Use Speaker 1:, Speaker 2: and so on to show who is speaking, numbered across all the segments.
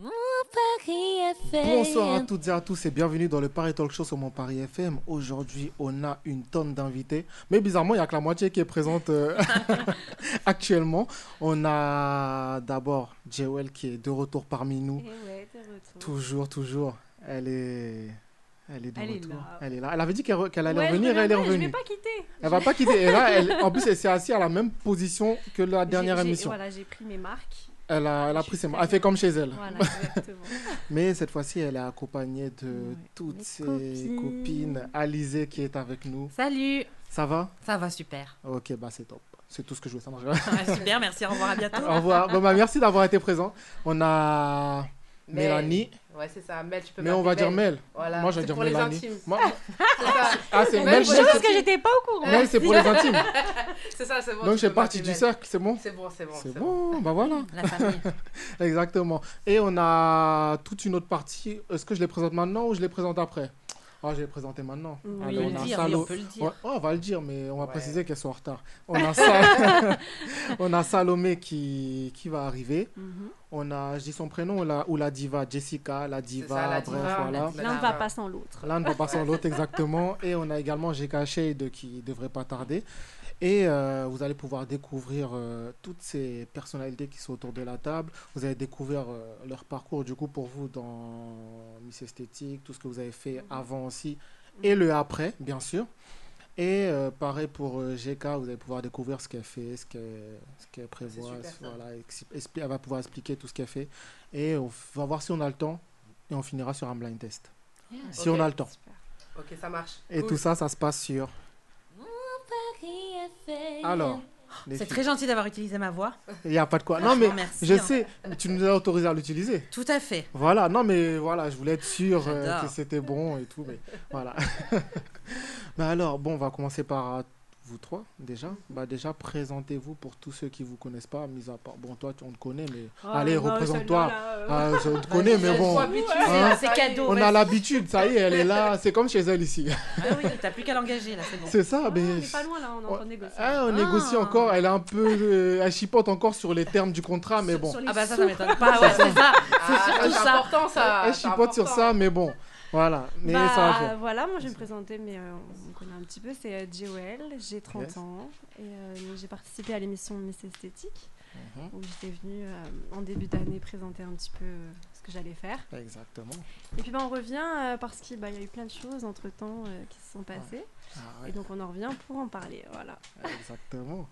Speaker 1: Mon Paris FM.
Speaker 2: Bonsoir à toutes et à tous et bienvenue dans le Paris Talk Show sur mon Paris FM. Aujourd'hui, on a une tonne d'invités, mais bizarrement, il n'y a que la moitié qui est présente euh, actuellement. On a d'abord Jewel qui est de retour parmi nous.
Speaker 3: Eh ouais, de retour.
Speaker 2: Toujours, toujours. Elle est. Elle est de
Speaker 3: Elle est
Speaker 2: retour.
Speaker 3: là.
Speaker 2: Elle est là. Elle avait dit qu'elle re- qu'elle allait
Speaker 3: Ouais, je
Speaker 2: revenir, elle est
Speaker 3: reviendrai, Je
Speaker 2: revenue.
Speaker 3: vais pas quitter.
Speaker 2: Elle va pas quitter. Et là, elle- en plus, elle s'est assise à la même position que la
Speaker 3: J'ai-
Speaker 2: dernière
Speaker 3: j'ai-
Speaker 2: émission.
Speaker 3: Voilà, j'ai pris mes marques.
Speaker 2: Elle a, elle a
Speaker 3: Je
Speaker 2: pris
Speaker 3: suis
Speaker 2: ses mains.
Speaker 3: tellement-
Speaker 2: Elle fait comme chez elle.
Speaker 3: Voilà, exactement.
Speaker 2: Mais cette fois-ci, elle est accompagnée de
Speaker 3: Ouais.
Speaker 2: toutes
Speaker 3: Mes
Speaker 2: ses copines.
Speaker 3: copines.
Speaker 2: Alizé qui est avec nous.
Speaker 4: Salut
Speaker 2: Ça va
Speaker 4: Ça va super.
Speaker 2: Ok, bah c'est top. C'est tout ce que je voulais savoir.
Speaker 4: Ça va Ah, super, merci, au revoir, à bientôt.
Speaker 2: Au revoir. Bon, bah, merci d'avoir été présent. On a
Speaker 5: Mel.
Speaker 2: Mélanie,
Speaker 5: Ouais, c'est ça, Mel, tu peux
Speaker 2: mais on va
Speaker 5: m'appeler
Speaker 2: dire Mel.
Speaker 5: Voilà,
Speaker 2: Moi, je vais
Speaker 5: c'est
Speaker 2: dire
Speaker 5: pour les
Speaker 2: Mélanie.
Speaker 5: intimes.
Speaker 2: Moi-
Speaker 5: C'est ça,
Speaker 2: Ah, c'est
Speaker 5: Mel,
Speaker 2: Mel.
Speaker 5: je-
Speaker 2: Mel,
Speaker 3: Chose que j'étais pas au courant.
Speaker 2: Mel, c'est pour les intimes.
Speaker 5: c'est ça, c'est bon.
Speaker 2: Donc,
Speaker 5: tu
Speaker 2: j'ai
Speaker 5: peux
Speaker 2: parti
Speaker 5: m'appeler Mel.
Speaker 2: du cercle, c'est bon
Speaker 5: C'est bon, c'est bon.
Speaker 2: C'est bon, bah voilà.
Speaker 4: La famille.
Speaker 2: Exactement. Et on a toute une autre partie. Est-ce que je les présente maintenant ou je les présente après Ah, je les présenter maintenant.
Speaker 3: Oui.
Speaker 2: Allez,
Speaker 3: On
Speaker 4: On,
Speaker 3: a
Speaker 4: le dire, oui,
Speaker 2: Salo-
Speaker 4: on peut le dire.
Speaker 2: Ouais, Oh, on va le dire, mais on va
Speaker 5: Ouais.
Speaker 2: préciser qu'elles sont en retard. On a, Sa- on a Salomé qui... qui va arriver.
Speaker 3: Mhm.
Speaker 2: On a, je dis son prénom, la... ou la diva, Jessica, la
Speaker 5: C'est
Speaker 2: diva,
Speaker 5: ça, la
Speaker 2: Bah, bref,
Speaker 5: diva.
Speaker 2: voilà.
Speaker 5: La
Speaker 3: L'un ne
Speaker 5: diva.
Speaker 3: va pas sans l'autre.
Speaker 2: L'un ne va pas sans l'autre, exactement. Et on a également GK Shade qui devrait pas tarder. Et euh, vous allez pouvoir découvrir euh, toutes ces personnalités qui sont autour de la table. Vous allez découvrir euh, leur parcours, du coup, pour vous dans Miss Esthétique, tout ce que vous avez fait avant aussi et le après, bien sûr. Et euh, pareil pour euh, GK, vous allez pouvoir découvrir ce qu'elle fait, ce qu'elle ce qu'elle prévoit.
Speaker 5: super,
Speaker 2: ce-
Speaker 5: ça.
Speaker 2: voilà, ex- expli- elle va pouvoir expliquer tout ce qu'elle fait. Et on f- va voir si on a le temps et on finira sur un blind test. Si
Speaker 5: Ok.
Speaker 2: on a le temps.
Speaker 5: Ok, ça marche.
Speaker 2: Et tout ça, ça se passe sur.
Speaker 1: Paris FM.
Speaker 2: Alors, les
Speaker 4: C'est
Speaker 2: filles,
Speaker 4: très gentil d'avoir utilisé ma voix.
Speaker 2: il n'y a pas de quoi. Non, mais
Speaker 4: Franchement, merci,
Speaker 2: je
Speaker 4: hein.
Speaker 2: sais, tu nous as autorisé à l'utiliser.
Speaker 4: Tout à fait.
Speaker 2: Voilà, non, mais voilà, je voulais être sûr euh,
Speaker 4: J'adore.
Speaker 2: que c'était bon et tout, mais voilà. bah alors, bon, on va commencer par euh, vous trois déjà. Bah déjà, présentez-vous pour tous ceux qui vous connaissent pas, mis à part. Bon, toi, tu- on te connaît, mais allez, représente-toi. Ah, je te connais, mais
Speaker 5: Ils sont
Speaker 2: bon,
Speaker 5: habitués, ça
Speaker 2: Hein
Speaker 5: y
Speaker 4: C'est
Speaker 5: est.
Speaker 4: cadeau.
Speaker 2: on a l'habitude, ça y est, elle est là, c'est comme chez elle ici.
Speaker 4: Ah oui, t'as plus qu'à l'engager là, c'est bon.
Speaker 2: C'est ça,
Speaker 3: Ah,
Speaker 2: mais.
Speaker 3: on est pas loin là, on est en train de négocier.
Speaker 2: Ah, on
Speaker 4: Ah.
Speaker 2: négocie encore, elle est un peu. euh, elle chipote encore sur les termes du contrat, mais
Speaker 3: Sur-
Speaker 2: bon.
Speaker 3: sur les
Speaker 4: Ah bah ça,
Speaker 3: sous.
Speaker 4: ça m'étonne pas. Ouais, c'est ça.
Speaker 5: Ah,
Speaker 4: surtout
Speaker 5: c'est
Speaker 4: ça.
Speaker 5: important, ça.
Speaker 2: Elle
Speaker 5: c'est
Speaker 2: chipote sur
Speaker 5: important.
Speaker 2: ça, mais bon. Voilà, mais
Speaker 3: Bah,
Speaker 2: ça va faire.
Speaker 3: Voilà, moi je vais me présenter, mais euh, on me connaît un petit peu. C'est euh, Jewel, j'ai 30
Speaker 2: Yes.
Speaker 3: ans et euh, j'ai participé à l'émission Miss Esthétique
Speaker 2: Mhm.
Speaker 3: où j'étais venue euh, en début d'année présenter un petit peu euh, ce que j'allais faire.
Speaker 2: Exactement.
Speaker 3: Bah. Et puis bah, on revient euh, parce qu'il bah, il y a eu plein de choses entre temps qui se sont passées
Speaker 2: Ah ouais,
Speaker 3: et donc on en revient pour en parler. Voilà.
Speaker 2: exactement.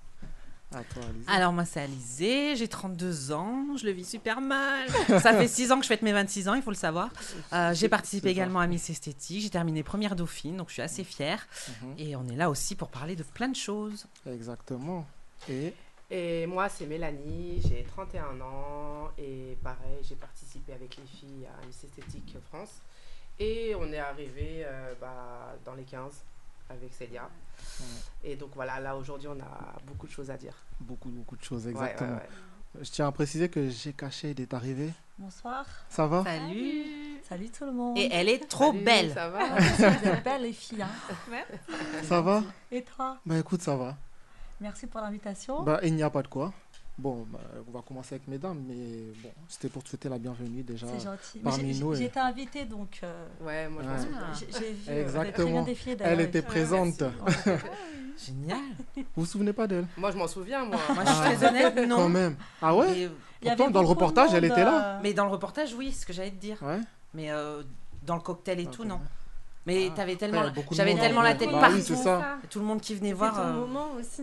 Speaker 2: À toi, Alizé.
Speaker 4: Alors moi c'est Alizé, j'ai 32 ans, je le vis super mal. Ça fait 6 ans que je fête mes 26 ans, il faut le savoir. Euh, j'ai participé
Speaker 2: C'est
Speaker 4: également à Miss Esthétique, j'ai terminé première dauphine, donc je suis assez fière.
Speaker 2: Mhm.
Speaker 4: Et on est là aussi pour parler de plein de choses.
Speaker 2: Exactement. Et
Speaker 5: Et moi, c'est Mélanie, j'ai 31 ans. Et pareil, j'ai participé avec les filles à Miss Esthétique France. Et on est arrivé euh, bah, dans les 15 avec Célia. Et donc voilà, là aujourd'hui, on a beaucoup de choses à dire.
Speaker 2: beaucoup, beaucoup de choses,
Speaker 5: Ouais, ouais,
Speaker 2: exactement.
Speaker 5: ouais.
Speaker 2: Je tiens à préciser que j'ai caché d'être arrivé.
Speaker 6: Bonsoir.
Speaker 2: Ça va
Speaker 6: Salut. Salut tout le monde. Ah,
Speaker 4: Et elle est trop
Speaker 5: Salut,
Speaker 4: belle.
Speaker 5: Ça va
Speaker 6: Vous êtes belles les filles. hein.
Speaker 2: Ça va
Speaker 6: Et toi Oh.
Speaker 2: Bah écoute, ça va.
Speaker 6: Merci pour l'invitation.
Speaker 2: Bah il n'y a pas de quoi. Bon, bah, on va commencer avec mesdames, mais bon, c'était pour te souhaiter la bienvenue déjà.
Speaker 6: C'est gentil. Mais
Speaker 2: parmi
Speaker 6: j'ai-
Speaker 2: nous,
Speaker 6: j'ai-
Speaker 2: et-
Speaker 6: J'ai été invitée donc. euh,
Speaker 5: Ouais, moi je
Speaker 2: Ouais.
Speaker 5: pense
Speaker 4: Ah,
Speaker 6: j'ai- J'ai vu. euh, vous avez très
Speaker 2: Exactement.
Speaker 6: bien défilé d'ailleurs.
Speaker 2: Elle était présente.
Speaker 4: Génial.
Speaker 2: Vous vous souvenez pas d'elle
Speaker 5: Moi, je m'en souviens, moi.
Speaker 4: Moi
Speaker 2: Ah.
Speaker 4: je suis très honnête, non.
Speaker 2: Quand même. Ah ouais
Speaker 4: Et-
Speaker 6: Il y avait
Speaker 2: Pourtant, dans le
Speaker 6: beaucoup de
Speaker 2: reportage, elle
Speaker 6: monde,
Speaker 2: était là.
Speaker 6: euh,
Speaker 4: Mais dans le reportage, oui, c'est ce que j'allais te dire.
Speaker 2: Ouais.
Speaker 4: Mais euh, dans le cocktail et
Speaker 2: Ah,
Speaker 4: tout,
Speaker 2: quand
Speaker 4: non.
Speaker 2: même.
Speaker 4: Mais
Speaker 2: Ah,
Speaker 4: t'avais
Speaker 2: Après, il y a
Speaker 4: tellement, la-
Speaker 2: beaucoup de
Speaker 4: j'avais
Speaker 2: monde,
Speaker 4: tellement la
Speaker 2: donc,
Speaker 4: tête
Speaker 2: bah oui,
Speaker 4: partout.
Speaker 2: c'est ça.
Speaker 4: Tout le monde qui venait
Speaker 3: Voir
Speaker 4: voir,
Speaker 3: ton
Speaker 4: euh,
Speaker 3: moment aussi.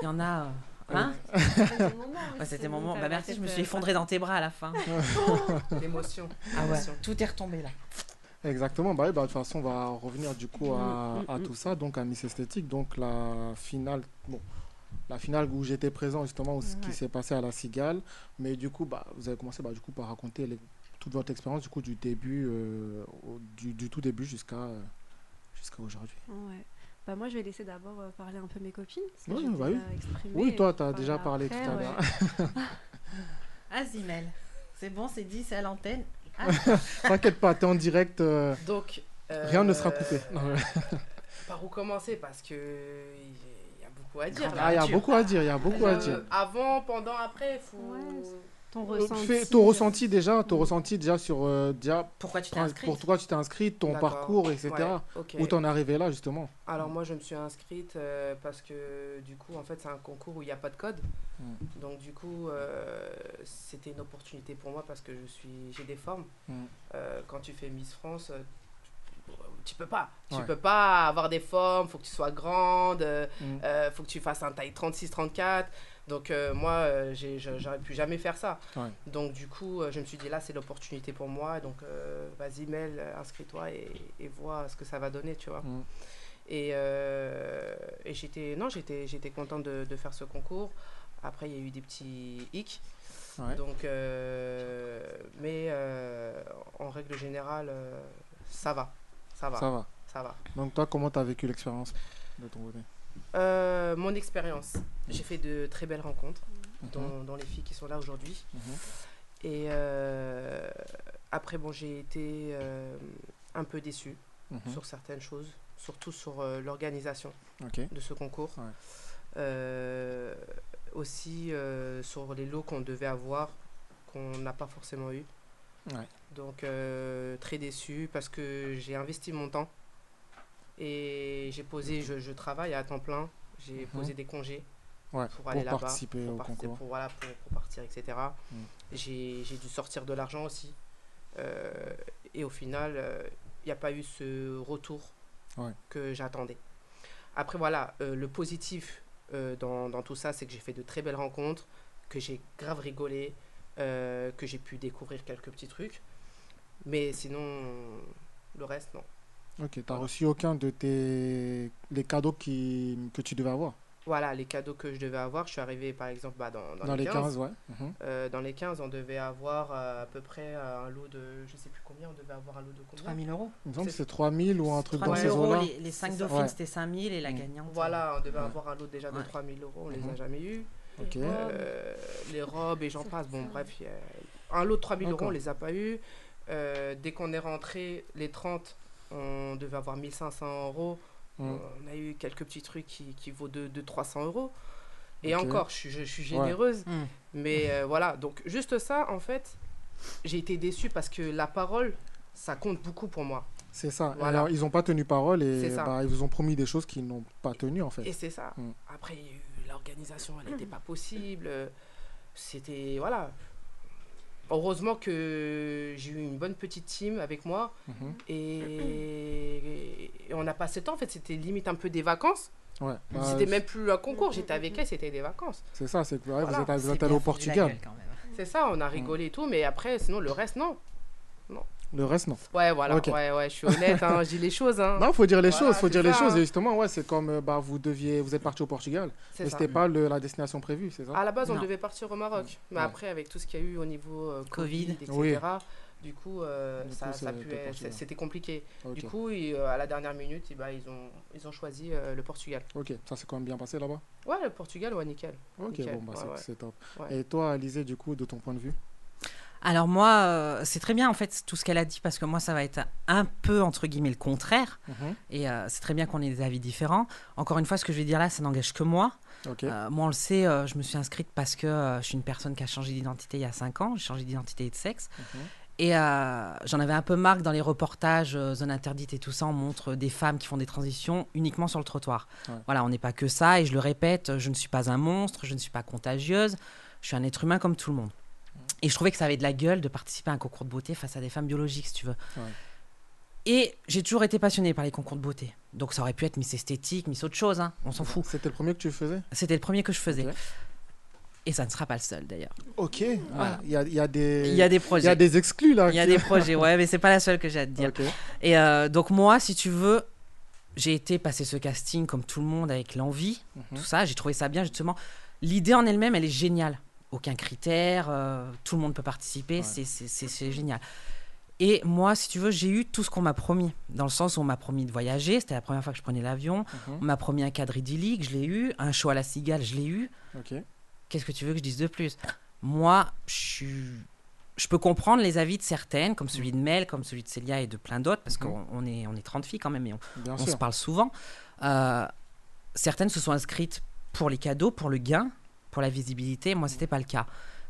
Speaker 4: il y en a. euh, Hein
Speaker 3: C'était ton moment
Speaker 4: Ouais,
Speaker 3: aussi,
Speaker 4: C'était mon moment.
Speaker 3: t'avais
Speaker 4: Bah
Speaker 3: la
Speaker 4: merci,
Speaker 3: tête,
Speaker 4: je me
Speaker 3: euh,
Speaker 4: suis effondrée dans tes bras à la fin.
Speaker 5: L'émotion.
Speaker 4: Ah ouais.
Speaker 5: L'émotion.
Speaker 4: Tout est retombé là.
Speaker 2: Exactement, bah, oui, bah, de toute façon, on va revenir du coup à,
Speaker 4: Mm, mm,
Speaker 2: à
Speaker 4: mm.
Speaker 2: tout ça, donc à Miss Esthétique. Donc la finale, bon, la finale où j'étais présent justement, où ce qui
Speaker 3: Ouais.
Speaker 2: s'est passé à la Cigale. Mais du coup, bah, vous avez commencé bah, du coup, par raconter les- toute votre expérience du coup du début, euh, au- du, du tout début jusqu'à euh, jusqu'à aujourd'hui.
Speaker 3: Ouais. Bah moi, je vais laisser d'abord euh, parler un peu mes copines. parce que
Speaker 2: Ouais,
Speaker 3: j'ai
Speaker 2: bah oui.
Speaker 3: déjà exprimé
Speaker 2: Oui,
Speaker 3: et
Speaker 2: toi,
Speaker 3: puis
Speaker 2: tu as déjà
Speaker 3: parler
Speaker 2: parlé tout à
Speaker 3: après,
Speaker 2: l'heure.
Speaker 3: ouais.
Speaker 4: Azimel. C'est bon, c'est dit, c'est à l'antenne.
Speaker 2: T'inquiète pas, t'es en direct, euh,
Speaker 5: Donc, euh,
Speaker 2: rien ne sera coupé. Non, ouais.
Speaker 5: Par où commencer Parce que il y a beaucoup à dire.
Speaker 2: Ah, il y a beaucoup à dire, il y a beaucoup à dire.
Speaker 5: Euh, Avant, pendant, après, faut.
Speaker 3: Ouais, Ton
Speaker 2: Euh,
Speaker 3: ressenti.
Speaker 2: fais ton ressenti déjà, ton ressenti déjà sur euh, déjà
Speaker 4: Pourquoi tu t'es
Speaker 2: Enfin,
Speaker 4: inscrite
Speaker 2: Pour toi, tu t'es inscrite, ton
Speaker 5: D'accord.
Speaker 2: parcours, etc.
Speaker 5: Ouais, ok.
Speaker 2: Où t'en es arrivé là, justement.
Speaker 5: Alors moi je me suis inscrite euh, parce que du coup en fait c'est un concours où il n'y a pas de code.
Speaker 2: Mm.
Speaker 5: Donc du coup euh, c'était une opportunité pour moi parce que je suis j'ai des formes.
Speaker 2: Mm.
Speaker 5: Euh, quand tu fais Miss France euh, tu- tu peux pas. Tu
Speaker 2: Ouais.
Speaker 5: peux pas avoir des formes, faut que tu sois grande, euh,
Speaker 2: Mm.
Speaker 5: euh, faut que tu fasses un taille 36-34. Donc euh, moi euh, j'ai- je- j'aurais pu jamais faire ça.
Speaker 2: Ouais.
Speaker 5: Donc du coup euh, je me suis dit là c'est l'opportunité pour moi. Donc euh, vas-y mail, inscris-toi et, et vois ce que ça va donner, tu vois.
Speaker 2: Mm.
Speaker 5: Et, euh, et j'étais non j'étais j'étais contente de, de faire ce concours. Après il y a eu des petits hicks.
Speaker 2: Ouais.
Speaker 5: Donc euh, mais euh, en règle générale euh, ça va. Ça va,
Speaker 2: Ça va.
Speaker 5: ça va.
Speaker 2: Donc, toi, comment t'as vécu l'expérience de ton côté
Speaker 5: Euh, mon expérience, j'ai fait de très belles rencontres,
Speaker 2: Mhm.
Speaker 5: dont, dont les filles qui sont là aujourd'hui.
Speaker 2: Mhm.
Speaker 5: Et euh, après, bon, j'ai été euh, un peu déçue
Speaker 2: Mhm.
Speaker 5: sur certaines choses, surtout sur euh, l'organisation
Speaker 2: Ok.
Speaker 5: de ce concours.
Speaker 2: Ouais.
Speaker 5: Euh, aussi euh, sur les lots qu'on devait avoir, qu'on n'a pas forcément eu.
Speaker 2: Ouais.
Speaker 5: Donc euh, très déçu parce que j'ai investi mon temps et j'ai posé, je, je travaille à temps plein, j'ai
Speaker 2: Mhm.
Speaker 5: posé des congés
Speaker 2: Ouais.
Speaker 5: pour
Speaker 2: Pour,
Speaker 5: aller là-bas,
Speaker 2: participer
Speaker 5: pour,
Speaker 2: au
Speaker 5: partir-
Speaker 2: concours.
Speaker 5: pour- voilà, pour, pour partir, etc.
Speaker 2: Mm.
Speaker 5: J'ai j'ai dû sortir de l'argent aussi. Euh, et au final, il n'y a pas eu ce retour
Speaker 2: Ouais.
Speaker 5: que j'attendais. Après, voilà, euh, le positif euh, dans, dans tout ça, c'est que j'ai fait de très belles rencontres, que j'ai grave rigolé, euh, que j'ai pu découvrir quelques petits trucs. Mais sinon, le reste, non.
Speaker 2: Ok, t'as reçu aucun de tes. les cadeaux qui... que tu devais avoir
Speaker 5: Voilà, les cadeaux que je devais avoir, je suis arrivé par exemple bah, dans, dans,
Speaker 2: dans les
Speaker 5: 15.
Speaker 2: 15, ouais. Mhm.
Speaker 5: Euh, dans les 15, on devait avoir euh, à peu près euh, un lot de. Je sais plus combien, on devait avoir un lot de combien.
Speaker 4: 3000 euros.
Speaker 2: Il me semble que
Speaker 5: C'est-
Speaker 2: c'est 3000 ou un truc dans
Speaker 4: 3000
Speaker 2: ces
Speaker 4: euros,
Speaker 2: eaux-là.
Speaker 4: les, les 5
Speaker 5: C'est
Speaker 2: ça.
Speaker 4: dauphines
Speaker 2: Ouais.
Speaker 4: c'était 5000 et la
Speaker 2: Mm.
Speaker 4: gagnante. euh,
Speaker 5: Voilà, on devait
Speaker 2: Ouais.
Speaker 5: avoir un lot déjà de
Speaker 4: Ouais.
Speaker 5: 3000 euros, on les
Speaker 2: Mhm.
Speaker 5: a jamais eu.
Speaker 2: Ok.
Speaker 5: Euh, les robes et j'en
Speaker 6: C'est
Speaker 5: passe, bon
Speaker 6: ça.
Speaker 5: bref, il y a- un lot de 3000 euros,
Speaker 2: D'accord.
Speaker 5: on les a pas eu. Euh, dès qu'on est rentré, les 30, on devait avoir 1500 euros.
Speaker 2: Mhm.
Speaker 5: On a eu quelques petits trucs qui, qui vaut de, de 300 euros. Et
Speaker 2: Ok.
Speaker 5: encore, je suis, je suis
Speaker 2: Ouais.
Speaker 5: généreuse.
Speaker 4: Mm.
Speaker 5: Mais euh, voilà, donc juste ça, en fait, j'ai été déçue parce que la parole, ça compte beaucoup pour moi.
Speaker 2: C'est ça. Et
Speaker 5: Voilà.
Speaker 2: Alors, ils n'ont pas tenu parole et
Speaker 5: C'est ça.
Speaker 2: bah, ils vous ont promis des choses qu'ils n'ont pas tenues, en
Speaker 5: Et
Speaker 2: fait.
Speaker 5: c'est ça.
Speaker 2: Mm.
Speaker 5: Après, il y a eu l'organisation, elle n'était pas possible. euh, C'était. Voilà. Heureusement que j'ai eu une bonne petite team avec moi
Speaker 2: Mhm.
Speaker 5: et, et on a passé le temps. En fait, c'était limite un peu des vacances.
Speaker 2: Ouais. Bah,
Speaker 5: c'était même plus un concours. J'étais avec elle, c'était des vacances.
Speaker 2: C'est ça, c'est que ouais,
Speaker 5: Voilà,
Speaker 2: vous êtes, vous
Speaker 4: C'est
Speaker 2: êtes
Speaker 4: bien
Speaker 2: allé au
Speaker 4: foutu la
Speaker 2: Portugal.
Speaker 4: gueule, quand même.
Speaker 5: C'est ça, on a rigolé et tout, mais après, sinon, le reste, non.
Speaker 2: Le reste, non.
Speaker 5: Ouais, voilà,
Speaker 2: Ok.
Speaker 5: ouais, ouais, je suis honnête, hein, je dis les choses. Hein.
Speaker 2: Non, faut dire les
Speaker 5: Voilà,
Speaker 2: choses, faut
Speaker 5: c'est
Speaker 2: dire les
Speaker 5: ça,
Speaker 2: choses.
Speaker 5: hein.
Speaker 2: Et justement, ouais, c'est comme euh, bah, vous deviez, vous êtes parti au Portugal,
Speaker 5: C'est
Speaker 2: mais
Speaker 5: ça.
Speaker 2: c'était pas le- la destination prévue, c'est ça
Speaker 5: À la base, on
Speaker 4: Non.
Speaker 5: devait partir au Maroc, mais
Speaker 2: Ouais.
Speaker 5: après, avec tout ce qu'il y a eu au niveau euh, Covid,
Speaker 4: Covid.
Speaker 5: etc.,
Speaker 2: Oui.
Speaker 5: du coup, euh,
Speaker 2: Du
Speaker 5: ça,
Speaker 2: coup,
Speaker 5: ça
Speaker 2: c'est-
Speaker 5: pu
Speaker 2: t'es
Speaker 5: être-
Speaker 2: parti, ouais.
Speaker 5: c'était compliqué.
Speaker 2: Ok,
Speaker 5: Du coup, ils, euh, à la dernière minute, eh ben, ils, ont, ils ont choisi euh, le Portugal.
Speaker 2: Ok, ça s'est quand même bien passé là-bas.
Speaker 5: Ouais, le Portugal, ouais, nickel.
Speaker 2: Ok,
Speaker 5: Nickel,
Speaker 2: bon, bah,
Speaker 5: ouais,
Speaker 2: c'est-
Speaker 5: ouais.
Speaker 2: c'est top.
Speaker 5: Ouais.
Speaker 2: Et toi, Alizé, du coup, de ton point de vue
Speaker 4: Alors moi, euh, c'est très bien en fait tout ce qu'elle a dit parce que moi ça va être un peu entre guillemets le contraire
Speaker 2: Mhm.
Speaker 4: et euh, c'est très bien qu'on ait des avis différents. Encore une fois, ce que je vais dire là, ça n'engage que moi.
Speaker 2: Ok,
Speaker 4: Euh, moi on le sait, euh, je me suis inscrite parce que euh, je suis une personne qui a changé d'identité il y a 5 ans, j'ai changé d'identité et de sexe.
Speaker 2: Mhm.
Speaker 4: Et euh, j'en avais un peu marre que dans les reportages, euh, Zone Interdite et tout ça, on montre des femmes qui font des transitions uniquement sur le trottoir.
Speaker 3: Ah.
Speaker 2: Ouais.
Speaker 4: Voilà, on n'est pas que ça, et je le répète, je ne suis pas un monstre, je ne suis pas contagieuse, je suis un être humain comme tout le monde. Et je trouvais que ça avait de la gueule de participer à un concours de beauté face à des femmes biologiques, si tu veux.
Speaker 2: Ouais.
Speaker 4: Et j'ai toujours été passionnée par les concours de beauté. Donc ça aurait pu être Miss Esthétique, Miss autre chose, hein, on s'en fout.
Speaker 2: c'était le premier que tu faisais
Speaker 4: C'était le premier que je faisais.
Speaker 2: Ok.
Speaker 4: Et ça ne sera pas le seul d'ailleurs.
Speaker 2: Ok.
Speaker 4: Voilà.
Speaker 2: Ah, Il y, a, il y a des.
Speaker 4: Il y a des
Speaker 2: il y a
Speaker 4: projets.
Speaker 2: des exclus là.
Speaker 4: Il y a
Speaker 2: qui-
Speaker 4: des projets, ouais, mais c'est pas la seule que j'ai à te dire.
Speaker 2: Ok.
Speaker 4: Et euh, donc moi, si tu veux, j'ai été passer ce casting comme tout le monde avec l'envie,
Speaker 2: Mhm.
Speaker 4: tout ça. J'ai trouvé ça bien justement. L'idée en elle-même, elle est géniale. Aucun critère, euh, tout le monde peut participer,
Speaker 2: Ouais.
Speaker 4: c'est- c'est- c'est c'est génial. Et moi, si tu veux, j'ai eu tout ce qu'on m'a promis, dans le sens où on m'a promis de voyager, c'était la première fois que je prenais l'avion,
Speaker 2: Mhm.
Speaker 4: on m'a promis un cadre idyllique, je l'ai eu, un show à la cigale, je l'ai eu.
Speaker 2: Ok.
Speaker 4: Qu'est-ce que tu veux que je dise de plus Moi, je suis- Je peux comprendre les avis de certaines, comme celui de Mel, comme celui de Célia et de plein d'autres, parce
Speaker 2: Mhm.
Speaker 4: qu'on on est, on est 30 filles quand même, et on,
Speaker 2: Bien
Speaker 4: on se
Speaker 2: sûr.
Speaker 4: parle souvent. Euh, certaines se sont inscrites pour les cadeaux, pour le gain, pour la visibilité. Moi, c'était pas le cas.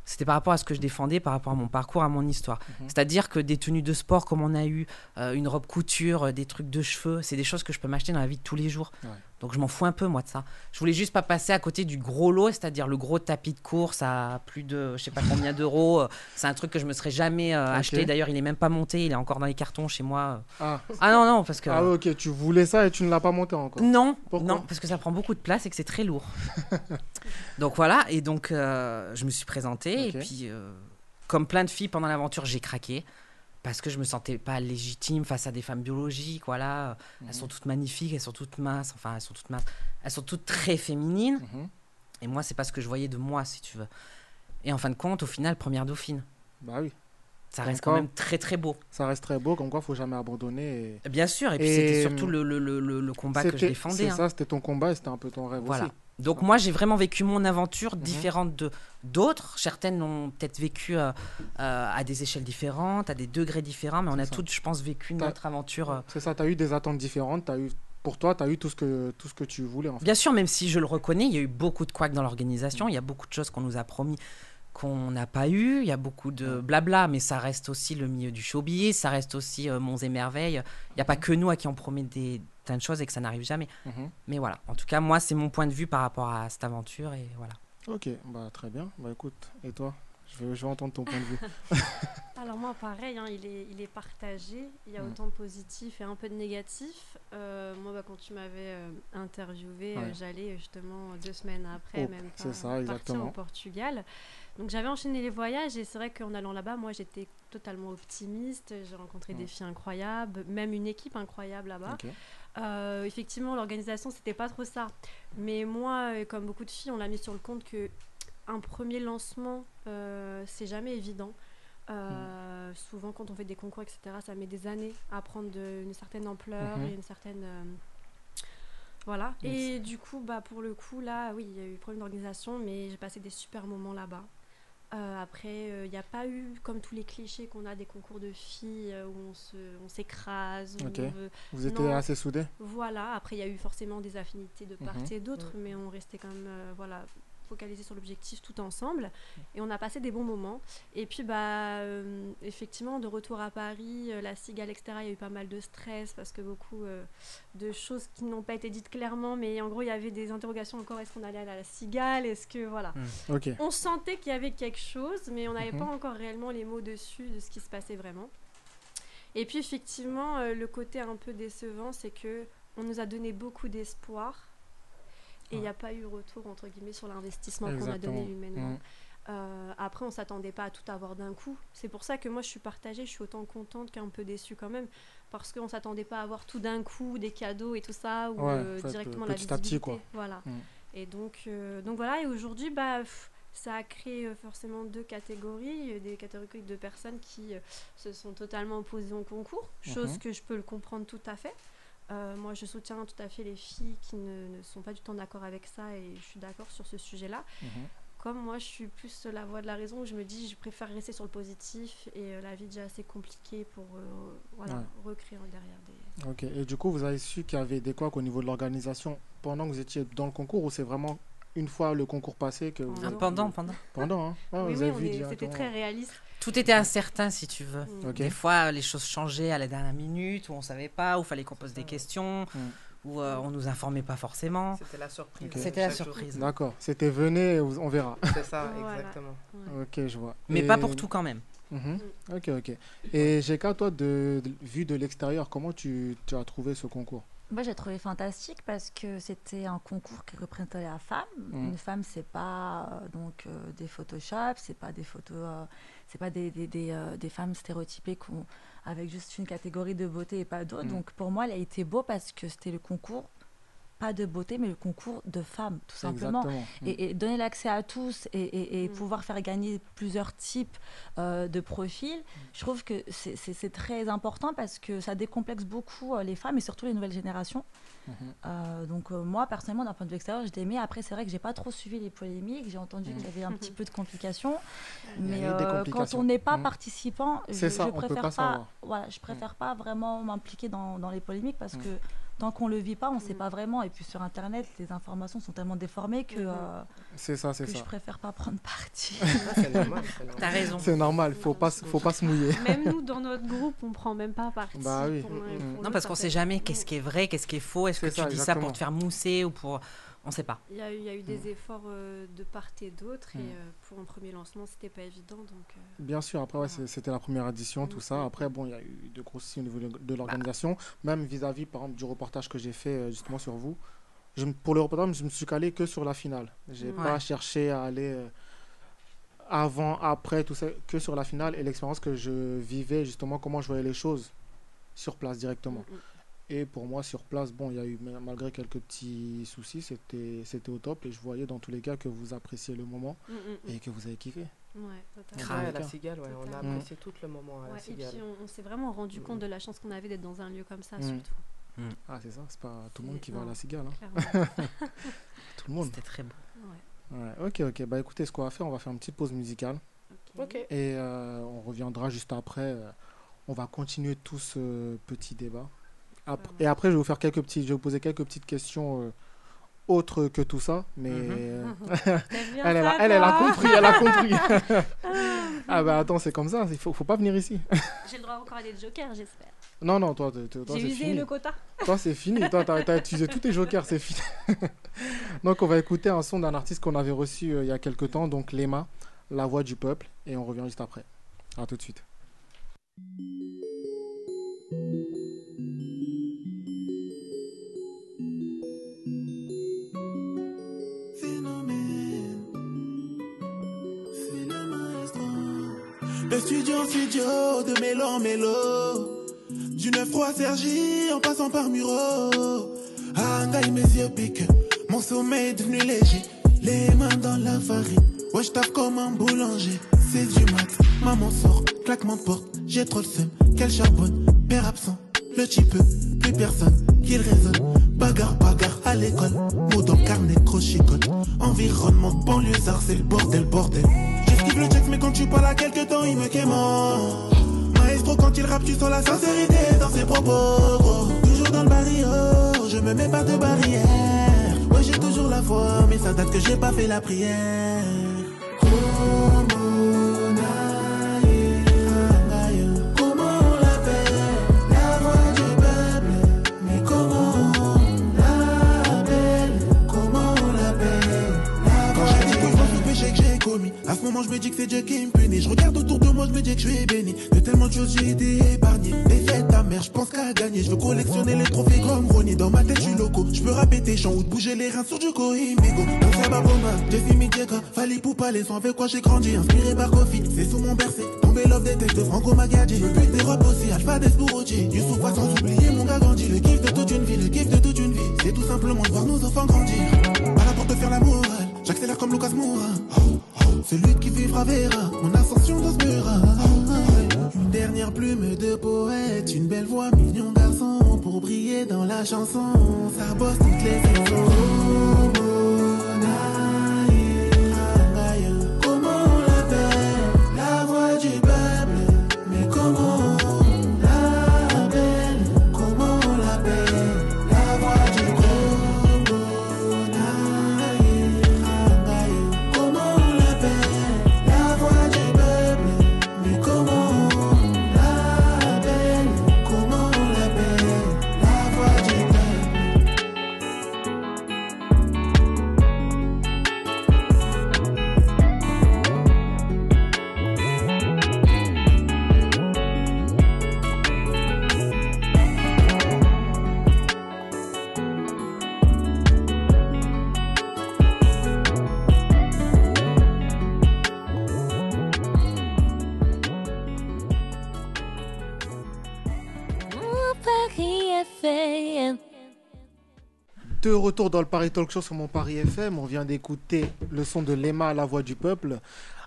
Speaker 4: C'était par rapport à ce que je défendais, par rapport à mon parcours, à mon histoire.
Speaker 2: Mhm.
Speaker 4: C'est-à-dire que des tenues de sport comme on a eu, euh, une robe couture, euh, des trucs de cheveux, c'est des choses que je peux m'acheter dans la vie de tous les jours.
Speaker 2: Ouais.
Speaker 4: Donc je m'en fous un peu, moi, de ça. Je voulais juste pas passer à côté du gros lot, c'est-à-dire le gros tapis de course à plus de je sais pas combien d'euros. Euh, C'est un truc que je me serais jamais euh,
Speaker 2: Ok.
Speaker 4: acheté. D'ailleurs, il est même pas monté, il est encore dans les cartons chez moi.
Speaker 2: Ah.
Speaker 4: Ah non, non, parce que...
Speaker 2: Ah ouais, ok, tu voulais ça et tu ne l'as pas monté encore.
Speaker 4: Non,
Speaker 2: Pourquoi
Speaker 4: non, parce que ça prend beaucoup de place et que c'est très lourd. donc voilà, et donc euh, je me suis présentée,
Speaker 2: Ok.
Speaker 4: et puis euh, comme plein de filles pendant l'aventure, j'ai craqué parce que je me sentais pas légitime face à des femmes biologiques, voilà.
Speaker 2: Mhm.
Speaker 4: Elles sont toutes magnifiques, elles sont toutes minces, enfin elles sont toutes minces, elles sont toutes très féminines.
Speaker 2: Mhm.
Speaker 4: Et moi, c'est pas ce que je voyais de moi, si tu veux. Et en fin de compte, au final, première dauphine.
Speaker 2: Bah oui.
Speaker 4: Ça
Speaker 2: Comme
Speaker 4: reste quand
Speaker 2: quoi.
Speaker 4: même très très beau.
Speaker 2: Ça reste très beau, comme quoi, faut jamais abandonner. et-
Speaker 4: Bien sûr, et puis
Speaker 2: Et,
Speaker 4: c'était
Speaker 2: euh,
Speaker 4: surtout le, le- le- le- le combat que je
Speaker 2: C'était-
Speaker 4: défendais.
Speaker 2: C'est
Speaker 4: hein.
Speaker 2: ça, c'était ton combat et c'était un peu ton rêve
Speaker 4: Voilà.
Speaker 2: aussi.
Speaker 4: Donc moi, j'ai vraiment vécu mon
Speaker 2: Mhm.
Speaker 4: aventure différente de d'autres. Certaines l'ont peut-être vécu euh, euh, à des échelles différentes, à des degrés différents, mais on a
Speaker 2: ça.
Speaker 4: toutes, je pense, vécu
Speaker 2: T'as-
Speaker 4: notre aventure. euh.
Speaker 2: C'est ça, tu as eu des attentes différentes, as eu, pour toi, tu as eu tout ce, que, tout ce que tu voulais en fait.
Speaker 4: Bien sûr, même si je le reconnais, il y a eu beaucoup de couacs dans l'organisation, il y a beaucoup de choses qu'on nous a promis qu'on n'a pas eu, il y a beaucoup de blabla, mais ça reste aussi le milieu du showbiz, ça reste aussi euh, Monts et Merveilles. Il n'y a pas que nous à qui on promet des tas de choses et que ça n'arrive jamais.
Speaker 2: Mhm.
Speaker 4: Mais voilà, en tout cas, moi, c'est mon point de vue par rapport à cette aventure et voilà.
Speaker 2: Ok, bah très bien. Bah écoute, et toi je vais, je vais entendre ton point de vue.
Speaker 3: Alors moi, pareil, hein, il, est, il est partagé. Il y a
Speaker 2: Mm.
Speaker 3: autant de positifs et un peu de négatifs. Euh, moi, bah, quand tu m'avais euh, interviewé, euh,
Speaker 2: Ouais.
Speaker 3: j'allais justement deux semaines après,
Speaker 2: Oh,
Speaker 3: même
Speaker 2: c'est
Speaker 3: pas,
Speaker 2: ça,
Speaker 3: partir
Speaker 2: exactement.
Speaker 3: au Portugal. Donc j'avais enchaîné les voyages et c'est vrai qu'en allant là-bas, moi, j'étais totalement optimiste. J'ai rencontré
Speaker 2: Mm.
Speaker 3: des filles incroyables, même une équipe incroyable là-bas.
Speaker 2: Ok.
Speaker 3: Euh, effectivement, l'organisation, c'était pas trop ça. Mais moi, euh, comme beaucoup de filles, on l'a mis sur le compte que un premier lancement, euh, c'est jamais évident. Euh,
Speaker 2: Mm.
Speaker 3: Souvent, quand on fait des concours, etc., ça met des années à prendre de- une certaine ampleur
Speaker 2: Mhm.
Speaker 3: et une certaine. euh, voilà. Et du coup, bah, pour le coup, là, oui, il y a eu problème d'organisation, mais j'ai passé des super moments là-bas. Euh, après, il n'y a pas eu comme tous les clichés qu'on a des concours de filles euh, où on se- on s'écrase, où
Speaker 2: Ok.
Speaker 3: on veut
Speaker 2: Vous étiez
Speaker 3: Non.
Speaker 2: assez soudés
Speaker 3: voilà, après il y a eu forcément des affinités de part
Speaker 2: Mhm.
Speaker 3: et d'autre, mais on restait quand même euh, voilà, focalisés sur l'objectif tout ensemble. Et on a passé des bons moments. Et puis, bah, euh, effectivement, de retour à Paris, euh, la cigale, etc., il y a eu pas mal de stress parce que beaucoup euh, de choses qui n'ont pas été dites clairement, mais en gros, il y avait des interrogations encore est-ce qu'on allait aller à la cigale Est-ce que. Voilà.
Speaker 2: Ok.
Speaker 3: On sentait qu'il y avait quelque chose, mais on n'avait
Speaker 2: Mhm.
Speaker 3: pas encore réellement les mots dessus de ce qui se passait vraiment. Et puis effectivement, euh, le côté un peu décevant, c'est que on nous a donné beaucoup d'espoir et il n'y a pas eu retour entre guillemets sur l'investissement qu'on a donné
Speaker 2: Exactement.
Speaker 3: humainement.
Speaker 2: Mhm.
Speaker 3: Euh, après, on s'attendait pas à tout avoir d'un coup. C'est pour ça que moi, je suis partagée. Je suis autant contente qu'un peu déçue quand même, parce qu'on s'attendait pas à avoir tout d'un coup des cadeaux et tout ça, ou
Speaker 2: Ouais,
Speaker 3: euh,
Speaker 2: en fait,
Speaker 3: directement
Speaker 2: euh,
Speaker 3: la
Speaker 2: petit à
Speaker 3: visibilité.
Speaker 2: petit, quoi.
Speaker 3: Voilà.
Speaker 2: Mm.
Speaker 3: Et donc, euh, donc voilà. Et aujourd'hui, bah, pff, ça a créé euh, forcément deux catégories, euh, des catégories de personnes qui euh, se sont totalement opposées au concours, chose
Speaker 2: Mhm.
Speaker 3: que je peux le comprendre tout à fait. Euh, moi, je soutiens tout à fait les filles qui ne- ne sont pas du tout d'accord avec ça, et je suis d'accord sur ce sujet-là
Speaker 2: Mhm.
Speaker 3: comme moi je suis plus la voix de la raison, je me dis je préfère rester sur le positif et euh, la vie est déjà assez compliquée pour euh, voilà,
Speaker 2: Ouais.
Speaker 3: recréer derrière des...
Speaker 2: Ok. Et du coup, vous avez su qu'il y avait des couacs au niveau de l'organisation pendant que vous étiez dans le concours ou c'est vraiment une fois le concours passé que vous
Speaker 3: Ah,
Speaker 2: avez-
Speaker 4: Pendant, pendant.
Speaker 2: Pendant, hein Ouais,
Speaker 3: oui,
Speaker 2: vous
Speaker 3: oui,
Speaker 2: avez
Speaker 3: on
Speaker 2: vu
Speaker 3: est- c'était
Speaker 2: directement.
Speaker 3: très réaliste.
Speaker 4: Tout était incertain, si tu veux.
Speaker 3: Mm.
Speaker 2: Ok.
Speaker 4: Des fois, les choses changeaient à la dernière minute, où on savait pas, où fallait qu'on pose des questions,
Speaker 2: Mm.
Speaker 4: où euh, on nous informait pas forcément.
Speaker 5: C'était la surprise.
Speaker 2: Ok.
Speaker 4: C'était la
Speaker 5: chaque jour.
Speaker 4: surprise.
Speaker 2: D'accord. C'était venez, vous- on verra.
Speaker 5: C'est ça,
Speaker 3: Voilà.
Speaker 5: exactement.
Speaker 3: Ouais.
Speaker 2: Ok, je vois.
Speaker 4: Mais
Speaker 2: Et-
Speaker 4: pas pour tout quand même.
Speaker 2: Mhm. Ok, ok. Et GK, toi, de, de- vu de l'extérieur, comment tu, tu as trouvé ce concours
Speaker 6: Moi, j'ai trouvé fantastique parce que c'était un concours qui représentait la femme.
Speaker 2: Mm.
Speaker 6: Une femme, c'est pas euh, donc euh, des Photoshop, c'est pas des photos, euh, c'est pas des, des, des, euh, des femmes stéréotypées qu'on- avec juste une catégorie de beauté et pas d'autres.
Speaker 2: Mm.
Speaker 6: Donc pour moi, elle a été beau parce que c'était le concours pas de beauté, mais le concours de femmes, tout simplement.
Speaker 2: Exactement. Mm.
Speaker 6: Et, et donner l'accès à tous et, et- et
Speaker 3: Mm.
Speaker 6: pouvoir faire gagner plusieurs types euh, de profils,
Speaker 2: Mm.
Speaker 6: je trouve que c'est- c'est c'est très important parce que ça décomplexe beaucoup euh, les femmes et surtout les nouvelles générations.
Speaker 2: Mhm.
Speaker 6: Euh, donc euh, moi, personnellement, d'un point de vue extérieur, je l'aimais. Après, c'est vrai que j'ai pas trop suivi les polémiques. J'ai entendu
Speaker 2: Mm.
Speaker 6: qu'il y avait un petit peu de complications.
Speaker 2: Il y a
Speaker 6: Mais
Speaker 2: eu des
Speaker 6: euh, quand
Speaker 2: complications.
Speaker 6: on n'est pas
Speaker 2: Mm.
Speaker 6: participant, je,
Speaker 2: C'est ça,
Speaker 6: je
Speaker 2: on peut
Speaker 6: préfère
Speaker 2: pas
Speaker 6: pas,
Speaker 2: savoir.
Speaker 6: voilà, je préfère pas vraiment m'impliquer dans, dans les polémiques parce
Speaker 2: Mm.
Speaker 6: que tant qu'on le vit pas, on sait
Speaker 3: Mm.
Speaker 6: pas vraiment. Et puis sur Internet, les informations sont tellement déformées que
Speaker 2: Mm-hmm.
Speaker 3: Mhm.
Speaker 6: euh,
Speaker 2: C'est ça, c'est
Speaker 6: que je
Speaker 2: ça.
Speaker 6: préfère pas prendre parti.
Speaker 5: Ah, c'est normal, c'est normal.
Speaker 4: T'as raison.
Speaker 2: C'est normal, faut pas, se- faut pas se mouiller.
Speaker 3: Même nous, dans notre groupe, on prend même pas parti.
Speaker 2: Bah oui.
Speaker 3: pour l'un et
Speaker 2: Mm.
Speaker 3: pour
Speaker 2: Non,
Speaker 4: Non,
Speaker 3: l'autre,
Speaker 4: parce qu'on
Speaker 3: en fait.
Speaker 4: sait jamais qu'est-ce qui est vrai, qu'est-ce qui est faux. Est-ce que
Speaker 2: C'est
Speaker 4: tu
Speaker 2: ça,
Speaker 4: dis ça
Speaker 2: exactement.
Speaker 4: pour te faire mousser ou pour. On sait pas.
Speaker 3: Il y a eu, il y a eu des
Speaker 2: Mm.
Speaker 3: efforts euh, de part et d'autre,
Speaker 2: Mm.
Speaker 3: et euh, pour un premier lancement, c'était pas évident. Donc, euh,
Speaker 2: Bien sûr, après, ouais, c'est- c'était la première édition, tout ça.
Speaker 3: Mhm.
Speaker 2: Après, bon, il y a eu de gros soucis au niveau de de l'organisation, même vis-à-vis, par exemple, du reportage que j'ai fait euh, justement sur vous. Je, me- pour le reportage, je me suis calé que sur la finale. J'ai
Speaker 3: Mhm.
Speaker 2: pas
Speaker 4: Ouais.
Speaker 2: cherché à aller euh, avant, après, tout ça, que sur la finale et l'expérience que je vivais, justement, comment je voyais les choses sur place directement.
Speaker 3: mm, mm.
Speaker 2: Et pour moi, sur place, bon, il y a eu ma- malgré quelques petits soucis, c'était c'était au top et je voyais dans tous les cas que vous appréciez le moment
Speaker 3: Mm, mm,
Speaker 2: et que vous avez kiffé.
Speaker 3: mm. Ouais, totalement.
Speaker 4: Grave.
Speaker 5: Ouais, à la cigale, ouais, on a
Speaker 2: Mm.
Speaker 3: Totalement.
Speaker 5: apprécié tout le moment à la
Speaker 3: Ouais, et
Speaker 5: cigale.
Speaker 3: puis on, on s'est vraiment rendu compte
Speaker 5: Mm.
Speaker 3: de la chance qu'on avait d'être dans un lieu comme ça,
Speaker 2: Mm.
Speaker 3: surtout.
Speaker 2: Ah, c'est ça, c'est pas tout le monde
Speaker 3: C'est-
Speaker 2: qui va à
Speaker 3: non.
Speaker 2: la cigale, hein.
Speaker 3: Clairement.
Speaker 2: tout le monde.
Speaker 4: C'était très beau.
Speaker 3: Ouais.
Speaker 2: Ouais, ok, ok. Bah écoutez, ce qu'on va faire, on va faire une petite pause musicale
Speaker 5: Ok.
Speaker 2: et euh, on reviendra juste après. euh, on va continuer tout ce petit débat. Après-
Speaker 3: Vraiment.
Speaker 2: et après, je vais vous faire quelques petits, je vais vous poser quelques petites questions euh, autres que tout ça, mais
Speaker 4: Mhm.
Speaker 2: euh,
Speaker 3: T'aimes bien
Speaker 2: elle, elle, a-
Speaker 3: ça,
Speaker 2: elle, elle a
Speaker 3: toi
Speaker 2: compris, elle a compris. ah bah attends, c'est comme ça. Il faut, faut pas venir ici.
Speaker 3: J'ai le droit encore à des jokers, j'espère.
Speaker 2: Non, non, toi, t- t- toi,
Speaker 3: J'ai
Speaker 2: c'est
Speaker 3: usé
Speaker 2: fini.
Speaker 3: le quota.
Speaker 2: Toi, c'est fini. Toi, t'as, t'as utilisé tous tes jokers, c'est fini. donc, on va écouter un son d'un artiste qu'on avait reçu euh, il y a quelques temps, donc Lema, La Voix du Peuple, et on revient juste après. À tout de suite.
Speaker 7: Phénomène. Phénomène maestro. De studio en studio, de mélo en mélo. Du 9-3 Sergi en passant par Muro. Ah, taille mes yeux piquent. Mon sommeil est devenu léger. Les mains dans la farine. Ouais, je tape comme un boulanger. C'est du max. Maman sort, claquement de porte. J'ai trop le seum. Quel charbonne. Père absent. Le type, plus personne qu'il résonne. Bagarre, bagarre à l'école. Mots dans le carnet, trop chicote. Environnement, banlieusard, c'est le bordel, bordel. J'esquive le check, mais quand tu parles à quelques temps, il me quémande. Maestro, quand il rappe, tu sens la sincérité dans ses propos. gros. Toujours dans le barrio, je me mets pas de barrière. Ouais, j'ai toujours la foi, mais ça date que j'ai pas fait la prière. Como nae, hangaye. Comment on l'appelle La voix du peuple. Mais comment on l'appelle Comment on l'appelle quand je dis que je péché que j'ai commis, à ce moment je me dis que c'est Dieu qui me punit. Je regarde autour de moi, je me dis que je suis béni. De tellement de choses, j'ai été épargné. Défaite ta mère, je pense qu'à gagner. Je veux collectionner les trophées comme Ronnie. Dans ma tête, je suis loco. Je peux rapper tes chants ou te bouger les reins sur du Coimbigo. Dans sa baroma, Jesse Midjeka, Fali Poupa, les sons avec quoi j'ai grandi. Inspiré par Kofi, c'est sous mon bercé. Tombé love des textes de Franco Magadji. Le but des robes aussi, Alpha des Spouroji. Youssouf, sans oublier mon gars grandi. Le kiff de toute une vie, le kiff de toute une vie. C'est tout simplement de voir nos enfants grandir. Pas là pour te faire la morale. J'accélère comme Lucas Moura. Celui qui vivra verra mon ascension dans ce mur. hein, Une dernière plume de poète, une belle voix, mignon garçon. Pour briller dans la chanson, ça bosse toutes les saisons. Comment on l'appelle La voix du peuple. Mais comment on l'appelle Comment on l'appelle La voix du peuple. Comment on l'appelle La voix du peuple. Mais comment on l'appelle Comment on l'appelle La voix du peuple.
Speaker 1: FM.
Speaker 2: De retour dans le Paris Talk Show sur mon Paris FM, on vient d'écouter le son de Lema, la voix du peuple.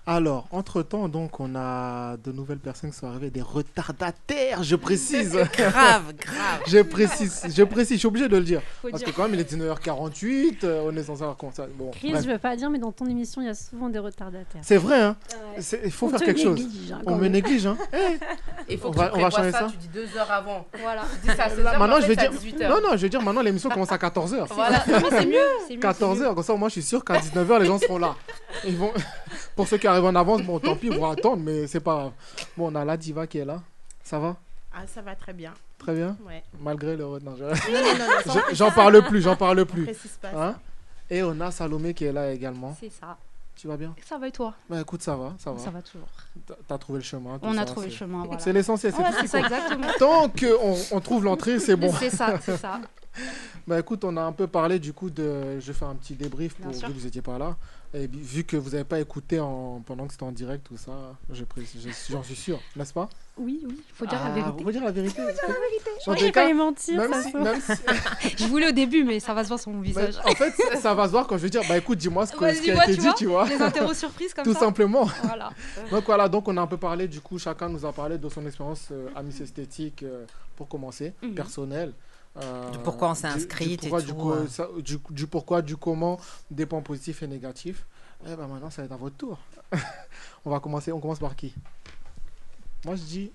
Speaker 2: Alors, entre-temps, donc, on a de nouvelles personnes qui sont arrivées, des retardataires, je précise.
Speaker 4: grave, grave.
Speaker 2: Je précise, je précise, je suis obligé de le dire.
Speaker 3: Faut
Speaker 2: Parce
Speaker 3: dire.
Speaker 2: que quand même, il est 19h48, euh, on est censé avoir commencé. à- Bon,
Speaker 8: Chris,
Speaker 2: bref.
Speaker 8: je veux pas dire, mais dans ton émission, il y a souvent des retardataires.
Speaker 2: C'est vrai, hein
Speaker 3: Ouais.
Speaker 2: C'est- Il faut
Speaker 8: On
Speaker 2: faire
Speaker 8: te
Speaker 2: quelque chose.
Speaker 8: néglige, hein,
Speaker 2: On
Speaker 8: quand
Speaker 2: me
Speaker 8: même.
Speaker 2: néglige, hein Eh,
Speaker 5: Il faut
Speaker 2: On
Speaker 5: que
Speaker 2: va-
Speaker 5: tu
Speaker 2: on va
Speaker 5: prévois
Speaker 2: changer
Speaker 5: ça,
Speaker 2: ça
Speaker 5: tu dis deux heures avant.
Speaker 3: Voilà.
Speaker 5: Tu dis ça à 16
Speaker 2: là,
Speaker 5: heures,
Speaker 2: Maintenant,
Speaker 5: mais en
Speaker 2: je vais
Speaker 5: fait,
Speaker 2: dire.
Speaker 5: c'est à 18 heures.
Speaker 2: Non, non, je vais dire maintenant, l'émission commence à 14h.
Speaker 5: Voilà.
Speaker 3: Mais c'est mieux. c'est mieux,
Speaker 2: 14h, comme ça, moi, je suis sûr qu'à 19h, les gens seront là. Ils vont... Pour ceux qui arrivent en avance, bon, tant pis, ils vont attendre, mais c'est pas grave. Bon, on a la diva qui est là. Ça va
Speaker 9: Ah, ça va très bien.
Speaker 2: Très bien
Speaker 9: Ouais.
Speaker 2: Malgré le... non, je-
Speaker 9: Non, non, non, non, ça,
Speaker 2: je- J'en parle plus, j'en parle
Speaker 9: on
Speaker 2: plus.
Speaker 9: précise pas.
Speaker 2: Hein Et on a Salomé qui est là également.
Speaker 8: C'est ça.
Speaker 2: Tu vas bien
Speaker 8: Ça va et toi
Speaker 2: Bah écoute, ça va, ça va.
Speaker 8: Ça va toujours.
Speaker 2: T'as- T'as trouvé le chemin. tout
Speaker 8: On
Speaker 2: ça,
Speaker 8: a trouvé le
Speaker 2: c'est-
Speaker 8: chemin, voilà.
Speaker 2: C'est l'essentiel, c'est
Speaker 8: Ouais,
Speaker 2: tout ce
Speaker 8: c'est
Speaker 2: qui
Speaker 8: ça,
Speaker 2: compte.
Speaker 8: exactement.
Speaker 2: Tant qu'on on trouve l'entrée, c'est bon.
Speaker 8: C'est ça, c'est ça.
Speaker 2: Bah écoute, on a un peu parlé du coup de. Je vais faire un petit débrief
Speaker 8: Bien
Speaker 2: pour vu
Speaker 8: sûr.
Speaker 2: que vous n'étiez pas là. Et bi- vu que vous n'avez pas écouté en... pendant que c'était en direct, tout ça, je précise- je- j'en suis sûr, n'est-ce pas
Speaker 8: Oui, oui, faut dire la
Speaker 2: Ah,
Speaker 8: vérité.
Speaker 2: Faut dire la vérité. En
Speaker 8: Je
Speaker 2: tout
Speaker 8: vais
Speaker 2: cas,
Speaker 8: pas les mentir,
Speaker 2: même
Speaker 8: ça se
Speaker 2: si,
Speaker 8: voit.
Speaker 2: même si-
Speaker 8: Je voulais au début, mais ça va se voir sur mon visage.
Speaker 2: bah, en fait, ça va se voir quand je vais dire, bah écoute, dis-moi ce, que-
Speaker 8: Vas-y,
Speaker 2: ce qui a
Speaker 8: moi,
Speaker 2: été
Speaker 8: tu
Speaker 2: dit,
Speaker 8: vois,
Speaker 2: tu vois.
Speaker 8: Les interros surprises comme
Speaker 2: Tout
Speaker 8: ça.
Speaker 2: simplement.
Speaker 8: Voilà.
Speaker 2: Donc voilà, donc on a un peu parlé, du coup, chacun nous a parlé de son expérience euh, Amis Esthétique euh, pour commencer,
Speaker 8: Mhm.
Speaker 2: personnelle. euh,
Speaker 4: Du pourquoi on s'est
Speaker 2: du-
Speaker 4: inscrite et
Speaker 2: du pourquoi,
Speaker 4: tout,
Speaker 2: Du, co-
Speaker 4: euh.
Speaker 2: ça- du- du pourquoi, du comment, des points positifs et négatifs. Eh ben maintenant, ça va être à votre tour. on va commencer, on commence par qui Moi je dis.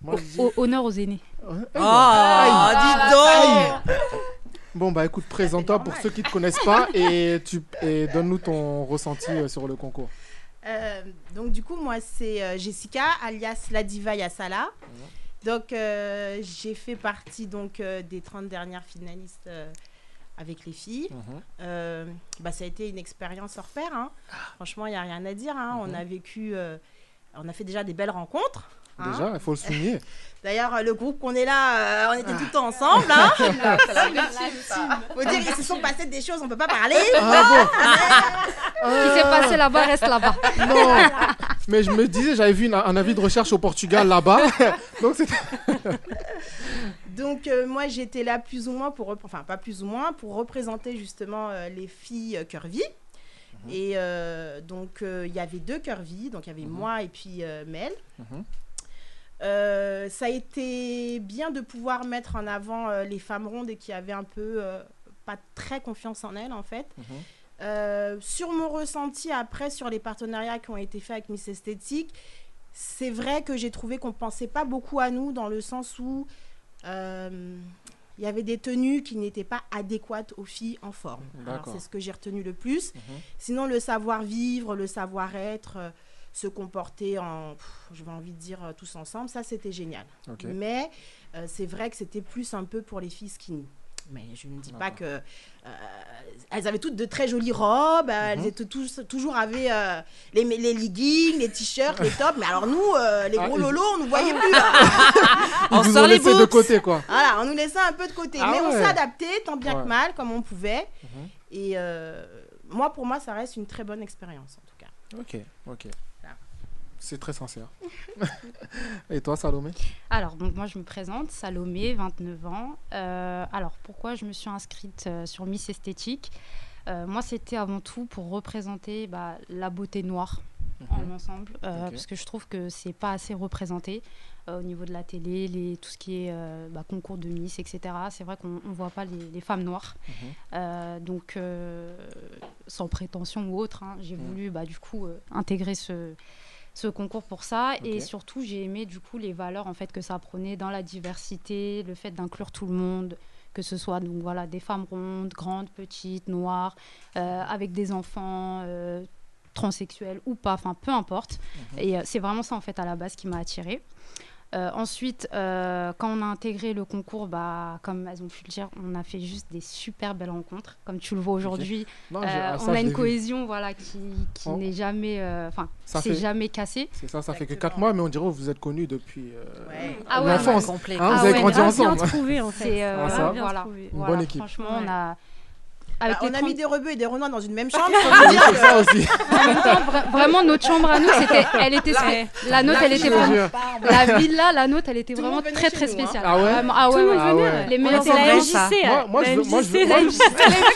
Speaker 2: Moi je dis.
Speaker 8: Ho- honneur aux aînés.
Speaker 2: Euh, eh
Speaker 4: Oh,
Speaker 2: ben.
Speaker 4: dis donc
Speaker 2: Bon bah écoute, présente-toi pour ceux qui ne te connaissent pas et, tu, et donne-nous ton ressenti euh, sur le concours.
Speaker 9: Euh, donc, du coup, moi, c'est euh, Jessica, alias la diva Yassala. Donc, euh, j'ai fait partie donc, euh, des 30 dernières finalistes euh, avec les filles.
Speaker 2: Mhm.
Speaker 9: Euh, bah, ça a été une expérience hors pair. hein.
Speaker 2: Ah.
Speaker 9: Franchement, il n'y a rien à dire. hein.
Speaker 2: Mhm.
Speaker 9: On a vécu, euh, on a fait déjà des belles rencontres.
Speaker 4: Ah.
Speaker 9: hein.
Speaker 2: Déjà, il faut le souligner.
Speaker 9: D'ailleurs, euh, le groupe qu'on est là, euh, on était
Speaker 8: Ah.
Speaker 9: tout le temps ensemble. Hein. Faut dire, il se sont passées des choses, on peut pas parler.
Speaker 2: Ah bon
Speaker 9: ah.
Speaker 8: Ce qui s'est passé là-bas reste là-bas.
Speaker 2: Non Mais je me disais, j'avais vu une- un avis de recherche au Portugal là-bas. Donc c'était.
Speaker 9: Donc euh, moi j'étais là plus ou moins pour rep- enfin pas plus ou moins pour représenter justement euh, les filles euh, Curvy.
Speaker 8: Mhm.
Speaker 9: Et euh, donc euh, il y avait deux Curvy, donc il y
Speaker 8: Mhm.
Speaker 9: avait moi et puis euh, Mel.
Speaker 2: Mhm.
Speaker 9: Euh, ça a été bien de pouvoir mettre en avant euh, les femmes rondes et qui avaient un peu euh, pas très confiance en elles en fait.
Speaker 2: Mhm.
Speaker 9: Euh, sur mon ressenti après sur les partenariats qui ont été faits avec Miss Esthétique, c'est vrai que j'ai trouvé qu'on pensait pas beaucoup à nous dans le sens où euh, il y avait des tenues qui n'étaient pas adéquates aux filles en forme. Alors,
Speaker 2: D'accord.
Speaker 9: C'est ce que j'ai retenu le plus. Sinon, le savoir-vivre, le savoir-être, euh, se comporter en, pff, je vais envie de dire, euh, tous ensemble, ça c'était génial.
Speaker 2: Ok.
Speaker 9: Mais euh, c'est vrai que c'était plus un peu pour les filles skinny. Mais je ne dis pas que. euh, elles avaient toutes de très jolies robes, euh,
Speaker 2: Mhm.
Speaker 9: elles étaient tous- toujours avaient euh, les, les leggings, les t-shirts, les tops. Mais alors nous, euh, les
Speaker 2: Ah,
Speaker 9: gros
Speaker 2: ils-
Speaker 9: lolos, on ne voyait plus. hein.
Speaker 4: On
Speaker 2: Ils vous
Speaker 4: sort
Speaker 2: ont
Speaker 4: les
Speaker 2: laissé de
Speaker 4: books.
Speaker 2: côté quoi.
Speaker 9: Voilà, on nous laissait un peu de côté.
Speaker 2: Ah
Speaker 9: mais on
Speaker 2: ouais.
Speaker 9: s'est adapté tant bien
Speaker 2: Ouais.
Speaker 9: que mal, comme on pouvait.
Speaker 2: Mhm.
Speaker 9: Et euh, moi, pour moi, ça reste une très bonne expérience, en tout cas.
Speaker 2: Ok, ok.
Speaker 4: Ah.
Speaker 9: Voilà.
Speaker 2: C'est très sincère. Et toi, Salomé
Speaker 8: Alors, donc moi je me présente, Salomé, 29 ans. Euh, alors, pourquoi je me suis inscrite euh, sur Miss Esthétique Euh, Moi, c'était avant tout pour représenter bah, la beauté noire en ensemble, euh,
Speaker 2: Ok.
Speaker 8: parce que je trouve que c'est pas assez représenté euh, au niveau de la télé, les, tout ce qui est euh, bah, concours de Miss, etc. C'est vrai qu'on on voit pas les, les femmes noires.
Speaker 2: Mhm.
Speaker 8: Euh, donc, euh, sans prétention ou autre, hein, j'ai
Speaker 2: Mhm.
Speaker 8: voulu bah, du coup euh, intégrer ce, ce concours pour ça.
Speaker 2: Ok.
Speaker 8: Et surtout, j'ai aimé du coup les valeurs en fait que ça prenait dans la diversité, le fait d'inclure tout le monde, que ce soit donc voilà des femmes rondes, grandes, petites, noires, euh, avec des enfants. euh, transsexuels ou pas, enfin peu importe.
Speaker 2: Mhm.
Speaker 8: Et euh, c'est vraiment ça en fait à la base qui m'a attirée. Euh, ensuite, euh, quand on a intégré le concours, bah, comme elles ont pu le dire, on a fait juste des super belles rencontres. Comme tu le vois aujourd'hui,
Speaker 2: Non,
Speaker 8: euh,
Speaker 2: j'ai- ah, ça,
Speaker 8: on
Speaker 2: je
Speaker 8: a
Speaker 2: l'ai
Speaker 8: une
Speaker 2: vu.
Speaker 8: cohésion voilà, qui, qui
Speaker 9: Oh.
Speaker 2: On-
Speaker 8: n'est jamais, euh, enfin,
Speaker 2: Ça
Speaker 8: c'est
Speaker 2: fait-
Speaker 8: jamais cassée.
Speaker 2: C'est ça, ça fait que
Speaker 9: Exactement.
Speaker 2: 4 mois, mais on dirait que vous êtes connus depuis euh,
Speaker 9: Ouais.
Speaker 8: Ah ouais,
Speaker 2: l'enfance.
Speaker 4: complet.
Speaker 2: Hein, vous avez grandi
Speaker 8: grave
Speaker 2: ensemble.
Speaker 8: C'est, euh,
Speaker 2: Ah, ça
Speaker 8: voilà,
Speaker 2: Une
Speaker 8: voilà,
Speaker 2: bonne équipe.
Speaker 8: franchement, on a Avec
Speaker 9: Bah,
Speaker 8: les
Speaker 9: on a
Speaker 8: 30
Speaker 9: mis des rebeux et des renois dans une même chambre.
Speaker 8: Oui, c'est ça aussi. En même temps, vra- vraiment, notre chambre à nous, c'était- elle était-
Speaker 9: Ouais.
Speaker 8: la nôtre, elle était
Speaker 9: villa.
Speaker 8: vraiment- la villa, la nôtre, elle était
Speaker 9: Tout le
Speaker 8: vraiment
Speaker 9: monde venait
Speaker 8: très
Speaker 9: chez
Speaker 8: très
Speaker 9: nous, hein.
Speaker 8: spéciale.
Speaker 9: Ah ouais
Speaker 8: Vraiment, ah
Speaker 9: Tout
Speaker 8: ouais,
Speaker 9: le monde
Speaker 8: ouais,
Speaker 9: venait,
Speaker 8: ouais.
Speaker 9: ouais.
Speaker 8: Les
Speaker 9: On
Speaker 8: meilleurs
Speaker 9: était la
Speaker 4: endroits,
Speaker 9: MJC,
Speaker 4: ça.
Speaker 9: elle. Moi- moi, je veux- moi, je veux- moi, je-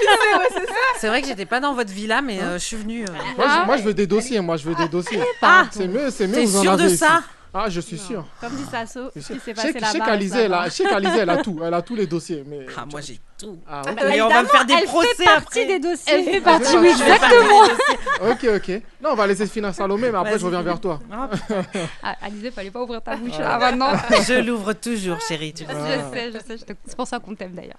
Speaker 4: C'est vrai que j'étais pas dans votre villa, mais euh, je suis venue. euh.
Speaker 2: Hein Moi, je, moi, je veux des dossiers, moi je veux des dossiers.
Speaker 4: Ah.
Speaker 2: c'est mieux, c'est mieux.
Speaker 4: T'es
Speaker 2: vous en
Speaker 4: sûr de
Speaker 2: avez ici.
Speaker 4: ça
Speaker 2: Ah, je suis sûr.
Speaker 3: Comme dit Sasso, ce qui s'est
Speaker 2: Je sais
Speaker 3: passé
Speaker 2: que- je
Speaker 3: là-bas.
Speaker 2: sais qu'Alizée, elle, a-
Speaker 3: reste
Speaker 2: je sais qu'Alizée, elle a
Speaker 3: là-bas.
Speaker 2: tout, elle a tous les dossiers. Mais... Ah,
Speaker 4: moi j'ai tout.
Speaker 2: Ah,
Speaker 3: Ah, bah, Et on va me faire des évidemment, elle fait procès partie après. des dossiers. Elle fait partie, oui,
Speaker 2: Je vais faire
Speaker 3: exactement.
Speaker 2: des dossiers. ok, ok. Non, on va laisser finir Salomé, mais après je reviens vers toi.
Speaker 8: Ah, Alizé, fallait pas ouvrir ta bouche
Speaker 4: Ouais.
Speaker 8: là maintenant.
Speaker 4: Je l'ouvre toujours, chérie. Tu le sais.
Speaker 8: Ah, Je sais, je sais, je te- c'est pour ça qu'on t'aime d'ailleurs.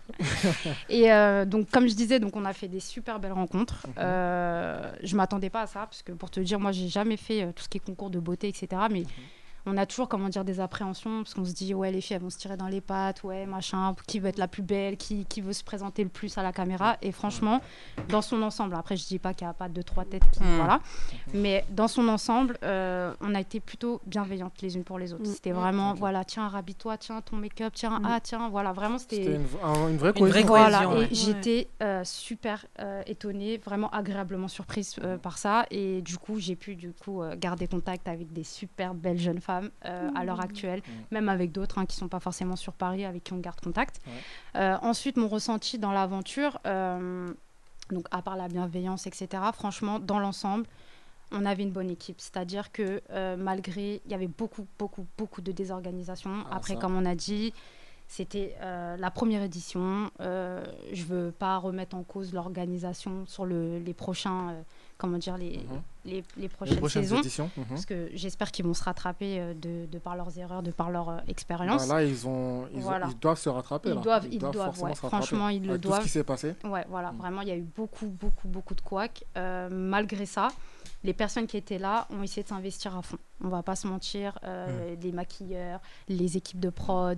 Speaker 8: Et euh, donc, comme je disais, donc on a fait des super belles rencontres. Euh, je m'attendais pas à ça, parce que pour te dire, moi, j'ai jamais fait euh, tout ce qui est concours de beauté, etc. Mais on a toujours, comment dire, des appréhensions, parce qu'on se dit, ouais, les filles, elles vont se tirer dans les pattes, ouais, machin, qui veut être la plus belle, qui, qui veut se présenter le plus à la caméra. Et franchement, dans son ensemble, après, je dis pas qu'il n'y a pas deux, trois têtes qui.
Speaker 10: Mhm.
Speaker 8: Voilà. Mais dans son ensemble, euh, on a été plutôt bienveillantes les unes pour les autres.
Speaker 10: Mm.
Speaker 8: C'était
Speaker 10: Mm.
Speaker 8: vraiment, voilà, tiens, rhabille-toi, tiens, ton make-up, tiens,
Speaker 10: Mm.
Speaker 8: ah, tiens, voilà, vraiment, c'était.
Speaker 2: C'était une v- un- une vraie
Speaker 8: Une vraie
Speaker 2: cohésion.
Speaker 8: Voilà,
Speaker 2: cohésion,
Speaker 8: et
Speaker 2: ouais.
Speaker 8: j'étais euh, super euh, étonnée, vraiment agréablement surprise euh, par ça. Et du coup, j'ai pu du coup euh, garder contact avec des super belles jeunes femmes euh, à l'heure
Speaker 10: Mm.
Speaker 8: actuelle,
Speaker 2: Mmh.
Speaker 8: même avec d'autres hein, qui sont pas forcément sur Paris, avec qui on garde contact.
Speaker 10: Ouais.
Speaker 8: Euh, ensuite, mon ressenti dans l'aventure, euh, donc à part la bienveillance, etc., franchement, dans l'ensemble, on avait une bonne équipe. C'est-à-dire que euh, malgré, il y avait beaucoup, beaucoup, beaucoup de désorganisation.
Speaker 10: Ah,
Speaker 8: Après,
Speaker 10: ça.
Speaker 8: comme on a dit, c'était euh, la première édition. Euh, je veux pas remettre en cause l'organisation sur le- les prochains, euh, comment dire, les, les, les prochaines,
Speaker 2: Mhm. prochaines
Speaker 8: saisons.
Speaker 2: éditions, mhm.
Speaker 8: Parce que j'espère qu'ils vont se rattraper euh, de, de par leurs erreurs, de par leur euh, expérience.
Speaker 2: Bah là, ils ont- ils ont- ils doivent se rattraper,
Speaker 8: Ils
Speaker 2: là.
Speaker 8: doivent,
Speaker 2: Ils
Speaker 8: ils
Speaker 2: doivent
Speaker 8: doivent,
Speaker 2: forcément
Speaker 8: ouais.
Speaker 2: se rattraper
Speaker 8: Franchement, ils le
Speaker 2: avec tout ce
Speaker 8: doivent.
Speaker 2: qui s'est passé. Mm.
Speaker 8: Ouais, voilà, vraiment, il y a eu beaucoup, beaucoup, beaucoup de couacs. Euh, malgré ça, les personnes qui étaient là ont essayé de s'investir à fond. On va pas se mentir, euh, les maquilleurs, les équipes de prod,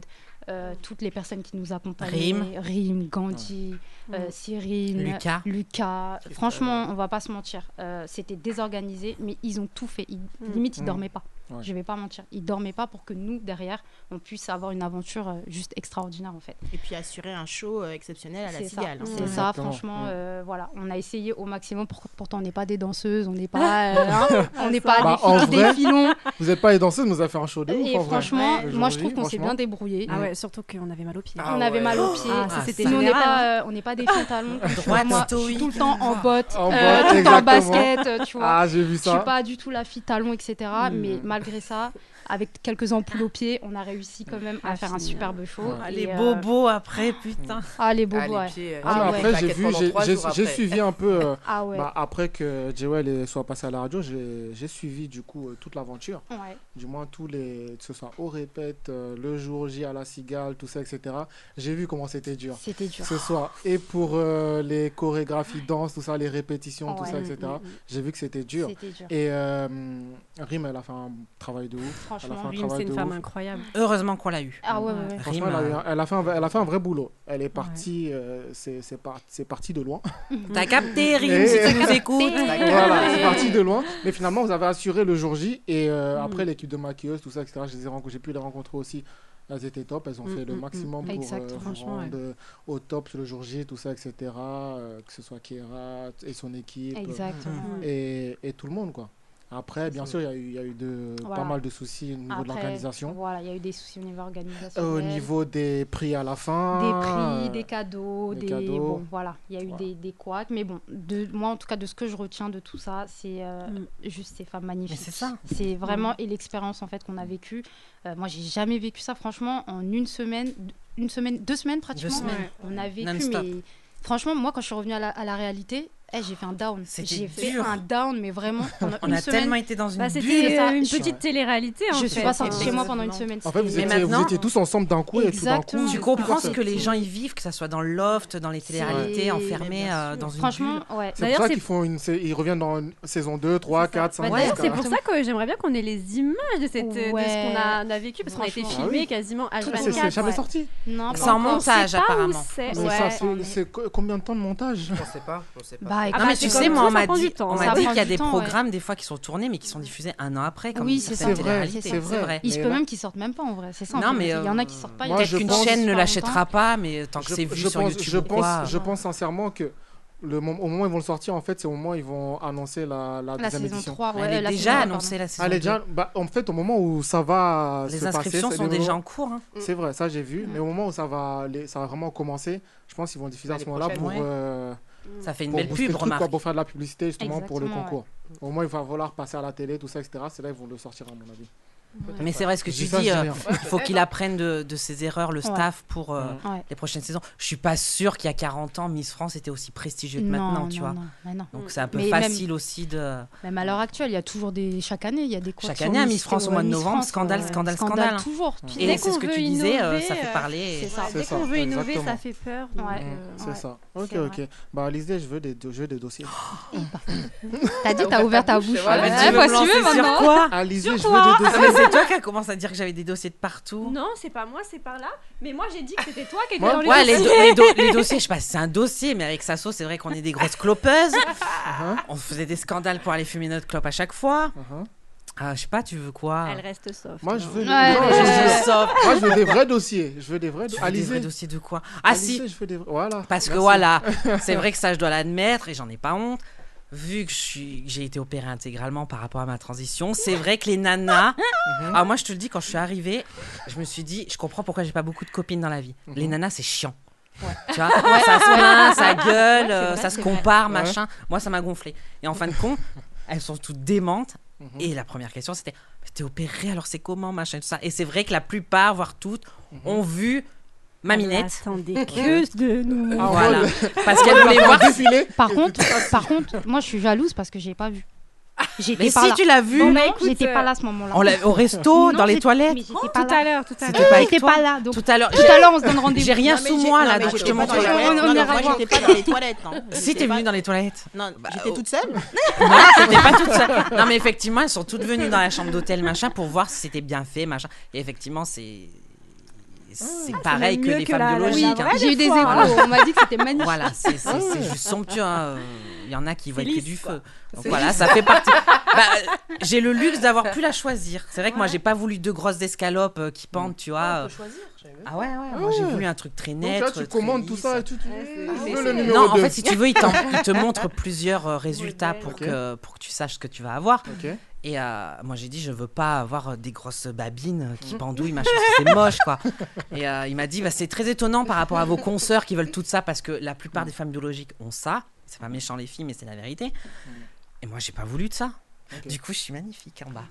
Speaker 8: euh, toutes les personnes qui nous accompagnent.
Speaker 4: Rime.
Speaker 8: Rime, Gandhi,
Speaker 4: Ouais.
Speaker 2: Mm.
Speaker 8: euh, Cyril,
Speaker 4: Lucas.
Speaker 8: Lucas. Franchement, on va pas se mentir. euh, C'était désorganisé, mais ils ont tout fait. Ils- Limite, ils
Speaker 10: Mm.
Speaker 8: dormaient pas.
Speaker 10: Ouais.
Speaker 8: Je vais pas mentir. Ils dormaient pas pour que nous, derrière, on puisse avoir une aventure euh, juste extraordinaire, en fait.
Speaker 9: Et puis assurer un show euh, exceptionnel à la
Speaker 8: C'est ça,
Speaker 9: cigale. hein.
Speaker 4: Mmh.
Speaker 8: C'est ça, franchement, euh, voilà, on a essayé au maximum. pour- pourtant, on n'est pas des danseuses, on n'est pas, euh, hein, on n'est pas
Speaker 2: Bah,
Speaker 8: des,
Speaker 2: en
Speaker 8: filles des
Speaker 2: vrai,
Speaker 8: filons.
Speaker 2: Vous n'êtes pas les danseuses, mais vous avez fait un show de ouf.
Speaker 8: Et
Speaker 2: en vrai.
Speaker 8: franchement,
Speaker 2: Le
Speaker 8: moi
Speaker 2: jour
Speaker 8: je trouve
Speaker 2: J,
Speaker 8: qu'on s'est
Speaker 2: franchement.
Speaker 8: bien débrouillé.
Speaker 3: Ah ouais, surtout qu'on avait mal aux pieds.
Speaker 8: on avait mal aux pieds.
Speaker 3: Ah,
Speaker 8: c'était
Speaker 3: ça,
Speaker 8: nous, on n'est
Speaker 3: général,
Speaker 8: pas,
Speaker 3: hein.
Speaker 8: euh, on n'est pas des filles en talons. comme tu vois,
Speaker 3: Ouais,
Speaker 8: moi, je
Speaker 3: stoïque.
Speaker 8: suis tout le temps en bottes,
Speaker 3: En
Speaker 8: euh,
Speaker 3: bottes,
Speaker 8: tout le temps en
Speaker 3: exactement.
Speaker 8: basket, euh, tu vois.
Speaker 3: Ah, j'ai vu
Speaker 8: Je
Speaker 3: ça.
Speaker 8: suis pas du tout la fille talon, etc. Mais malgré ça, avec quelques ampoules aux pieds, on a réussi quand même à faire un superbe show.
Speaker 4: Ah, les
Speaker 8: Et, euh,
Speaker 4: bobos après, putain.
Speaker 8: Ah, les bobos,
Speaker 4: Ah, les
Speaker 8: ouais.
Speaker 4: pieds, euh,
Speaker 2: Ah, mais
Speaker 8: Ah ouais.
Speaker 2: après, j'ai
Speaker 4: Claquettes
Speaker 2: vu,
Speaker 4: pendant
Speaker 2: j'ai-
Speaker 4: trois
Speaker 2: j'ai
Speaker 4: jours
Speaker 2: j'ai
Speaker 4: après.
Speaker 2: suivi un peu. euh,
Speaker 8: Ah ouais.
Speaker 2: bah, après que Jewel est- soit passé à la radio, j'ai j'ai suivi du coup euh, toute l'aventure.
Speaker 8: Ouais.
Speaker 2: Du moins, tous les, que ce soit au répète, euh, le jour J à la cigale, tout ça, etc. J'ai vu comment c'était dur.
Speaker 8: C'était dur.
Speaker 2: Ce soir. Et pour euh, les chorégraphies, danse, tout ça, les répétitions, tout
Speaker 8: Ouais.
Speaker 2: ça, etc.
Speaker 8: Mm, mm, mm.
Speaker 2: J'ai vu que c'était dur.
Speaker 8: C'était dur.
Speaker 2: Et euh, Rim, elle a fait un travail de ouf. Elle a
Speaker 8: Franchement,
Speaker 2: fait un
Speaker 8: Rim,
Speaker 2: travail
Speaker 8: c'est une
Speaker 2: de
Speaker 8: femme
Speaker 2: ouf.
Speaker 3: incroyable.
Speaker 4: Heureusement qu'on l'a eu.
Speaker 8: Ah ouais, ouais, ouais.
Speaker 2: Franchement, elle a, eu un- elle a fait un, elle a fait un vrai boulot. Elle est partie, euh, c'est c'est par- c'est parti de loin.
Speaker 4: T'as capté, Rim, si tu nous écoutes. T'as capté.
Speaker 2: Voilà, c'est parti de loin. Mais finalement, vous avez assuré le jour J. Et euh, après, l'équipe de maquilleuses, tout ça, etc., je les ai rencontrés- j'ai pu les rencontrer aussi. Elles étaient top, elles ont
Speaker 3: Mm,
Speaker 2: fait le
Speaker 3: mm,
Speaker 2: maximum
Speaker 3: mm.
Speaker 2: pour
Speaker 3: Exact,
Speaker 2: euh, vous
Speaker 3: franchement,
Speaker 2: rendre euh, au top le jour J, tout ça, etc. euh, que ce soit Kera et son équipe. euh,
Speaker 8: Exactement, Mm.
Speaker 2: Et, et tout le monde, quoi. Après, bien sûr, il y a eu, il y a eu de,
Speaker 8: Voilà.
Speaker 2: pas mal de soucis au niveau
Speaker 8: Après,
Speaker 2: de l'organisation.
Speaker 8: Voilà, il y a eu des soucis au niveau organisationnel.
Speaker 2: Au niveau des prix à la fin.
Speaker 8: des
Speaker 4: Ah.
Speaker 8: prix, des
Speaker 2: euh,
Speaker 8: cadeaux,
Speaker 2: des
Speaker 8: des,
Speaker 2: cadeaux.
Speaker 8: bon, voilà, il y a eu
Speaker 2: Voilà.
Speaker 8: des, des couacs, mais bon, de moi en tout cas de ce que je retiens de tout ça, c'est euh, juste ces femmes magnifiques.
Speaker 4: c'est ça.
Speaker 8: C'est vraiment
Speaker 4: Mm.
Speaker 8: et l'expérience en fait qu'on a vécue. Euh, moi, j'ai jamais vécu ça franchement en une semaine, une semaine, deux semaines pratiquement.
Speaker 4: semaines. Ouais.
Speaker 8: On a vécu,
Speaker 4: Non-stop.
Speaker 8: mais franchement, moi quand je suis revenue à la, à la réalité. eh, j'ai fait un down. J'ai fait
Speaker 4: dur.
Speaker 8: un down, mais vraiment. pendant
Speaker 4: On
Speaker 8: une
Speaker 4: a
Speaker 8: semaine.
Speaker 4: tellement été dans une
Speaker 8: Bah,
Speaker 4: bulle.
Speaker 8: c'était, euh,
Speaker 4: une
Speaker 8: je-
Speaker 4: petite
Speaker 3: télé-réalité, en
Speaker 8: Je suis
Speaker 3: fait.
Speaker 8: pas sortie de chez moi pendant une
Speaker 3: Exactement.
Speaker 8: semaine.
Speaker 2: En fait, vous
Speaker 8: c'était-
Speaker 2: étiez,
Speaker 4: Mais maintenant-
Speaker 2: vous étiez tous ensemble d'un coup et tout d'un coup.
Speaker 8: Exactement.
Speaker 4: Tu comprends ce que les gens y vivent, que ça soit dans le loft, dans les télé-réalités, enfermés euh, dans une bulle.
Speaker 2: C'est pour ça qu'ils font une, sa- ils reviennent dans une saison 2, 3, 4, 5,
Speaker 3: Bah, D'ailleurs, c'est
Speaker 2: hein.
Speaker 3: pour ça que j'aimerais bien qu'on ait les images de, cette, de ce
Speaker 8: Ouais.
Speaker 3: qu'on a, on a vécu, parce qu'on a été
Speaker 2: Franchement.
Speaker 3: filmé
Speaker 2: Ah oui.
Speaker 3: quasiment à
Speaker 2: Tout-
Speaker 3: 24.
Speaker 2: c'est- c'est jamais
Speaker 3: ouais.
Speaker 2: sorti.
Speaker 8: Non,
Speaker 3: Sans encore. montage,
Speaker 8: On sait pas où
Speaker 3: apparemment.
Speaker 8: c'est.
Speaker 2: Mais
Speaker 8: Ouais.
Speaker 2: ça, c'est- c'est co- combien de temps de montage On
Speaker 5: sait pas, on sait pas.
Speaker 8: Bah,
Speaker 4: non,
Speaker 8: écoute,
Speaker 4: Ah, mais
Speaker 8: c'est
Speaker 4: tu
Speaker 8: comme
Speaker 4: sais,
Speaker 8: tout,
Speaker 4: moi, on
Speaker 8: ça
Speaker 4: m'a
Speaker 8: prend du
Speaker 4: dit,
Speaker 8: temps,
Speaker 4: on
Speaker 8: ça
Speaker 4: m'a dit
Speaker 8: prend
Speaker 4: qu'il y a
Speaker 8: du
Speaker 4: des
Speaker 8: temps, ouais.
Speaker 4: programmes, des fois, qui sont tournés, mais qui sont diffusés un an après, comme
Speaker 8: oui, c'est ça.
Speaker 4: certaines télé-réalités.
Speaker 8: C'est vrai. ben, Il se
Speaker 4: Mais
Speaker 8: peut
Speaker 4: là-
Speaker 8: même qu'ils sortent même pas en vrai. C'est ça.
Speaker 4: Non,
Speaker 8: en fait.
Speaker 4: mais,
Speaker 8: il y en a
Speaker 4: euh,
Speaker 8: qui sortent pas. il y en a
Speaker 4: Peut-être
Speaker 8: qui
Speaker 4: qu'une
Speaker 8: sortent
Speaker 4: chaîne ne
Speaker 8: pas
Speaker 4: l'achètera
Speaker 8: longtemps.
Speaker 4: pas, mais tant que c'est vu sur
Speaker 2: pense,
Speaker 4: YouTube
Speaker 2: je
Speaker 4: ou
Speaker 2: pense,
Speaker 4: quoi. hein.
Speaker 2: je pense sincèrement que le mom- au moment où ils vont le sortir, en fait, c'est au moment où ils vont annoncer la, la,
Speaker 4: La
Speaker 2: deuxième
Speaker 4: saison
Speaker 2: édition.
Speaker 4: 3, ouais, Elle est euh, la déjà saison 3, annoncée, pardon. la saison
Speaker 2: Elle est
Speaker 4: 2.
Speaker 2: déjà- bah, en fait, au moment où ça va
Speaker 4: Les
Speaker 2: se passer,
Speaker 4: inscriptions
Speaker 2: c'est
Speaker 4: sont
Speaker 2: le
Speaker 4: déjà
Speaker 2: moment-
Speaker 4: en cours, hein.
Speaker 2: C'est vrai, ça j'ai vu.
Speaker 4: Mm.
Speaker 2: Mais au moment où ça va, les- ça va vraiment commencer, je pense qu'ils vont diffuser à
Speaker 4: L'année
Speaker 2: ce moment-là pour.
Speaker 4: prochaine. Ouais.
Speaker 2: euh,
Speaker 4: Mm. Ça fait une
Speaker 2: pour
Speaker 4: belle
Speaker 2: booster
Speaker 4: pub,
Speaker 2: le truc,
Speaker 4: remarque.
Speaker 2: quoi, pour faire de la publicité justement pour le
Speaker 4: Exactement,
Speaker 2: concours.
Speaker 4: ouais.
Speaker 2: Au moment où il va falloir passer à la télé, tout ça, etc. C'est là qu'ils vont le sortir à mon avis. Peut-être
Speaker 4: Mais
Speaker 2: pas.
Speaker 4: c'est vrai ce que
Speaker 2: Je
Speaker 4: tu
Speaker 2: ça, je
Speaker 4: dis, euh,
Speaker 2: rien.
Speaker 4: il faut qu'il apprenne de, de ses erreurs, le
Speaker 2: Ouais.
Speaker 4: staff, pour euh,
Speaker 2: Ouais.
Speaker 4: les prochaines saisons. Je suis pas sûr qu'il y a 40 ans, Miss France était aussi prestigieux que
Speaker 8: Non,
Speaker 4: maintenant, tu
Speaker 8: non,
Speaker 4: vois.
Speaker 8: non, mais non.
Speaker 4: Donc c'est un peu
Speaker 8: Mais même-
Speaker 4: facile aussi de...
Speaker 8: Même à l'heure actuelle, il y a toujours des. Chaque année, il y a des
Speaker 4: Chaque
Speaker 8: sur
Speaker 4: année, à Miss
Speaker 8: Miss
Speaker 4: France au
Speaker 8: ouais,
Speaker 4: mois de
Speaker 8: Miss
Speaker 4: novembre,
Speaker 8: France,
Speaker 4: scandale,
Speaker 8: ouais.
Speaker 4: scandale,
Speaker 8: Scandale,
Speaker 4: scandale.
Speaker 8: toujours.
Speaker 4: Et
Speaker 8: Puis
Speaker 4: c'est
Speaker 8: dès
Speaker 4: ce
Speaker 8: qu'on
Speaker 4: que
Speaker 8: veut
Speaker 4: tu disais, euh,
Speaker 8: innover,
Speaker 4: ça fait
Speaker 8: euh,
Speaker 4: parler.
Speaker 8: c'est ça.
Speaker 4: Ouais,
Speaker 8: Dès
Speaker 4: c'est
Speaker 8: qu'on
Speaker 4: ça,
Speaker 8: veut innover,
Speaker 4: exactement.
Speaker 8: ça fait peur. donc,
Speaker 2: Mm,
Speaker 8: euh,
Speaker 2: c'est
Speaker 8: ouais,
Speaker 2: ça. Ok,
Speaker 8: c'est vrai.
Speaker 2: ok. Bah, Lisez, je veux des, je veux des dossiers.
Speaker 4: Euh,
Speaker 8: T'as dit, t'as ouvert ta bouche.
Speaker 4: Voilà, tu veux
Speaker 8: Ouais,
Speaker 4: me
Speaker 8: faut assumer
Speaker 4: lancer sur
Speaker 8: maintenant.
Speaker 4: quoi
Speaker 2: Alizée,
Speaker 8: Sur
Speaker 2: je veux
Speaker 8: toi.
Speaker 2: des dossiers.
Speaker 4: Ah, mais c'est toi qui as commencé à dire que j'avais des dossiers de partout.
Speaker 3: Non, c'est pas moi, c'est par là. Mais moi, j'ai dit que c'était toi qui étais
Speaker 4: Ouais,
Speaker 3: dans les
Speaker 4: ouais, les, do-
Speaker 3: dossiers.
Speaker 4: les do- les dossiers, je sais pas si c'est un dossier, mais avec Sasso, c'est vrai qu'on est des grosses clopeuses. On faisait des scandales pour aller fumer notre clope à chaque fois. Ah, je sais pas, tu veux quoi
Speaker 3: Elle reste soft.
Speaker 2: Moi, je veux,
Speaker 4: Ouais,
Speaker 2: non,
Speaker 4: ouais.
Speaker 2: je
Speaker 4: Je
Speaker 2: veux-
Speaker 4: sors.
Speaker 2: Moi, je veux des vrais dossiers. Je veux des vrais,
Speaker 4: Tu
Speaker 2: dossiers.
Speaker 4: veux des vrais dossiers de quoi Ah si,
Speaker 2: je veux des vrais- Voilà.
Speaker 4: parce que
Speaker 2: Merci.
Speaker 4: voilà, c'est vrai que ça, je dois l'admettre et j'en ai pas honte. Vu que je suis- j'ai été opérée intégralement par rapport à ma transition, c'est vrai que les nanas.
Speaker 2: Mhm.
Speaker 4: Ah, moi, je te le dis, quand je suis arrivée, je me suis dit, je comprends pourquoi j'ai pas beaucoup de copines dans la vie. Les nanas, c'est chiant. Tu vois,
Speaker 1: Mhm. Ouais.
Speaker 4: ça se plaint, ça
Speaker 1: Ouais,
Speaker 4: gueule,
Speaker 1: c'est
Speaker 4: euh,
Speaker 1: vrai,
Speaker 4: ça
Speaker 1: c'est
Speaker 4: se
Speaker 1: vrai.
Speaker 4: compare,
Speaker 1: Ouais.
Speaker 4: machin. Moi, ça m'a gonflé. Et en fin de compte, elles sont toutes démentes.
Speaker 1: Mhm.
Speaker 4: Et la première question, c'était Mais T'es opérée, alors c'est comment, machin, tout ça. Et c'est vrai que la plupart, voire toutes,
Speaker 1: Mhm.
Speaker 4: ont vu
Speaker 1: Ah,
Speaker 4: ma minette.
Speaker 3: Attendez
Speaker 8: que de nous. euh,
Speaker 4: Ah, Voilà. Parce qu'elle voulait voir.
Speaker 8: Par contre, par contre, moi je suis jalouse parce que j'ai pas vu. J'étais
Speaker 4: Mais
Speaker 8: pas
Speaker 4: si,
Speaker 8: là.
Speaker 4: tu l'as vu.
Speaker 8: Non,
Speaker 4: Bah, écoute,
Speaker 8: j'étais
Speaker 4: euh,
Speaker 8: pas là à ce moment-là.
Speaker 4: on l'a- au resto, dans les
Speaker 8: j'étais-
Speaker 4: toilettes.
Speaker 8: mais j'étais
Speaker 4: Oh,
Speaker 8: pas
Speaker 4: tout
Speaker 8: là.
Speaker 4: à l'heure, tout à l'heure.
Speaker 8: J'étais pas là. Donc
Speaker 4: Tout à l'heure,
Speaker 8: tout à l'heure, on se donne rendez-vous.
Speaker 4: J'ai rien sous moi là, donc je te montre.
Speaker 9: On ira voir. pas dans les toilettes. hein.
Speaker 4: Si t'es venue dans les toilettes.
Speaker 9: Non,
Speaker 4: Bah,
Speaker 9: j'étais
Speaker 4: oh.
Speaker 9: toute seule.
Speaker 4: Non, c'était pas toute seule. Non, mais effectivement, elles sont toutes venues dans la chambre d'hôtel, machin, pour voir si c'était bien fait, machin. Et effectivement, c'est. C'est pareil
Speaker 8: même
Speaker 4: que
Speaker 8: Ah, mieux
Speaker 4: les
Speaker 8: que
Speaker 4: femmes
Speaker 8: la-
Speaker 4: de
Speaker 8: la-
Speaker 4: logique.
Speaker 8: la
Speaker 4: hein.
Speaker 8: vraie J'ai eu des des fois. échos, on m'a dit que c'était magnifique.
Speaker 4: Voilà, c'est c'est-
Speaker 8: Ah ouais.
Speaker 4: c'est juste somptueux. hein. Il y en a qui voient que
Speaker 8: lisse,
Speaker 4: du
Speaker 8: quoi.
Speaker 4: feu. Donc
Speaker 8: C'est
Speaker 4: voilà,
Speaker 8: lisse.
Speaker 4: ça fait partie. Bah, euh, j'ai le luxe d'avoir pu la choisir. C'est vrai que moi, j'ai pas voulu deux grosses escalopes euh, qui pendent, tu vois. Ah ouais, ouais, moi j'ai voulu un truc très
Speaker 2: Donc,
Speaker 4: net.
Speaker 2: là, tu
Speaker 4: euh,
Speaker 2: commandes tout ça et tu, tu- tu veux le numéro
Speaker 4: non, en
Speaker 2: deux.
Speaker 4: fait, si tu veux, il, t'en- il te montre plusieurs euh, résultats pour, que, pour que tu saches ce que tu vas avoir.
Speaker 2: Ok.
Speaker 4: Et euh, moi, j'ai dit, je veux pas avoir euh, des grosses babines euh,
Speaker 2: Hum.
Speaker 4: qui pendouillent, machin, parce que c'est moche, quoi. Et euh, il m'a dit, bah, c'est très étonnant par rapport à vos consoeurs qui veulent tout ça, parce que la plupart des femmes biologiques ont ça. C'est pas méchant, les filles, mais c'est la vérité.
Speaker 2: Hum.
Speaker 4: Et moi, j'ai pas voulu de ça. Du coup, je suis magnifique en bas.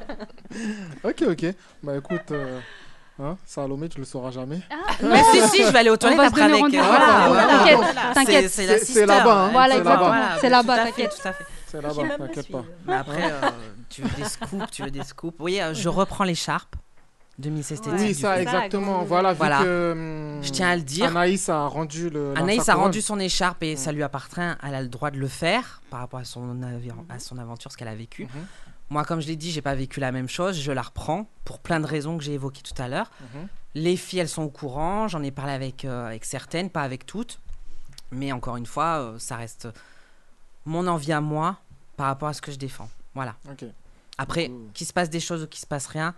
Speaker 2: ok, ok. Bah écoute, euh, hein, Salomé, tu le sauras jamais.
Speaker 4: Ah, Mais si, si, je vais aller aux toilettes
Speaker 8: va se
Speaker 4: après
Speaker 8: donner
Speaker 4: avec. euh,
Speaker 8: rendez-vous.
Speaker 4: voilà,
Speaker 8: Voilà,
Speaker 4: voilà.
Speaker 8: t'inquiète,
Speaker 4: Voilà. C'est- C'est
Speaker 8: t'inquiète. C'est-
Speaker 4: la
Speaker 8: c'est
Speaker 4: sister,
Speaker 8: là-bas, hein. Voilà,
Speaker 4: c'est
Speaker 8: exactement.
Speaker 4: là-bas.
Speaker 8: C'est là-bas,
Speaker 4: Tout à fait,
Speaker 8: t'inquiète.
Speaker 4: Tout à fait.
Speaker 2: C'est là-bas, t'inquiète pas.
Speaker 4: Mais après, euh, tu veux des scoops, tu veux des scoops. Vous voyez, euh, je reprends l'écharpe de Miss Esthétique.
Speaker 2: Oui,
Speaker 4: du
Speaker 2: ça,
Speaker 4: coup.
Speaker 2: exactement. Voilà, vu
Speaker 4: Voilà.
Speaker 2: que, hum,
Speaker 4: Je tiens à le dire.
Speaker 2: Anaïs a rendu le. la
Speaker 4: Anaïs a
Speaker 2: sarcoïde.
Speaker 4: rendu son écharpe et ça lui appartient. Elle a le droit de le faire par rapport à son, avi- à son aventure, ce qu'elle a vécu.
Speaker 2: Mhm.
Speaker 4: Moi, comme je l'ai dit, j'ai pas vécu la même chose. Je la reprends pour plein de raisons que j'ai évoquées tout à l'heure.
Speaker 2: Mhm.
Speaker 4: Les filles, elles sont au courant. J'en ai parlé avec, euh, avec certaines, pas avec toutes. Mais encore une fois, euh, ça reste mon envie à moi par rapport à ce que je défends. Voilà.
Speaker 2: Ok. Mmh.
Speaker 4: Après, qu'il se passe des choses ou qu'il se passe rien,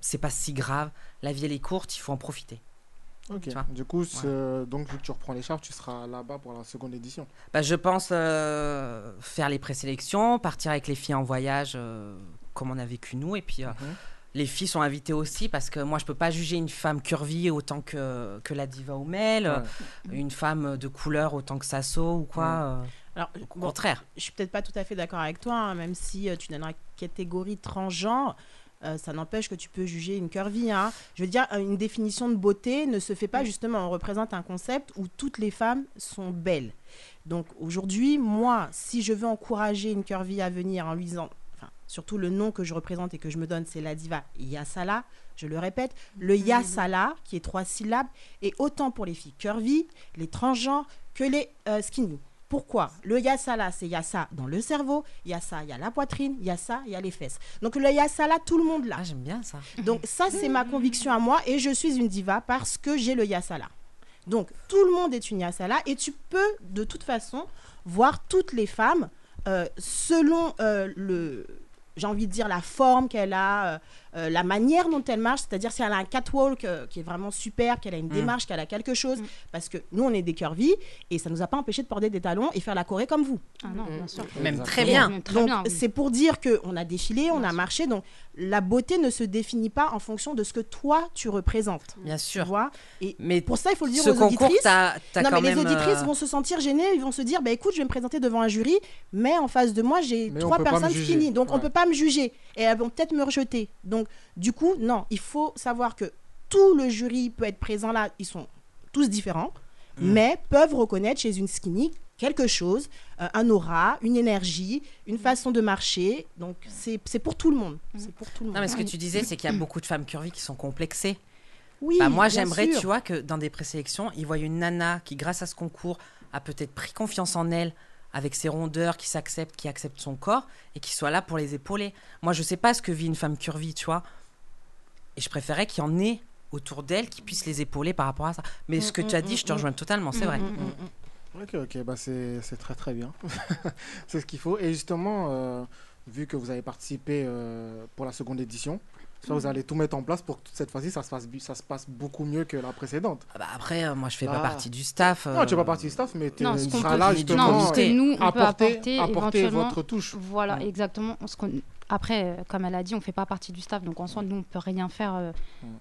Speaker 4: c'est pas si grave. La vie, elle est courte, il faut en profiter.
Speaker 2: Ok.
Speaker 4: Tu vois
Speaker 2: Du coup, c'est- donc vu que tu reprends l'écharpe, tu seras là-bas pour la seconde édition.
Speaker 4: Bah, je pense euh, faire les présélections, partir avec les filles en voyage, euh, comme on a vécu nous. Et puis, euh,
Speaker 2: Mhm.
Speaker 4: les filles sont invitées aussi, parce que moi, je peux pas juger une femme curvy autant que, que la diva Oumel, euh, une femme de couleur autant que Sasso ou quoi. euh.
Speaker 9: Alors,
Speaker 4: Au contraire.
Speaker 9: Je suis peut-être pas tout à fait d'accord avec toi, hein, même si euh, tu donnes la catégorie transgenre. euh, ça n'empêche que tu peux juger une curvy. hein. Je veux dire, euh, une définition de beauté ne se fait
Speaker 4: Mm.
Speaker 9: pas justement. On représente un concept où toutes les femmes sont belles. Donc aujourd'hui, moi, si je veux encourager une curvy à venir en lui disant, enfin, surtout le nom que je représente et que je me donne, c'est la diva Yasala. Je le répète, le
Speaker 4: Mm.
Speaker 9: Yasala, qui est trois syllabes, et autant pour les filles curvy, les transgenres, que les euh, skinny. Pourquoi Le yasala, c'est yassa dans le cerveau, yassa, il y a la poitrine, yassa, il y a les fesses. Donc le yasala, tout le monde l'a.
Speaker 4: Ah, j'aime bien ça.
Speaker 9: Donc ça, c'est ma conviction à moi et je suis une diva parce que j'ai le yasala. Donc tout le monde est une yasala et tu peux de toute façon voir toutes les femmes euh, selon euh, le... j'ai envie de dire, la forme qu'elle a, euh, euh, la manière dont elle marche, c'est-à-dire si elle a un catwalk euh, qui est vraiment super, qu'elle a une
Speaker 8: Mm.
Speaker 9: démarche, qu'elle a quelque chose,
Speaker 4: Mm.
Speaker 9: parce que nous, on est des curvy, et ça nous a pas empêché de porter des talons et faire la choré comme vous.
Speaker 8: Ah non, bien sûr.
Speaker 4: Mm. Même très bien. Même très
Speaker 9: Donc,
Speaker 8: bien, oui.
Speaker 9: c'est pour dire qu'on a défilé, on a marché, donc la beauté ne se définit pas en fonction de ce que toi, tu représentes.
Speaker 4: Bien sûr.
Speaker 9: et
Speaker 4: mais
Speaker 9: pour ça, il faut le dire
Speaker 4: ce
Speaker 9: aux
Speaker 4: concours,
Speaker 9: auditrices.
Speaker 4: t'as- t'as
Speaker 9: non,
Speaker 4: quand
Speaker 9: mais les
Speaker 4: même,
Speaker 9: auditrices
Speaker 4: euh,
Speaker 9: vont se sentir gênées, ils vont se dire, bah écoute, je vais me présenter devant un jury, mais en face de moi, j'ai
Speaker 2: Mais on
Speaker 9: trois
Speaker 2: peut pas me
Speaker 9: personnes
Speaker 2: juger.
Speaker 9: skinny, donc on
Speaker 2: Ouais.
Speaker 9: peut pas me juger, et elles vont peut-être me rejeter. Donc, du coup, non, il faut savoir que tout le jury peut être présent là, ils sont tous différents,
Speaker 2: Mm.
Speaker 9: mais peuvent reconnaître chez une skinny quelque chose, euh, un aura, une énergie, une façon de marcher. Donc c'est c'est pour tout le monde. C'est pour tout le monde.
Speaker 4: Non, mais ce que tu disais, c'est qu'il y a beaucoup de femmes curvy qui sont complexées.
Speaker 9: Oui,
Speaker 4: Bah, moi,
Speaker 9: bien
Speaker 4: j'aimerais,
Speaker 9: sûr.
Speaker 4: tu vois, que dans des présélections, ils voient une nana qui, grâce à ce concours, a peut-être pris confiance en elle, avec ses rondeurs, qui s'accepte, qui accepte son corps, et qui soit là pour les épauler. Moi, je sais pas ce que vit une femme curvy, tu vois. Et je préférais qu'il y en ait autour d'elle qui puisse les épauler par rapport à ça. Mais
Speaker 9: Mm,
Speaker 4: ce que tu
Speaker 2: Mm,
Speaker 4: as dit, je te rejoins totalement, c'est vrai. Mm.
Speaker 2: Ok, ok, bah c'est c'est très très bien. c'est ce qu'il faut. Et justement, euh, vu que vous avez participé euh, pour la seconde édition, ça, vous
Speaker 4: Mhm.
Speaker 2: allez tout mettre en place pour que cette fois-ci, ça se passe, bi- ça se passe beaucoup mieux que la précédente.
Speaker 4: après, euh, moi, je fais pas
Speaker 2: Ah.
Speaker 4: partie du staff.
Speaker 2: Non, tu fais
Speaker 4: euh,
Speaker 2: pas partie du staff, mais tu
Speaker 8: Non, ce qu'on
Speaker 2: seras
Speaker 8: peut-
Speaker 2: là
Speaker 8: non,
Speaker 2: justement.
Speaker 8: ce que nous, on
Speaker 2: apporter-
Speaker 8: peut apporter,
Speaker 2: apporter
Speaker 8: éventuellement-
Speaker 2: votre touche.
Speaker 8: Voilà,
Speaker 2: Mm.
Speaker 8: exactement. Ce qu'on- Après, euh, comme elle a dit, on ne fait pas partie du staff, donc en soi, nous, on ne peut rien faire euh,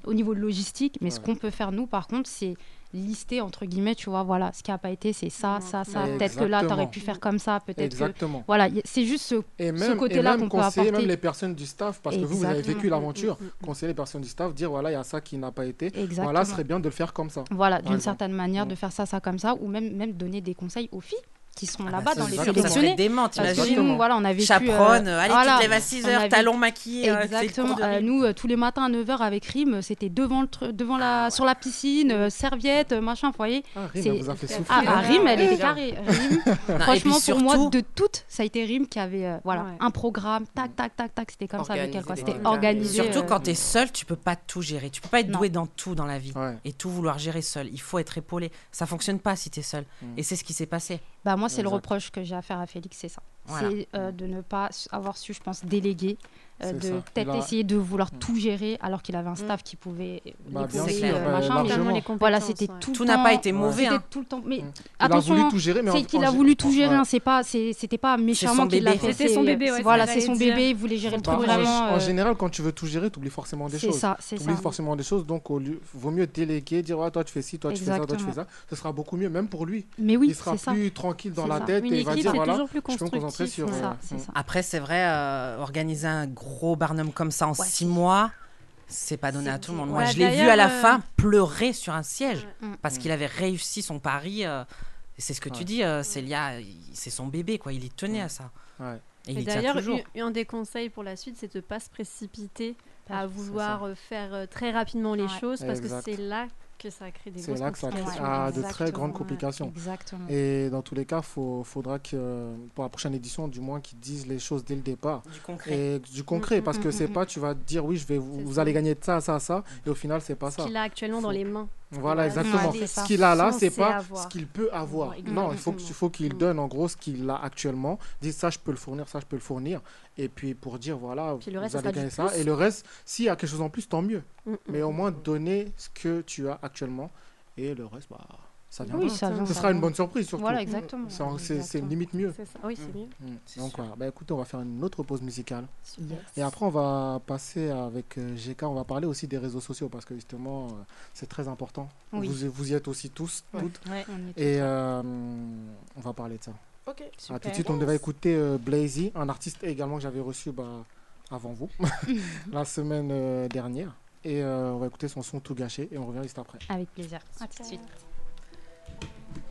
Speaker 8: au niveau de logistique. Mais ce
Speaker 2: Ouais.
Speaker 8: qu'on peut faire, nous, par contre, c'est lister, entre guillemets, tu vois, voilà, ce qui n'a pas été, c'est ça, ça, ça. Peut-être que là, tu aurais pu
Speaker 2: Exactement.
Speaker 8: faire comme ça, peut-être
Speaker 2: Exactement.
Speaker 8: que... Voilà, y- c'est juste ce,
Speaker 2: Et
Speaker 8: ce
Speaker 2: même, et
Speaker 8: côté-là
Speaker 2: même
Speaker 8: qu'on peut
Speaker 2: conseiller
Speaker 8: apporter.
Speaker 2: même les personnes du staff, parce que vous, vous avez
Speaker 8: Exactement. Mm,
Speaker 2: vécu l'aventure. Conseiller les personnes du staff, dire voilà, il y a ça qui n'a pas été. Voilà,
Speaker 8: Exactement.
Speaker 2: ce serait bien de le faire comme ça.
Speaker 8: Voilà,
Speaker 2: par
Speaker 8: d'une
Speaker 2: exemple.
Speaker 8: certaine manière,
Speaker 2: Mm.
Speaker 8: de faire ça, ça comme ça, ou même, même donner des conseils aux filles qui seront là-bas
Speaker 4: Ah bah ça,
Speaker 8: dans les
Speaker 4: ça serait- ça serait
Speaker 8: sélectionnés.
Speaker 4: dément,
Speaker 8: Parce que
Speaker 4: t'imagines
Speaker 8: nous, voilà, on a vécu,
Speaker 4: Chaperonne, euh, allez, tu te lèves à
Speaker 8: on
Speaker 4: 6 heures,
Speaker 8: a vécu-
Speaker 4: talons maquillés, euh, c'est le cours
Speaker 8: Exactement.
Speaker 4: de
Speaker 8: Euh,
Speaker 4: rythme.
Speaker 8: nous, euh, tous les matins à 9h avec Rime, euh, c'était devant, le tru- devant
Speaker 4: Ah
Speaker 8: la, sur la piscine, euh, serviette, euh, machin, vous voyez.
Speaker 2: Rime,
Speaker 8: c'est-
Speaker 2: elle vous a fait hein. souffler.
Speaker 8: Ah, bah, Rime, elle était
Speaker 4: Déjà.
Speaker 8: carrée. Rime,
Speaker 4: Non, et puis
Speaker 8: franchement, pour
Speaker 4: surtout-
Speaker 8: moi, de toutes, ça a été Rime qui avait euh, voilà, un programme, tac, tac, tac, tac, c'était comme ça avec elle. quoi. C'était organisé.
Speaker 4: Surtout
Speaker 8: euh,
Speaker 4: quand t'es seul, tu peux pas tout gérer. Tu peux pas être
Speaker 8: Non.
Speaker 4: doué dans tout dans la vie et tout vouloir gérer seul. Il faut être épaulé. Ça fonctionne pas si t'es seul.
Speaker 2: Mm.
Speaker 4: Et c'est ce qui s'est passé.
Speaker 8: Bah moi, c'est le
Speaker 4: Exact.
Speaker 8: reproche que j'ai à faire à Félix, c'est ça.
Speaker 4: Voilà.
Speaker 8: C'est euh, de ne pas s- avoir su, je pense, déléguer, euh,
Speaker 4: C'est ça.
Speaker 8: de
Speaker 4: Il
Speaker 8: peut-être
Speaker 4: a-
Speaker 8: essayer de vouloir tout gérer alors qu'il avait un staff qui pouvait euh,
Speaker 2: Bah, bien
Speaker 8: l'épauler,
Speaker 2: sûr, bah,
Speaker 8: machin.
Speaker 2: largement. Les
Speaker 8: Voilà,
Speaker 2: compétences,
Speaker 8: c'était
Speaker 2: ouais.
Speaker 8: tout.
Speaker 4: Tout
Speaker 8: le
Speaker 4: n'a
Speaker 8: temps-
Speaker 4: pas été mauvais,
Speaker 8: C'était
Speaker 4: hein.
Speaker 8: tout le temps. Mais
Speaker 2: a
Speaker 8: attention,
Speaker 2: voulu tout gérer, mais en-
Speaker 8: c'est qu'il
Speaker 2: en
Speaker 8: a
Speaker 2: gé-
Speaker 8: voulu tout
Speaker 2: en-
Speaker 8: gérer.
Speaker 2: ouais.
Speaker 8: hein, C'est pas, c'est- c'était pas méchamment qu'il l'a fait.
Speaker 10: C'est son bébé, ouais, c'est
Speaker 8: Voilà,
Speaker 10: ce que
Speaker 8: c'est son
Speaker 10: j'allais
Speaker 8: bébé.
Speaker 10: dire.
Speaker 8: Il voulait gérer le
Speaker 2: Bah,
Speaker 8: truc
Speaker 2: en,
Speaker 8: vraiment.
Speaker 2: en
Speaker 8: euh,
Speaker 2: général, quand tu veux tout gérer, tu oublies forcément des
Speaker 8: c'est
Speaker 2: choses.
Speaker 8: ça, c'est
Speaker 2: T'oublies
Speaker 8: ça.
Speaker 2: forcément des choses, donc au lieu, vaut mieux déléguer, dire ouais, toi tu fais ci, toi tu fais ça, toi tu fais
Speaker 8: Exactement.
Speaker 2: ça. Ce sera beaucoup mieux, même pour lui.
Speaker 8: Mais oui,
Speaker 2: il sera
Speaker 8: c'est ça.
Speaker 2: plus tranquille dans
Speaker 8: C'est
Speaker 2: la
Speaker 8: ça.
Speaker 2: tête
Speaker 8: Une
Speaker 2: et il va
Speaker 8: équipe,
Speaker 2: dire
Speaker 8: c'est
Speaker 2: voilà,
Speaker 8: toujours plus
Speaker 2: je peux me concentrer
Speaker 8: constructif,
Speaker 2: sur.
Speaker 8: c'est ça,
Speaker 2: euh,
Speaker 8: c'est ça.
Speaker 4: Après, c'est vrai, euh, organiser un gros barnum comme ça en six mois, c'est pas donné à tout le monde. Moi,
Speaker 10: Ouais,
Speaker 4: je l'ai vu
Speaker 10: d'ailleurs,
Speaker 4: à la
Speaker 10: euh,
Speaker 4: fin pleurer sur un siège
Speaker 10: Ouais.
Speaker 4: parce
Speaker 10: Mm.
Speaker 4: qu'il avait réussi son pari. euh, et c'est ce que tu
Speaker 10: Ouais.
Speaker 4: dis, euh, Célia, il- c'est son bébé, quoi. Il y tenait à ça. Et il
Speaker 3: Et
Speaker 4: y tient
Speaker 3: d'ailleurs,
Speaker 4: toujours.
Speaker 3: un- un des conseils pour la suite, c'est de ne pas se précipiter à
Speaker 8: c'est
Speaker 3: vouloir euh, faire euh, très rapidement les choses parce
Speaker 2: Exact.
Speaker 3: que c'est là que ça crée des
Speaker 2: C'est
Speaker 3: grosses
Speaker 2: là que ça crée
Speaker 3: complications.
Speaker 2: ah, de très grandes complications.
Speaker 8: exactement.
Speaker 2: Et dans tous les cas, il faudra que euh, pour la prochaine édition, du moins, qu'ils disent les choses dès le départ.
Speaker 4: Du concret.
Speaker 2: Et du concret,
Speaker 3: Mm,
Speaker 2: parce
Speaker 3: mm,
Speaker 2: que
Speaker 3: mm,
Speaker 2: c'est
Speaker 3: mm.
Speaker 2: pas tu vas te dire oui, je vais vous,
Speaker 3: C'est
Speaker 2: vous
Speaker 3: ça.
Speaker 2: allez gagner de ça, ça, ça, et au final, c'est pas
Speaker 3: Ce
Speaker 2: ça.
Speaker 3: qu'il a actuellement dans les mains.
Speaker 2: Voilà,
Speaker 3: Il a
Speaker 2: exactement.
Speaker 3: demandé
Speaker 2: Ce
Speaker 3: ça.
Speaker 2: qu'il a là,
Speaker 3: Censé
Speaker 2: c'est pas
Speaker 3: avoir.
Speaker 2: ce qu'il peut avoir.
Speaker 3: Ouais,
Speaker 2: Non, il faut que-
Speaker 3: exactement.
Speaker 2: il faut qu'il donne en gros ce qu'il a actuellement. Dis ça, je peux le fournir, ça, je peux le fournir. Et puis pour dire voilà,
Speaker 3: le
Speaker 2: vous
Speaker 3: reste, ça
Speaker 2: allez
Speaker 3: sera du
Speaker 2: gagner ça.
Speaker 3: plus.
Speaker 2: Et le reste, s'il y a quelque chose en plus, tant mieux.
Speaker 3: Mm, mm,
Speaker 2: Mais au moins, donner ce que tu as actuellement. Et le reste, bah, ça viendra.
Speaker 8: Oui, ça vient,
Speaker 2: Ce
Speaker 8: ça
Speaker 2: sera une
Speaker 8: vient.
Speaker 2: bonne surprise surtout.
Speaker 8: Voilà, exactement.
Speaker 2: C'est en- C'est c'est limite mieux.
Speaker 3: C'est ça. Oui, c'est mieux.
Speaker 2: Mm. Donc voilà, bah, écoutez, on va faire une autre pause musicale.
Speaker 3: Super. Yes.
Speaker 2: Et après, on va passer avec euh, GK, on va parler aussi des réseaux sociaux parce que justement, euh, c'est très important.
Speaker 5: Oui.
Speaker 2: Vous, vous y êtes aussi tous,
Speaker 5: Ouais.
Speaker 2: toutes.
Speaker 5: Ouais, on y est tous,
Speaker 2: Et euh, on va parler de ça.
Speaker 5: Ok,
Speaker 2: À
Speaker 5: super.
Speaker 2: Ah, tout de suite, on devait écouter euh, Blazy, un artiste également que j'avais reçu bah, avant vous, la semaine euh, dernière. Et euh, on va écouter son son tout gâché et on revient juste après.
Speaker 8: Avec plaisir. À tout de suite.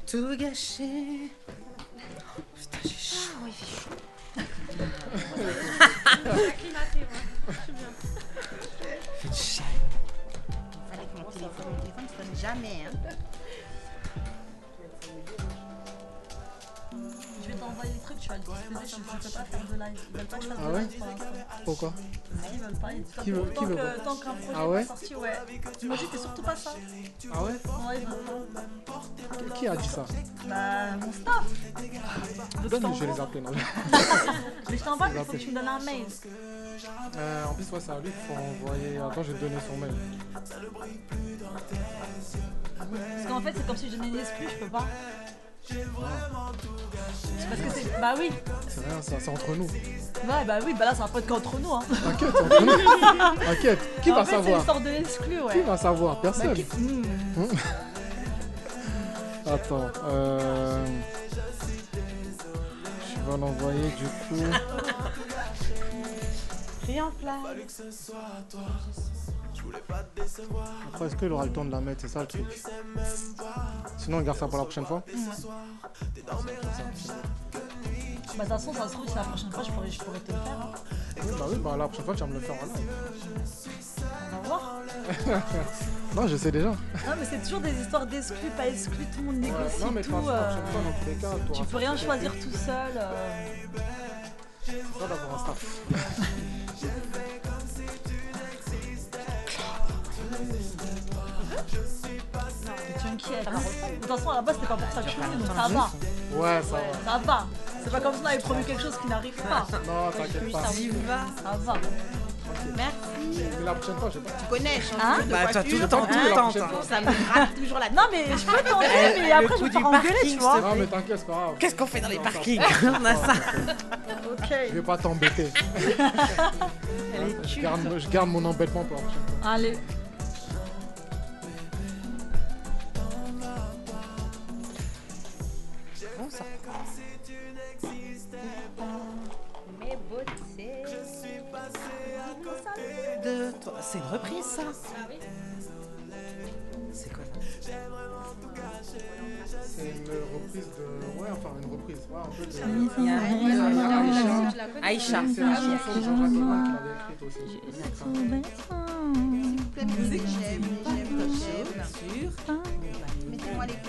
Speaker 4: Tout gâché. Putain, j'ai chaud.
Speaker 10: Oh,
Speaker 9: Avec mon téléphone, mon téléphone ne sonne jamais. hein.
Speaker 6: Je vais t'envoyer le truc, tu vas le dire. Moi, je ne peux pas faire de live. Ils veulent pas que je fasse
Speaker 2: Ah
Speaker 6: de
Speaker 2: ouais
Speaker 6: live. par exemple.
Speaker 2: Pourquoi
Speaker 6: Ouais, Ils veulent pas. Ils
Speaker 2: Qui veut-
Speaker 6: disent, tant
Speaker 2: qui veut
Speaker 6: que-
Speaker 2: pas
Speaker 6: tant qu'un projet
Speaker 2: Ah
Speaker 6: n'est
Speaker 2: ouais
Speaker 6: pas sorti, ouais. Ils m'ont dit, c'est surtout pas ça.
Speaker 2: Ah ouais
Speaker 6: Ouais, ils veulent pas.
Speaker 2: Qui a dit ça
Speaker 6: Bah, mon staff.
Speaker 2: Donne, je vais les appeler. non.
Speaker 6: Mais je t'envoie, mais faut que tu me donnes un mail.
Speaker 2: Euh, en plus, ouais, c'est à lui qu'il faut envoyer. Attends, je vais te donner son mail.
Speaker 10: Parce qu'en fait, c'est comme si je donnais une excuse, je peux pas. C'est Parce que c'est. Bah oui!
Speaker 2: C'est rien, ça, c'est entre nous.
Speaker 10: Ouais, bah oui, bah là, c'est un peu qu'entre nous, hein!
Speaker 2: T'inquiète, c'est entre nous. T'inquiète, qui
Speaker 10: En
Speaker 2: va
Speaker 10: fait, C'est
Speaker 2: savoir
Speaker 10: une sorte de exclu, ouais!
Speaker 2: Qui va savoir Personne.
Speaker 10: Bah, qui- Hmm.
Speaker 2: Attends, euh... je vais l'envoyer du coup.
Speaker 10: Rien plat!
Speaker 2: Après, est-ce qu'il aura le temps de la mettre C'est ça le truc. Sinon, on garde ça pour la prochaine fois.
Speaker 10: Bah, de toute façon, ça se trouve, si la prochaine fois, je pourrais, je pourrais te le faire. hein.
Speaker 2: Oui, bah oui, bah la prochaine fois, tu vas me le faire en
Speaker 10: On va voir!
Speaker 2: live. non, je sais déjà.
Speaker 10: Non, mais c'est toujours des histoires d'exclus, pas exclus, tout le monde négocie
Speaker 2: non, mais
Speaker 10: tout.
Speaker 2: enfin, c'est
Speaker 10: euh,
Speaker 2: comme ça, dans tous les cas,
Speaker 10: tu
Speaker 2: t'auras
Speaker 10: peux rien
Speaker 2: fait-
Speaker 10: choisir tout seul. euh.
Speaker 2: C'est ça d'avoir un staff.
Speaker 10: Tu inquiètes. hein. De toute façon, à la base, c'était pas pour ça que je suis venue, donc ça va.
Speaker 2: Ouais, ça va.
Speaker 10: Ça va. C'est pas comme si on avait promis quelque chose qui n'arrive pas.
Speaker 2: Non, t'inquiète pas.
Speaker 10: Ça va. Ça va. Merci.
Speaker 2: Mais la prochaine fois, je sais pas.
Speaker 9: Tu connais, change
Speaker 10: Hein
Speaker 9: de
Speaker 4: Bah, toi, tout
Speaker 9: coiffure.
Speaker 4: le temps, tout le temps,
Speaker 9: Bon,
Speaker 4: toi.
Speaker 9: ça me rate toujours la
Speaker 10: Non, mais je peux tenter,
Speaker 4: Eh,
Speaker 10: mais
Speaker 4: le
Speaker 10: après, je
Speaker 4: coup
Speaker 10: vais
Speaker 4: du
Speaker 10: faire engueuler, tu
Speaker 4: parking,
Speaker 10: vois.
Speaker 2: Non, mais t'inquiète, c'est pas grave.
Speaker 4: Qu'est-ce qu'on fait dans les
Speaker 2: Non, ça-
Speaker 4: parkings On a ça.
Speaker 2: Je
Speaker 10: Ok.
Speaker 2: vais pas t'embêter. je, garde, je garde mon embêtement pour la prochaine fois.
Speaker 10: Allez. Mes beautés.
Speaker 4: De toi. C'est une reprise, ça Ah C'est quoi ça
Speaker 2: C'est une reprise de. Ouais, enfin, une reprise. Ouais, un peu de.
Speaker 4: Il y a
Speaker 2: Aïcha.
Speaker 4: Aïcha.
Speaker 2: C'est la chanson de Jean-Jacques Goldman qu'il avait écrite aussi.
Speaker 9: musique. J'aime, j'aime, j'aime. Mettez-moi les cœurs, mettez-moi les cœurs.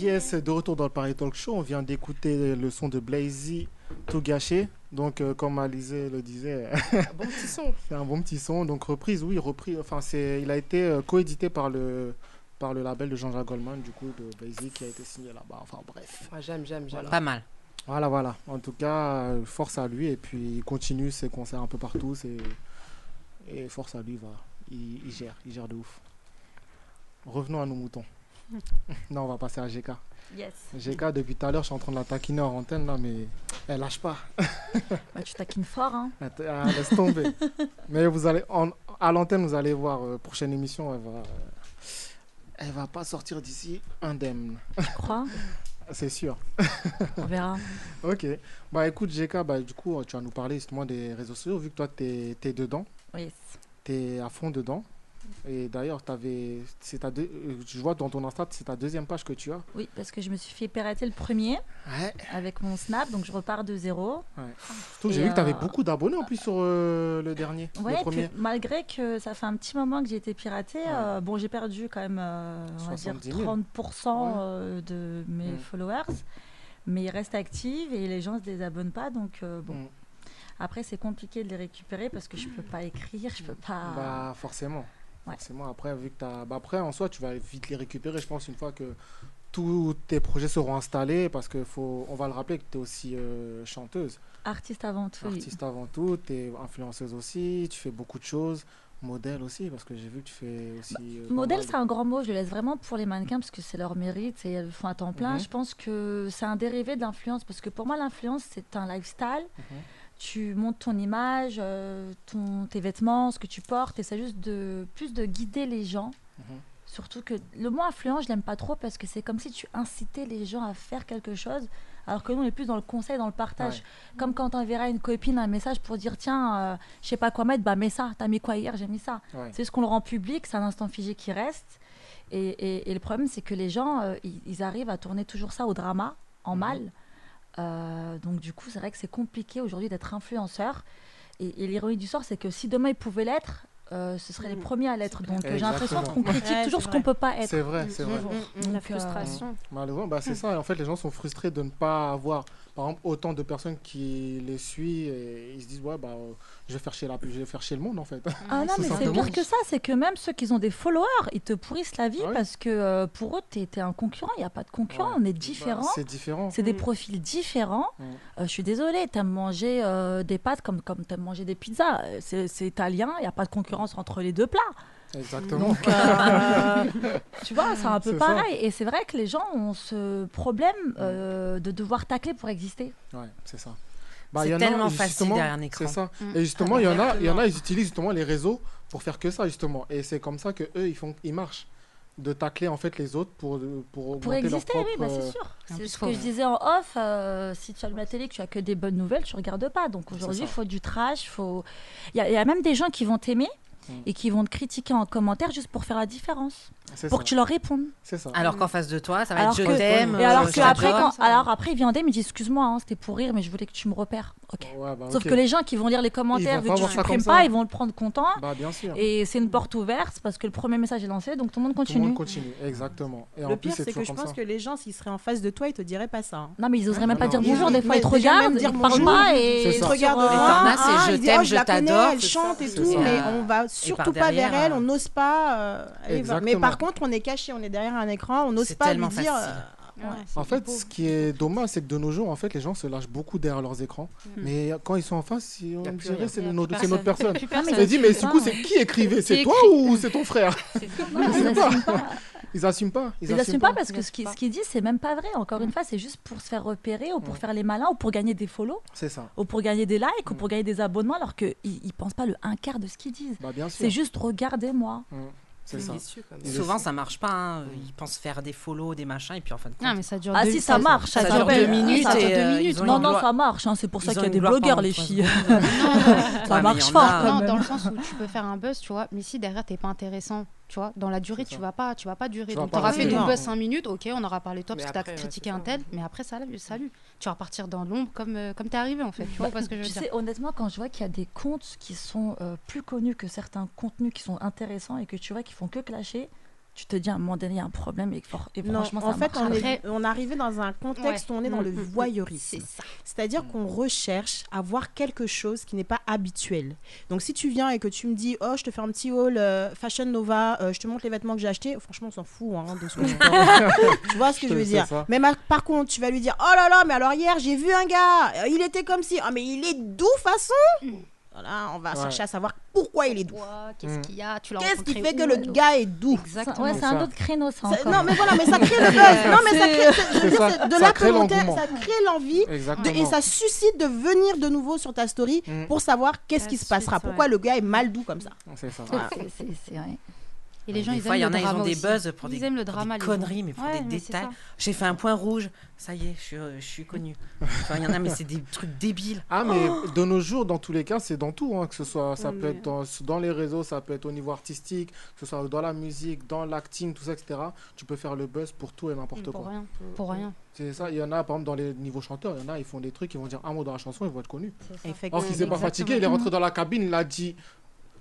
Speaker 2: Yes, de retour dans le Paris Talk Show. On vient d'écouter le son de Blazy Tout gâché. Donc, euh, comme Alizé le disait,
Speaker 5: Bon petit son.
Speaker 2: c'est un bon petit son. Donc, reprise, oui, reprise. Enfin, c'est, il a été euh, coédité par le, par le label de Jean-Jacques Goldman, du coup, de Blazy qui a été signé là-bas. Enfin, bref.
Speaker 5: Ah, j'aime, j'aime, j'aime.
Speaker 4: Pas mal.
Speaker 2: Voilà, voilà. En tout cas, euh, force à lui. Et puis, il continue ses concerts un peu partout. C'est... Et force à lui, va. Il, il gère, il gère de ouf. Revenons à nos moutons. non, on va passer à GK.
Speaker 10: Yes.
Speaker 2: GK, depuis tout à l'heure, je suis en train de la taquiner en antenne, là, mais elle lâche pas.
Speaker 6: Bah, tu taquines fort, hein.
Speaker 2: Elle te- ah, laisse tomber. mais vous allez, en- à l'antenne, vous allez voir, euh, prochaine émission, elle va, euh, elle va pas sortir d'ici indemne,
Speaker 6: Tu crois
Speaker 2: c'est sûr.
Speaker 6: On verra.
Speaker 2: Ok. Bah écoute, GK, bah, du coup, tu vas nous parler justement des réseaux sociaux, vu que toi, t'es es dedans,
Speaker 6: Yes.
Speaker 2: t'es à fond dedans. Et d'ailleurs, t'avais- c'est ta deux- euh, je vois dans ton Insta, c'est ta deuxième page que tu as.
Speaker 6: Oui, parce que je me suis fait pirater le premier
Speaker 2: Ouais.
Speaker 6: avec mon snap, donc je repars de zéro.
Speaker 2: Surtout que J'ai
Speaker 6: Et,
Speaker 2: vu que t'avais
Speaker 6: euh,
Speaker 2: beaucoup d'abonnés en plus sur euh, le dernier, le
Speaker 6: Ouais, et puis
Speaker 2: premier.
Speaker 6: malgré que ça fait un petit moment que j'ai été piratée, euh, bon, j'ai perdu quand même, euh, on va dire,
Speaker 2: 70 000.
Speaker 6: 30% euh, de mes
Speaker 2: Mm.
Speaker 6: followers, mais ils restent actifs et les gens ne se désabonnent pas, donc euh, bon.
Speaker 2: Mm.
Speaker 6: Après, c'est compliqué de les récupérer parce que je peux pas écrire, je peux pas.
Speaker 2: Bah forcément.
Speaker 6: Ouais.
Speaker 2: Forcément, après, vu que t'as... Bah, après, en soi, tu vas vite les récupérer, je pense, une fois que tous tes projets seront installés, parce que faut... on va le rappeler que tu es aussi euh, chanteuse,
Speaker 6: Artiste avant tout. oui.
Speaker 2: artiste avant tout, tu es influenceuse aussi, tu fais beaucoup de choses, modèle aussi, parce que j'ai vu que tu fais aussi... euh, pas
Speaker 6: Bah, Modèle,
Speaker 2: mal de-
Speaker 6: c'est un grand mot. Je le laisse vraiment pour les mannequins parce que c'est leur mérite et elles le font à temps plein.
Speaker 2: Mhm.
Speaker 6: Je pense que c'est un dérivé de l'influence parce que pour moi, l'influence, c'est un lifestyle.
Speaker 2: Mm-hmm.
Speaker 6: Tu montes ton image, euh, ton, tes vêtements, ce que tu portes, et c'est juste de plus de guider les gens.
Speaker 2: Mhm.
Speaker 6: Surtout que le mot influence, je l'aime pas trop parce que c'est comme si tu incitais les gens à faire quelque chose, alors que nous, on est plus dans le conseil, dans le partage. Comme quand on verra une copine un message pour dire Tiens, euh, je sais pas quoi mettre, bah mets ça. T'as mis quoi hier J'ai mis ça.
Speaker 2: Ouais.
Speaker 6: C'est ce qu'on le rend public, c'est un instant figé qui reste. Et, et- et le problème, c'est que les gens, euh, ils, ils arrivent à tourner toujours ça au drama, en
Speaker 2: Mhm.
Speaker 6: mal. Euh, donc, du coup, c'est vrai que c'est compliqué aujourd'hui d'être influenceur. Et, et l'ironie du sort, c'est que si demain ils pouvaient l'être, euh, ce seraient les premiers à l'être. Donc euh, j'ai
Speaker 2: Mm. Exactement.
Speaker 6: l'impression qu'on critique
Speaker 2: Ouais,
Speaker 6: toujours
Speaker 2: c'est
Speaker 6: ce
Speaker 2: vrai.
Speaker 6: qu'on
Speaker 2: Mm,
Speaker 6: peut pas être.
Speaker 2: C'est vrai, c'est vrai.
Speaker 6: Donc, euh,
Speaker 2: Malheureusement, bah,
Speaker 6: Hum.
Speaker 2: c'est ça. Et en fait, les gens sont frustrés de ne pas avoir, par exemple, autant de personnes qui les suivent et ils se disent, ouais, bah, euh, je vais faire chier, la... je vais faire chier le monde, en fait.
Speaker 6: Ah non,
Speaker 2: Tout
Speaker 6: mais c'est
Speaker 2: simplement.
Speaker 6: pire que ça, c'est que même ceux qui ont des followers, ils te pourrissent la
Speaker 2: Ah
Speaker 6: vie parce que euh, pour eux, t'es t'es un concurrent, il n'y a pas de concurrent, on est différents.
Speaker 2: Bah, c'est différent.
Speaker 6: C'est des
Speaker 2: Mm.
Speaker 6: profils différents.
Speaker 2: Mm.
Speaker 6: Euh, je suis désolée, t'aimes manger euh, des pâtes comme, comme t'aimes manger des pizzas. Euh, C'est c'est italien, il n'y a pas de concurrence entre les deux plats.
Speaker 2: Exactement.
Speaker 6: Donc, euh, tu vois, c'est un peu
Speaker 2: C'est ça. Mm.
Speaker 6: pareil. Et c'est vrai que les gens ont ce problème euh, de devoir tacler pour exister.
Speaker 2: Ouais, c'est ça. Bah,
Speaker 6: C'est
Speaker 2: il y en a,
Speaker 6: tellement facile
Speaker 2: justement,
Speaker 6: derrière un écran.
Speaker 2: C'est ça.
Speaker 6: Mm.
Speaker 2: Et justement,
Speaker 6: Ah
Speaker 2: il y
Speaker 6: bah,
Speaker 2: en a, il y en a,
Speaker 6: exactement.
Speaker 2: ils utilisent justement les réseaux pour faire que ça justement. Et c'est comme ça que eux, ils font, ils marchent de tacler en fait les autres pour euh, pour
Speaker 6: Pour
Speaker 2: augmenter leur
Speaker 6: exister,
Speaker 2: propre.
Speaker 6: oui, bah,
Speaker 2: euh,
Speaker 6: c'est sûr. C'est ce que je disais en off. euh, si tu as la télé, que tu as que des bonnes nouvelles, tu regardes pas. Donc aujourd'hui,
Speaker 2: ça.
Speaker 6: il faut du trash. Faut... Il y, a- il y a même des gens qui vont t'aimer
Speaker 4: Mm.
Speaker 2: Hmm.
Speaker 6: et qui vont te critiquer en commentaire juste pour faire la différence.
Speaker 2: Ah,
Speaker 4: C'est
Speaker 6: Pour
Speaker 4: ça.
Speaker 6: que tu leur répondes.
Speaker 2: C'est ça.
Speaker 4: Alors qu'en face de toi, ça va
Speaker 6: Alors
Speaker 4: être je
Speaker 6: que-
Speaker 4: t'aime.
Speaker 6: Et
Speaker 4: euh,
Speaker 6: alors,
Speaker 4: je
Speaker 6: que après,
Speaker 4: t'adore.
Speaker 6: quand- alors après, il vient en DM, il dit excuse-moi, hein, c'était pour rire, mais je voulais que tu me repères. Ok.
Speaker 2: Ouais, bah,
Speaker 6: Sauf
Speaker 2: ok.
Speaker 6: que les gens qui vont lire les commentaires,
Speaker 2: Ils vont
Speaker 6: vu
Speaker 2: pas
Speaker 6: que tu
Speaker 2: voir ça comme
Speaker 6: supprimes
Speaker 2: ça.
Speaker 6: pas, ils vont le prendre content.
Speaker 2: Bah, bien sûr.
Speaker 6: Et c'est une porte ouverte parce que le premier message est lancé, donc tout le monde
Speaker 2: Tout le
Speaker 6: continue.
Speaker 2: monde continue, exactement. Et en
Speaker 9: le
Speaker 2: plus,
Speaker 9: pire,
Speaker 2: c'est
Speaker 9: c'est que
Speaker 2: toujours
Speaker 9: je
Speaker 2: comme
Speaker 9: pense
Speaker 2: ça.
Speaker 9: que les gens, s'ils seraient en face de toi, ils te diraient pas ça. hein.
Speaker 6: Ah Non, mais ils oseraient même pas dire
Speaker 9: Ils-
Speaker 6: bonjour. Des fois, ils te
Speaker 9: déjà même
Speaker 6: regardent,
Speaker 9: dire
Speaker 6: ils parlent
Speaker 9: bonjour.
Speaker 6: pas et
Speaker 9: Ils
Speaker 6: sur,
Speaker 9: te
Speaker 6: euh,
Speaker 9: regardent
Speaker 6: les
Speaker 9: pas,
Speaker 6: tornas, c'est
Speaker 9: ah,
Speaker 6: je
Speaker 9: ils disent,
Speaker 6: t'aime,
Speaker 9: oh,
Speaker 6: je
Speaker 9: la connais,
Speaker 6: t'adore,
Speaker 9: Elle
Speaker 6: c'est
Speaker 9: chante
Speaker 6: ça,
Speaker 9: et
Speaker 6: c'est
Speaker 9: tout,
Speaker 6: ça.
Speaker 9: mais
Speaker 6: Et
Speaker 9: on
Speaker 6: par
Speaker 9: va surtout pas
Speaker 6: derrière, hein.
Speaker 9: vers elle, on n'ose pas. euh, aller voir. mais
Speaker 2: Exactement.
Speaker 9: par contre, on est caché, on est derrière un écran, on n'ose
Speaker 4: C'est
Speaker 9: pas lui
Speaker 4: tellement
Speaker 9: dire.
Speaker 4: facile.
Speaker 9: euh, ouais,
Speaker 2: En
Speaker 9: c'est
Speaker 2: fait, ce qui est dommage, c'est que de nos jours, en fait, les gens se lâchent beaucoup derrière leurs écros.
Speaker 9: Mm.
Speaker 2: Mais quand ils sont en face, si on
Speaker 9: Y a plus
Speaker 2: dirait
Speaker 9: rien.
Speaker 2: c'est
Speaker 9: Y a
Speaker 2: nos-
Speaker 9: plus
Speaker 2: c'est notre
Speaker 9: personne.
Speaker 2: personne.
Speaker 9: Y a plus personne. hein.
Speaker 2: Je me dis, mais du coup,
Speaker 9: Putain.
Speaker 2: c'est qui écrivait
Speaker 9: Qui
Speaker 2: C'est toi ou c'est ton frère Ils
Speaker 6: ils
Speaker 2: n'assument pas. Ils n'assument pas.
Speaker 6: assument pas. Ils n'assument pas parce que ce qui- ce qu'ils disent, c'est même pas vrai. Encore
Speaker 2: Mm.
Speaker 6: une fois, c'est juste pour se faire repérer ou pour faire les malins ou pour gagner des follow.
Speaker 2: C'est ça.
Speaker 6: ou pour gagner des likes ou pour gagner des abonnements alors qu'ils ne pensent pas le un quart de ce qu'ils disent.
Speaker 2: Mm. Bah, bien sûr. Mm.
Speaker 6: C'est juste regardez-moi.
Speaker 2: C'est ça. Ils le
Speaker 4: Souvent,
Speaker 2: font.
Speaker 4: ça marche pas. hein. Ils pensent faire des follow, des machins, et puis en fin de compte.
Speaker 6: Non,
Speaker 8: mais ça dure
Speaker 6: Ah si ça marche,
Speaker 4: ça, dure
Speaker 6: s'appelle.
Speaker 4: deux minutes.
Speaker 6: Ça dure
Speaker 4: et,
Speaker 6: deux
Speaker 4: euh,
Speaker 6: minutes.
Speaker 4: ils ont
Speaker 6: Non
Speaker 4: une
Speaker 6: non
Speaker 4: gloire-
Speaker 6: ça marche, hein, c'est pour ça
Speaker 4: Ils
Speaker 6: qu'il
Speaker 4: ont
Speaker 6: y a
Speaker 4: une
Speaker 6: des
Speaker 4: gloire
Speaker 6: blogueurs
Speaker 4: pendant
Speaker 6: les
Speaker 4: trois
Speaker 6: filles.
Speaker 4: secondes. Ouais, mais
Speaker 6: ça
Speaker 4: il
Speaker 6: marche
Speaker 4: y en
Speaker 6: fort
Speaker 4: a.
Speaker 6: quand
Speaker 8: Non,
Speaker 6: même.
Speaker 8: dans le sens où tu peux faire un buzz, tu vois, mais si derrière t'es pas intéressant, tu vois, dans la durée tu vas pas, tu vas pas durer.
Speaker 6: Tu
Speaker 8: Donc
Speaker 6: vas pas
Speaker 8: t'auras
Speaker 6: rester
Speaker 8: fait ton
Speaker 6: là.
Speaker 8: buzz 5 minutes, ok, on aura parlé de toi
Speaker 6: Mais
Speaker 8: parce que t'as
Speaker 6: après, ouais,
Speaker 8: critiqué un tel, mais après ça, salut. Tu vas repartir dans l'ombre comme euh, comme t'es arrivé en fait. Tu vois
Speaker 6: Bah,
Speaker 8: pas ce que je veux
Speaker 6: tu
Speaker 8: dire
Speaker 6: sais, honnêtement, quand je vois qu'il y a des comptes qui sont euh, plus connus que certains contenus qui sont intéressants et que tu vois qu'ils font que clasher, tu te dis à un moment donné, il y a un problème et, que for- et
Speaker 9: Non,
Speaker 6: franchement,
Speaker 9: en
Speaker 6: ça
Speaker 9: fait,
Speaker 6: marche
Speaker 9: on
Speaker 6: pas.
Speaker 9: est, on est arrivé dans un contexte
Speaker 6: Ouais.
Speaker 9: où on est dans le
Speaker 6: Mm, mm, mm.
Speaker 9: voyeurisme. C'est-à-dire
Speaker 8: Mm.
Speaker 9: qu'on recherche à voir quelque chose qui n'est pas habituel. Donc, si tu viens et que tu me dis, oh, je te fais un petit haul euh, Fashion Nova, euh, je te montre les vêtements que j'ai achetés, franchement, on s'en fout hein, de ce que tu portes. Tu vois ce que
Speaker 8: Je
Speaker 9: je veux
Speaker 8: sais
Speaker 9: dire
Speaker 8: ça.
Speaker 9: Mais ma- par contre, tu vas lui dire, oh là là, mais alors hier, j'ai vu un gars, euh, il était comme si, ah, mais il est doux façon Voilà, on va
Speaker 8: Ouais.
Speaker 9: chercher à savoir pourquoi il est doux.
Speaker 8: Mm. Qu'est-ce qu'il y a Tu l'as
Speaker 9: Qu'est-ce qui fait
Speaker 8: rencontré
Speaker 9: que
Speaker 8: où euh,
Speaker 9: le gars est doux
Speaker 8: Exactement. Ouais, c'est un autre
Speaker 6: créneau, ça.
Speaker 8: encore.
Speaker 9: Non, mais voilà, mais ça crée le buzz. Non, mais ça crée,
Speaker 8: C'est-
Speaker 9: je- je-
Speaker 8: C'est ça,
Speaker 9: c'est-
Speaker 8: ça
Speaker 9: de là que
Speaker 8: crée
Speaker 9: l'on t'aime,
Speaker 8: l'engouement.
Speaker 9: ça crée l'envie de- et
Speaker 2: Exactement.
Speaker 9: ça suscite de venir de nouveau sur ta story
Speaker 4: Mm.
Speaker 9: pour savoir qu'est-ce qui se passera, pourquoi le gars est mal doux comme ça.
Speaker 2: C'est ça.
Speaker 9: Voilà.
Speaker 8: Et les gens,
Speaker 4: Des
Speaker 8: ils
Speaker 4: fois,
Speaker 8: aiment
Speaker 4: il y
Speaker 8: le
Speaker 4: en a, ils ont
Speaker 8: drama
Speaker 4: des
Speaker 8: aussi.
Speaker 4: buzz pour
Speaker 8: Ils
Speaker 4: des,
Speaker 8: aiment le
Speaker 4: pour des
Speaker 8: drama, les gens.
Speaker 4: conneries, mais pour
Speaker 8: Ouais,
Speaker 4: des
Speaker 8: mais c'est
Speaker 4: détails.
Speaker 8: ça.
Speaker 4: J'ai fait un point rouge, ça y est, je suis, euh, je suis connu. Enfin, Il y en a, mais c'est des trucs débiles.
Speaker 2: Ah mais
Speaker 9: Oh.
Speaker 2: de nos jours, dans tous les cas, c'est dans tout, hein, que ce soit,
Speaker 9: Ah,
Speaker 2: ça
Speaker 4: Non,
Speaker 2: peut
Speaker 4: mais-
Speaker 2: être dans, dans les réseaux, ça peut être au niveau artistique, que ce soit dans la musique, dans l'acting, tout ça, etc. Tu peux faire le buzz pour tout et n'importe quoi.
Speaker 8: Pour rien,
Speaker 6: euh,
Speaker 8: pour rien.
Speaker 2: C'est ça, il y en a, par exemple, dans les niveaux chanteurs, il y en a, ils font des trucs, ils vont dire un mot dans la chanson, ils vont être connus.
Speaker 9: ça. Effectivement.
Speaker 2: Or, s'il s'est pas
Speaker 9: Exactement.
Speaker 2: fatigué, il est rentré dans la cabine, il a dit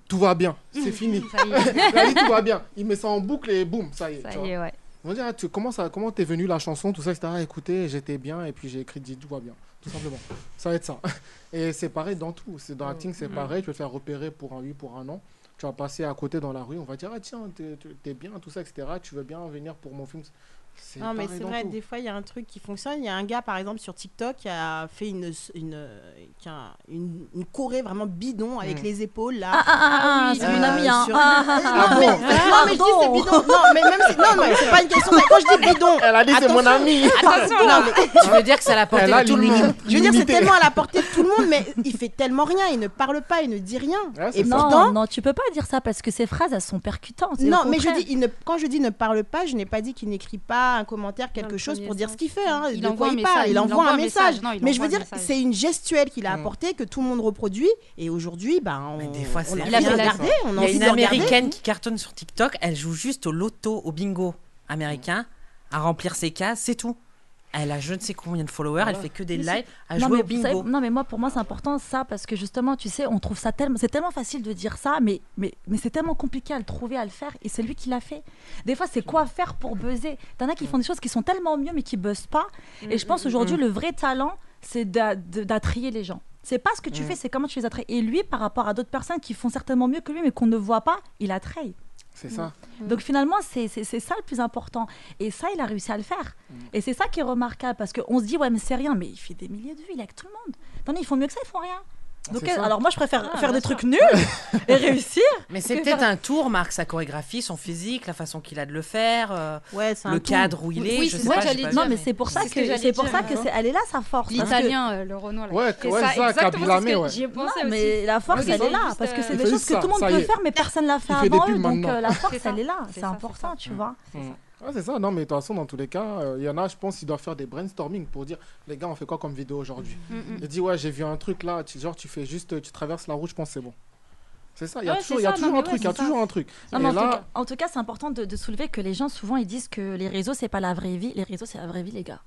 Speaker 2: Tout va bien, c'est fini.
Speaker 9: Ça y est.
Speaker 2: il a dit Tout va bien. Il met ça en boucle et boum, ça y est.
Speaker 9: Ça
Speaker 2: tu
Speaker 9: y
Speaker 2: vois.
Speaker 9: est, ouais.
Speaker 2: On va dire, Ah, tu- comment ça, comment t'es venu la chanson, tout ça, etc. Écoutez, j'étais bien et puis j'ai écrit, dit tout va bien, tout simplement. Ça va être ça. Et c'est pareil dans tout. C'est dans l'acting, c'est
Speaker 4: Mm.
Speaker 2: pareil. Tu vas te faire repérer pour un oui, pour un non. Tu vas passer à côté dans la rue, on va dire ah tiens, t'es- t'es bien, tout ça, etc. Tu veux bien venir pour mon film. C'est
Speaker 9: Non, mais
Speaker 2: pareil
Speaker 9: c'est
Speaker 2: dans
Speaker 9: vrai,
Speaker 2: tout.
Speaker 9: des fois, il y a un truc qui fonctionne. Il y a un gars, par exemple, sur TikTok, qui a fait une, une, euh, qui a une, une choré vraiment bidon avec
Speaker 2: Mm.
Speaker 9: les épaules, là.
Speaker 6: Ah, ah, ah, ah,
Speaker 9: Oui, euh,
Speaker 6: c'est une amie, hein.
Speaker 9: sur-
Speaker 6: Ah, ah, ah,
Speaker 9: Non, mais-
Speaker 6: ah,
Speaker 9: non, mais je dis c'est
Speaker 6: pardon.
Speaker 9: bidon. Non, mais même si- non, mais c'est pas une question. Quand je dis bidon.
Speaker 2: Elle a dit, c'est mon
Speaker 9: attention.
Speaker 2: ami.
Speaker 9: Attention, non, mais-
Speaker 4: Tu veux dire que ça l'a porté
Speaker 2: Elle a
Speaker 4: de tout le
Speaker 2: l'immunité.
Speaker 4: monde
Speaker 9: Je veux dire, c'est tellement à la portée de tout le monde, mais il fait tellement rien, il ne parle pas, il ne dit rien. Et
Speaker 6: non,
Speaker 9: pourtant,
Speaker 6: non, tu peux pas dire ça parce que ces phrases, elles sont percutantes. c'est le
Speaker 9: non, mais je
Speaker 6: contraire.
Speaker 9: dis, il ne- quand je dis ne parle pas, je n'ai pas dit qu'il n'écrit pas un commentaire, quelque chose pour dire ce qu'il fait. hein,
Speaker 8: Il
Speaker 9: de
Speaker 8: envoie
Speaker 9: quoi
Speaker 8: un
Speaker 9: il parle,
Speaker 8: message,
Speaker 9: il envoie un message.
Speaker 8: non, il
Speaker 9: mais je veux
Speaker 8: envoie un
Speaker 9: dire,
Speaker 8: message.
Speaker 9: c'est une gestuelle qu'il a apportée que tout le monde reproduit. Et aujourd'hui, ben, on,
Speaker 4: Mm. Des fois, c'est
Speaker 9: on a
Speaker 4: la
Speaker 9: envie
Speaker 4: pire.
Speaker 9: de regarder,
Speaker 6: Eh,
Speaker 9: on a
Speaker 4: Il y a
Speaker 9: envie
Speaker 4: une
Speaker 9: de regarder.
Speaker 4: américaine qui cartonne sur TikTok, elle joue juste au loto, au bingo américain, à remplir ses cases, c'est tout. Elle a je ne sais combien de followers, elle fait que des
Speaker 6: Ah Mais si.
Speaker 4: lives, à
Speaker 6: non, mais
Speaker 4: jouer au
Speaker 6: vous savez-
Speaker 4: bingo.
Speaker 6: non, mais moi, pour moi, c'est important ça, parce que justement, tu sais, on trouve ça tellement. C'est tellement facile de dire ça, mais, mais, mais c'est tellement compliqué à le trouver, à le faire, et c'est lui qui l'a fait. Des fois, c'est quoi faire pour buzzer T'en as qui font des choses qui sont tellement mieux, mais qui buzzent pas. Et je pense aujourd'hui,
Speaker 10: Mm.
Speaker 6: le vrai talent, c'est d'a- de- d'attrayer les gens. C'est pas ce que tu
Speaker 10: Mm.
Speaker 6: fais, c'est comment tu les attrais. Et lui, par rapport à d'autres personnes qui font certainement mieux que lui, mais qu'on ne voit pas, il attraye.
Speaker 2: C'est ça.
Speaker 6: Mm. Donc finalement, c'est c'est- c'est ça le plus important. Et ça, il a réussi à le faire.
Speaker 8: Mm.
Speaker 6: Et c'est ça qui est remarquable parce qu'on se dit, ouais, mais c'est rien, mais il fait des milliers de vues, il est avec tout le monde. Attendez, ils font mieux que ça, ils font rien. Donc,
Speaker 4: C'est ça.
Speaker 6: euh, alors moi, je préfère
Speaker 4: Ah,
Speaker 6: faire
Speaker 4: bien
Speaker 6: des trucs
Speaker 4: sûr.
Speaker 6: nuls et réussir.
Speaker 4: Mais c'est
Speaker 6: que
Speaker 4: peut-être
Speaker 6: faire-
Speaker 4: un tour, Marc, sa chorégraphie, son physique, la façon qu'il a de le faire, euh,
Speaker 9: Ouais, c'est un
Speaker 4: le
Speaker 9: tout.
Speaker 4: cadre où il est. je sais pas, j'ai pas
Speaker 6: Non,
Speaker 4: vu,
Speaker 6: mais c'est pour ça
Speaker 8: C'est ce que
Speaker 6: que
Speaker 8: j'allais
Speaker 6: c'est pour
Speaker 8: dire,
Speaker 6: ça que
Speaker 8: ouais.
Speaker 6: c'est- elle est là sa force. parce que-
Speaker 8: L'italien, euh, le Renault, là.
Speaker 6: Ouais,
Speaker 8: C'est
Speaker 6: ouais, ça,
Speaker 8: exactement,
Speaker 6: Kabilame,
Speaker 8: c'est ce que
Speaker 6: ouais.
Speaker 8: j'y ai pensé
Speaker 6: Non,
Speaker 8: aussi.
Speaker 6: mais la force,
Speaker 8: Oui,
Speaker 6: elle est
Speaker 8: c'est
Speaker 6: là,
Speaker 8: juste,
Speaker 6: parce que c'est
Speaker 8: euh,
Speaker 6: des
Speaker 8: il
Speaker 6: choses
Speaker 8: fait
Speaker 6: que tout le
Speaker 8: ça,
Speaker 6: monde
Speaker 8: ça y
Speaker 6: peut
Speaker 8: est.
Speaker 6: faire, mais personne ne l'a fait
Speaker 8: Il fait des
Speaker 6: avant eux.
Speaker 8: pubs
Speaker 6: Donc
Speaker 8: maintenant.
Speaker 6: euh, la force,
Speaker 8: C'est ça.
Speaker 6: elle est là. C'est
Speaker 8: ça,
Speaker 6: important, tu vois.
Speaker 2: Mm. Ouais, c'est ça, non, mais de toute façon, dans tous les cas, euh, il y en a, je pense, ils doivent faire des brainstorming pour dire, les gars, on fait quoi comme vidéo aujourd'hui
Speaker 8: Mm, mm.
Speaker 2: Il dit, ouais, j'ai vu un truc là, tu- genre, tu fais juste, euh, tu traverses la route, je pense, que c'est bon. C'est ça, il y a
Speaker 6: Ouais,
Speaker 2: toujours,
Speaker 6: c'est
Speaker 2: il y a
Speaker 6: ça,
Speaker 2: toujours
Speaker 6: non,
Speaker 2: un
Speaker 6: mais
Speaker 2: truc, il y
Speaker 6: ouais,
Speaker 2: a
Speaker 6: c'est ça.
Speaker 2: toujours un truc.
Speaker 6: Non,
Speaker 2: Et
Speaker 6: mais en, tout
Speaker 2: là,
Speaker 6: cas, en tout cas, c'est important de, de soulever que les gens, souvent, ils disent que les réseaux, c'est pas la vraie vie. Les réseaux, c'est la vraie vie, les gars.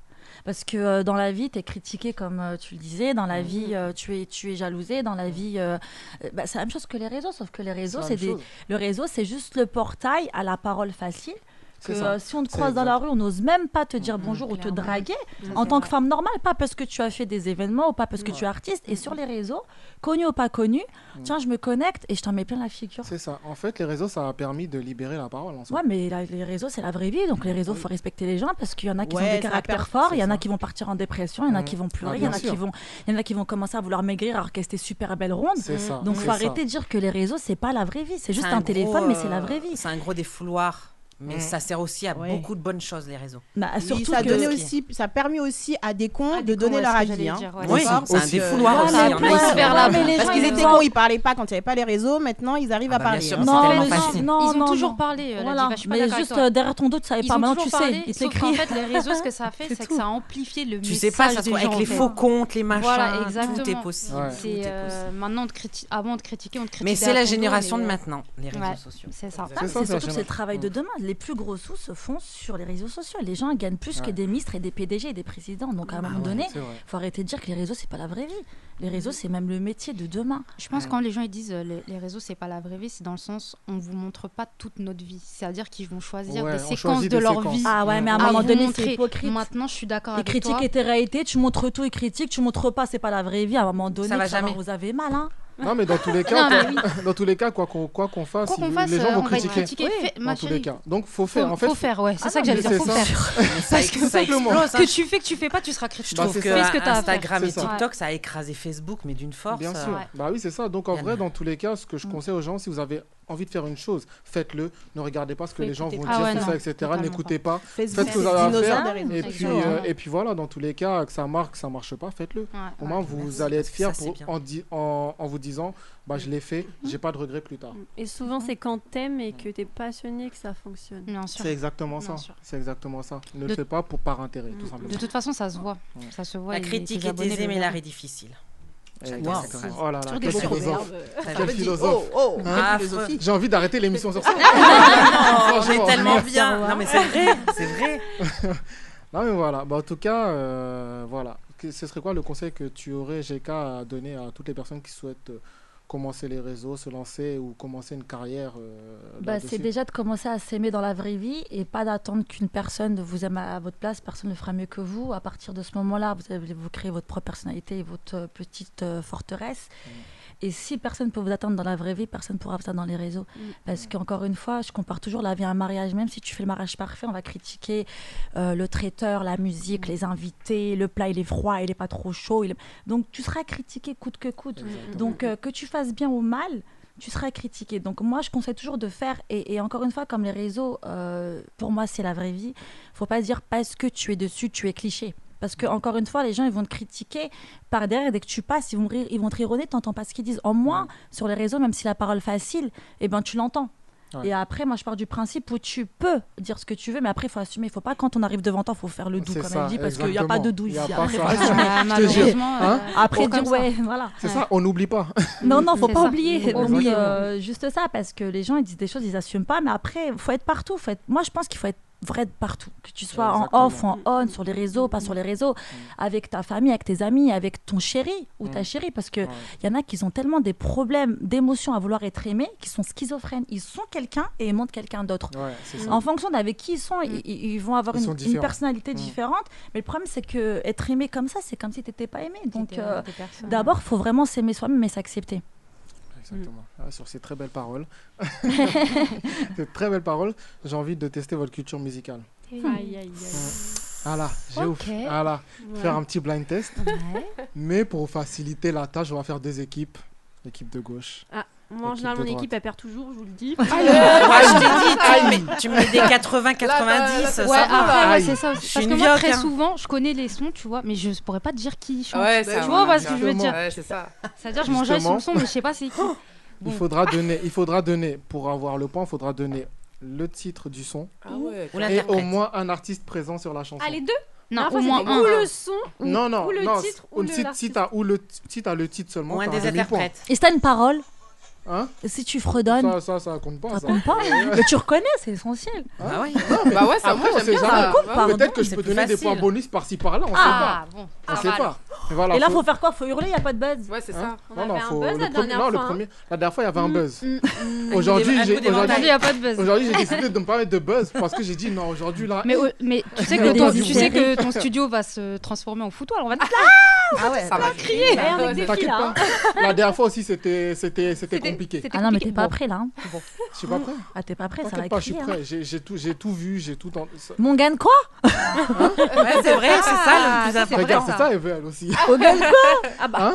Speaker 6: Parce que euh, dans la vie, tu es critiqué, comme euh, tu le disais. Dans
Speaker 2: Mhm.
Speaker 6: la vie, euh, tu, es, tu es jalousé. Dans la vie, euh, euh, bah, c'est la même chose que les réseaux, sauf que les réseaux,
Speaker 10: la
Speaker 6: c'est
Speaker 10: même
Speaker 6: des-
Speaker 10: chose.
Speaker 6: le réseau, c'est juste le portail à la parole facile.
Speaker 10: C'est
Speaker 6: Que,
Speaker 10: ça.
Speaker 6: euh, si on te
Speaker 10: C'est
Speaker 6: croise dans la rue, on n'ose même pas te dire bonjour ou te draguer
Speaker 10: Mhm.
Speaker 6: en
Speaker 10: C'est
Speaker 6: tant que femme normale, pas parce que tu as fait des événements ou pas parce que tu es artiste. Et sur les réseaux, connu ou pas connu, tiens, je me connecte et je t'en mets plein la figure.
Speaker 2: c'est ça. En fait, les réseaux, ça a permis de libérer la parole en soi.
Speaker 6: Ouais, mais la- les réseaux, c'est la vraie vie. Donc, les réseaux, faut respecter les gens parce qu'il y en a qui
Speaker 2: Ouais,
Speaker 6: ont
Speaker 2: ça
Speaker 6: des caractères
Speaker 2: apporte,
Speaker 6: forts, il y en a qui vont partir en dépression, il y en a
Speaker 2: Mm.
Speaker 6: qui vont pleurer,
Speaker 2: Ah,
Speaker 6: il y en
Speaker 2: bien
Speaker 6: a qui
Speaker 2: sûr.
Speaker 6: vont, il y en a qui vont commencer à vouloir maigrir alors qu'elles étaient super belles rondes.
Speaker 4: C'est ça,
Speaker 6: Donc,
Speaker 4: c'est
Speaker 6: faut
Speaker 4: ça.
Speaker 6: arrêter de dire que les réseaux, c'est pas la vraie vie. C'est juste
Speaker 4: C'est
Speaker 6: un,
Speaker 4: gros,
Speaker 6: téléphone, mais c'est
Speaker 4: euh,
Speaker 6: la vraie vie.
Speaker 4: C'est un gros défouloir, mais
Speaker 6: Mm.
Speaker 4: ça sert aussi à
Speaker 6: Ouais.
Speaker 4: beaucoup de bonnes choses, les réseaux.
Speaker 6: Bah,
Speaker 9: Oui, ça, a donné aussi, ça a permis aussi à des cons de donner
Speaker 4: ouais,
Speaker 9: leur
Speaker 4: c'est ce que
Speaker 9: avis.
Speaker 4: j'allais
Speaker 9: hein.
Speaker 4: dire, ouais.
Speaker 9: D'accord
Speaker 4: Oui, c'est un
Speaker 9: Parce que-
Speaker 4: défouloir
Speaker 9: Ouais,
Speaker 4: aussi,
Speaker 9: mais
Speaker 4: il y en a, ils sont
Speaker 9: vers
Speaker 4: là,
Speaker 9: la
Speaker 4: mais les
Speaker 9: Parce
Speaker 4: gens,
Speaker 9: qu'ils
Speaker 4: ils
Speaker 9: étaient
Speaker 4: sont-
Speaker 9: cons, ils parlaient pas quand il n'y avait pas les réseaux. Maintenant, ils arrivent à
Speaker 4: bah, bien
Speaker 9: parler.
Speaker 4: sûr,
Speaker 9: hein.
Speaker 4: mais c'est tellement facile.
Speaker 6: non,
Speaker 8: ils ont
Speaker 6: non,
Speaker 8: toujours
Speaker 6: non.
Speaker 8: parlé, euh, la
Speaker 6: Voilà.
Speaker 8: diva, je suis pas
Speaker 6: Mais
Speaker 8: d'accord
Speaker 6: juste
Speaker 8: avec toi.
Speaker 6: euh, derrière ton dos, tu savais
Speaker 8: Ils
Speaker 6: pas.
Speaker 8: ont
Speaker 6: Maintenant,
Speaker 8: toujours
Speaker 6: tu
Speaker 8: parlé,
Speaker 6: sais. Il te
Speaker 8: sauf qu'en
Speaker 6: l'écrit.
Speaker 8: fait, les réseaux, ce que ça a fait, c'est que ça a amplifié le
Speaker 4: Tu
Speaker 8: message
Speaker 4: sais pas, ça se
Speaker 8: des
Speaker 4: trouve, avec
Speaker 8: gens,
Speaker 4: les
Speaker 8: en fait.
Speaker 4: faux comptes, les machins, tout
Speaker 8: Voilà,
Speaker 4: est
Speaker 8: exactement.
Speaker 4: possible.
Speaker 8: C'est,
Speaker 4: Ouais. Tout est
Speaker 8: euh, Maintenant, on te criti- avant de critiquer, on te critique.
Speaker 4: Mais c'est la génération
Speaker 8: euh,
Speaker 4: de maintenant, les réseaux sociaux.
Speaker 8: C'est ça. Mm.
Speaker 6: Ah, mais c'est surtout que c'est le travail de demain. Les plus gros sous se font sur les réseaux sociaux. Les gens gagnent plus que
Speaker 8: Ouais. Ah
Speaker 6: des ministres et des PDG et des présidents. Donc à un moment
Speaker 8: ouais,
Speaker 6: donné,
Speaker 8: c'est vrai. Mm.
Speaker 6: faut arrêter de dire que les réseaux, c'est pas la vraie vie. Les réseaux, c'est même le métier de demain.
Speaker 8: Je pense quand les gens ils disent euh, le- les réseaux c'est pas la vraie vie, c'est dans le sens on vous montre pas toute notre vie. C'est-à-dire qu'ils vont choisir
Speaker 6: Ouais,
Speaker 8: des
Speaker 6: on
Speaker 8: séquences de
Speaker 6: choisit des
Speaker 8: leur
Speaker 6: séquences.
Speaker 8: vie.
Speaker 6: Ah ouais, mais à un
Speaker 8: vous
Speaker 6: moment donné, c'est
Speaker 8: montrer.
Speaker 6: hypocrite.
Speaker 8: Maintenant je suis d'accord
Speaker 6: Ils
Speaker 8: avec
Speaker 6: critiquent
Speaker 8: Ah, toi.
Speaker 6: et tes réalités, tu montres tout, ils critiquent, tu montres pas, c'est pas la vraie vie. À un moment donné,
Speaker 8: Ça va
Speaker 6: tu vas voir,
Speaker 8: jamais.
Speaker 6: vous avez mal. Hein.
Speaker 2: Non, mais dans tous les
Speaker 8: Non,
Speaker 2: cas,
Speaker 8: mais
Speaker 2: quoi- dans tous les cas, quoi qu'on quoi qu'on fasse,
Speaker 8: Quoi qu'on
Speaker 2: ils-
Speaker 8: fasse,
Speaker 2: les gens
Speaker 8: euh, on
Speaker 2: vont
Speaker 8: va être
Speaker 2: critiquer.
Speaker 8: critiqués. Fais- ma
Speaker 2: Dans tous les
Speaker 8: chérie,
Speaker 2: cas. Donc faut faire.
Speaker 8: Faut-
Speaker 2: en fait,
Speaker 8: faut faire, ouais, c'est
Speaker 2: Ah
Speaker 8: ça
Speaker 2: non,
Speaker 8: que
Speaker 2: mais
Speaker 8: j'allais dire,
Speaker 2: c'est
Speaker 8: faut
Speaker 2: ça.
Speaker 8: faire.
Speaker 4: Mais ça
Speaker 8: Parce que-
Speaker 4: ex- ça
Speaker 8: Simplement.
Speaker 4: explose,
Speaker 8: Ce que
Speaker 4: hein.
Speaker 8: tu fais que tu fais pas, tu seras
Speaker 4: Je
Speaker 8: critiqué.
Speaker 2: Bah,
Speaker 4: trouve
Speaker 8: Fais
Speaker 4: que
Speaker 8: ce que t'as à faire.
Speaker 4: Instagram et
Speaker 8: C'est ça.
Speaker 4: TikTok, ça a écrasé Facebook, mais d'une force.
Speaker 2: Bien sûr.
Speaker 4: euh,
Speaker 2: Bah oui, c'est ça. Donc en vrai, dans tous les cas, ce que je conseille aux gens, si vous avez envie de faire une chose, faites-le. Ne regardez pas ce que
Speaker 9: Faut
Speaker 2: les gens vont
Speaker 9: écouter.
Speaker 2: dire,
Speaker 9: Ah ouais,
Speaker 2: tout ça,
Speaker 9: non,
Speaker 2: etc.
Speaker 9: totalement
Speaker 2: N'écoutez
Speaker 9: pas.
Speaker 2: pas.
Speaker 9: Facebook,
Speaker 2: Faites ce que vous
Speaker 9: c'est
Speaker 2: avez à
Speaker 9: dinosaure
Speaker 2: faire.
Speaker 9: des
Speaker 2: Et
Speaker 9: réseaux
Speaker 2: puis,
Speaker 9: sociaux,
Speaker 2: euh,
Speaker 9: hein.
Speaker 2: et puis voilà, dans tous les cas, que ça marque, que ça marche pas, faites-le. Au moins, vous allez être fier pour- en, di- en, en vous disant, bah je l'ai fait, j'ai pas de regrets plus tard.
Speaker 11: Et souvent, c'est quand t'aimes et que t'es passionné que ça fonctionne.
Speaker 8: Bien
Speaker 2: C'est exactement ça. C'est exactement ça. Ne
Speaker 8: De- Mm.
Speaker 2: le fais pas pour par intérêt, tout simplement.
Speaker 8: De toute façon, ça se voit. Ça se voit.
Speaker 4: La
Speaker 8: et tes
Speaker 4: critique et
Speaker 8: abonnés
Speaker 4: tes
Speaker 8: le
Speaker 4: aimes et
Speaker 8: verront.
Speaker 4: l'art est difficile. J'adore
Speaker 2: Wow.
Speaker 4: cette phrase.
Speaker 2: Oh là là,
Speaker 4: Toujours des
Speaker 2: quel
Speaker 4: beaux
Speaker 2: philosophe.
Speaker 4: proverbes.
Speaker 2: Quel
Speaker 4: Ça veut dire,
Speaker 2: philosophe.
Speaker 4: oh, oh,
Speaker 2: Ah,
Speaker 4: quelle philosophie.
Speaker 2: J'ai envie d'arrêter l'émission sur ça.
Speaker 4: Ah, non, on
Speaker 2: Franchement.
Speaker 4: est tellement bien. Non, mais c'est vrai, c'est vrai.
Speaker 2: non mais voilà, bah, en tout cas, euh, voilà. Que- Ce serait quoi le conseil que tu aurais, GK, à donner à toutes les personnes qui souhaitent euh, commencer les réseaux, se lancer ou commencer une carrière euh,
Speaker 6: Bah,
Speaker 2: là-dessus
Speaker 6: c'est déjà de commencer à s'aimer dans la vraie vie et pas d'attendre qu'une personne vous aime à à votre place. Personne ne fera mieux que vous. À partir de ce moment-là, vous allez vous créer votre propre personnalité et votre euh, petite euh, forteresse. Et si personne ne peut vous attendre dans la vraie vie, personne ne pourra vous attendre dans les réseaux. Parce qu'encore une fois, je compare toujours la vie à un mariage. Même si tu fais le mariage parfait, on va critiquer euh, le traiteur, la musique, les invités, le plat, il est froid, il n'est pas trop chaud. il est- Donc tu seras critiqué coûte que coûte.
Speaker 10: Exactement.
Speaker 6: Donc donc, euh, que tu fasses bien ou mal, tu seras critiqué. Donc moi, je conseille toujours de faire, et, et encore une fois, comme les réseaux, euh, pour moi, c'est la vraie vie. faut pas dire parce que tu es dessus, tu es cliché. Parce que encore une fois, les gens, ils vont te critiquer par derrière. Dès que tu passes, ils vont, rire- ils vont te rironner, tu n'entends pas ce qu'ils disent. En moins, sur les réseaux, même si la parole facile, eh ben, tu l'entends.
Speaker 10: Ouais.
Speaker 6: Et après, moi, je pars du principe où tu peux dire ce que tu veux, mais après, il faut assumer. Il faut pas, quand on arrive devant toi, il faut faire le doux,
Speaker 2: C'est
Speaker 6: comme
Speaker 2: ça,
Speaker 6: elle dit, parce qu'il n'y a pas de doux
Speaker 2: Il
Speaker 6: ici.
Speaker 2: y a pas
Speaker 6: Après,
Speaker 2: ça.
Speaker 6: faut assumer.
Speaker 2: Je te jure. Hein
Speaker 6: euh, Après, dire, ouais, voilà.
Speaker 2: C'est ça, on n'oublie pas.
Speaker 6: Non, non, faut
Speaker 2: C'est
Speaker 6: pas
Speaker 2: ça.
Speaker 6: oublier.
Speaker 2: Faut
Speaker 6: Donc,
Speaker 2: pas oublier.
Speaker 6: euh, juste ça, parce que les gens, ils disent des choses, ils assument pas, mais après, faut être partout. Faut être... Moi, je pense qu'il faut être vrai de partout, que tu sois en off, en on, sur les réseaux, pas sur les
Speaker 12: Mm.
Speaker 6: réseaux, avec ta famille, avec tes amis, avec ton chéri ou ta
Speaker 12: Mm.
Speaker 6: chérie, parce que il y en a qui ont tellement des problèmes d'émotion à vouloir être aimés, qui sont schizophrènes. Ils sont quelqu'un et ils montrent quelqu'un d'autre.
Speaker 12: Ouais, c'est ça. Mm.
Speaker 6: en fonction d'avec qui ils sont, ils, ils- ils vont avoir
Speaker 12: Ils
Speaker 6: une,
Speaker 12: sont
Speaker 6: une
Speaker 12: différents.
Speaker 6: personnalité
Speaker 12: Mm.
Speaker 6: différente. Mais le problème, c'est que être aimé comme ça, c'est comme si tu n'étais pas aimé. Donc,
Speaker 2: T'étais-
Speaker 6: euh,
Speaker 2: t'étais personne.
Speaker 6: d'abord, il faut vraiment s'aimer soi-même et s'accepter.
Speaker 2: Exactement. Ah, sur ces très belles paroles. ces très belles paroles, j'ai envie de tester votre culture musicale.
Speaker 11: Aïe, aïe, aïe.
Speaker 2: Ah là, j'ai
Speaker 11: Ok.
Speaker 2: ouf. Ah là,
Speaker 11: Ouais.
Speaker 2: faire un petit blind test. Mais pour faciliter la tâche, on va faire deux équipes. L'équipe de gauche.
Speaker 11: Ah, moi en
Speaker 2: Équipe
Speaker 11: général,
Speaker 2: de
Speaker 11: mon
Speaker 2: droite.
Speaker 11: équipe elle perd toujours, je vous le dis.
Speaker 4: Aïe. Euh, moi, je t'ai dit, tu me- tu me mets des 80, 90, ça
Speaker 8: Ouais,
Speaker 4: va.
Speaker 8: après, ouais,
Speaker 4: Aïe.
Speaker 8: c'est ça aussi.
Speaker 4: Je suis
Speaker 8: Parce que
Speaker 4: une
Speaker 8: moi,
Speaker 4: vieille,
Speaker 8: très
Speaker 4: hein.
Speaker 8: souvent, je connais les sons, tu vois, mais je pourrais pas te dire qui chante.
Speaker 4: Ouais,
Speaker 8: tu
Speaker 4: ça,
Speaker 8: vois
Speaker 4: ouais,
Speaker 8: parce que je veux
Speaker 4: exactement.
Speaker 8: dire.
Speaker 4: Ouais, c'est ça.
Speaker 8: C'est-à-dire, je mangeais
Speaker 2: Justement.
Speaker 8: son son, mais je sais pas c'est qui.
Speaker 2: Il
Speaker 8: Bon.
Speaker 2: faudra donner, il faudra donner, pour avoir le point, il faudra donner le titre du son
Speaker 8: Ah ouais,
Speaker 2: et
Speaker 8: Ou l'interprète.
Speaker 2: au moins un artiste présent sur la chanson.
Speaker 11: Ah, les deux
Speaker 8: Non,
Speaker 11: Enfin,
Speaker 8: au
Speaker 11: c'était
Speaker 8: moins
Speaker 11: Ou
Speaker 8: un.
Speaker 11: le son, ou,
Speaker 2: non, non,
Speaker 11: ou le
Speaker 2: non,
Speaker 11: titre,
Speaker 2: ou
Speaker 11: ou
Speaker 2: le titre,
Speaker 11: l'artiste.
Speaker 2: si t'as ou le ti- si t'as le titre seulement,
Speaker 4: Ou un
Speaker 2: t'as
Speaker 4: des
Speaker 2: demi-point.
Speaker 4: interprètes.
Speaker 6: Et si t'as une parole
Speaker 2: Hein
Speaker 6: Si tu fredonnes,
Speaker 2: Ça, ça, ça compte pas.
Speaker 6: ça compte pas. Mais tu reconnais, c'est essentiel.
Speaker 4: Bah ouais.
Speaker 2: Bah
Speaker 4: ouais, ça, moi,
Speaker 2: Après, on
Speaker 4: j'aime
Speaker 2: sait
Speaker 4: bien
Speaker 2: jamais.
Speaker 4: ça. Ça
Speaker 2: Peut-être
Speaker 4: compte,
Speaker 2: que je
Speaker 4: pardon,
Speaker 2: peux
Speaker 4: c'est plus
Speaker 2: donner des
Speaker 4: facile.
Speaker 2: points bonus par-ci par-là, on
Speaker 4: Ah,
Speaker 2: sait pas.
Speaker 4: bon.
Speaker 2: On
Speaker 4: Ah,
Speaker 2: sait
Speaker 4: voilà.
Speaker 2: pas. Mais voilà,
Speaker 6: et là, faut faire quoi Faut hurler, il n'y a pas de buzz.
Speaker 5: Ouais, c'est
Speaker 2: Hein
Speaker 5: ça.
Speaker 2: non, non,
Speaker 5: avait un
Speaker 2: faut
Speaker 5: buzz
Speaker 2: le
Speaker 5: la
Speaker 2: premier-
Speaker 5: dernière
Speaker 2: non, le
Speaker 5: fois, hein.
Speaker 2: premier- la dernière fois, il y avait un buzz.
Speaker 8: mm.
Speaker 2: Aujourd'hui,
Speaker 8: Un coup
Speaker 2: j'ai
Speaker 8: d'éventail. Aujourd'hui, il y a pas de buzz.
Speaker 2: aujourd'hui- aujourd'hui, j'ai décidé de ne pas mettre de buzz parce que j'ai dit non, aujourd'hui, là.
Speaker 8: Mais,
Speaker 2: eh.
Speaker 8: euh, mais tu sais
Speaker 2: Il y a
Speaker 8: que, ton,
Speaker 2: des
Speaker 8: tu sais que
Speaker 2: hystéries.
Speaker 8: ton studio va se transformer en foutoir. On va dire
Speaker 2: Ah ouais,
Speaker 8: ça va crier.
Speaker 2: T'inquiète pas. La dernière fois aussi, c'était c'était c'était compliqué.
Speaker 6: Ah non, mais t'es pas prêt là. hein.
Speaker 2: Je suis pas prêt.
Speaker 6: Ah, t'es pas prêt, ça va
Speaker 2: T'inquiète
Speaker 6: être
Speaker 2: pas, je suis prêt. J'ai j'ai tout j'ai tout vu, j'ai tout. en- ça-
Speaker 6: Mon gagne quoi
Speaker 4: Hein Ouais, c'est vrai, c'est ça le plus important.
Speaker 2: Regarde, c'est Ah, ça, elle veut elle aussi.
Speaker 6: Au gagne quoi
Speaker 11: Ah
Speaker 2: bah.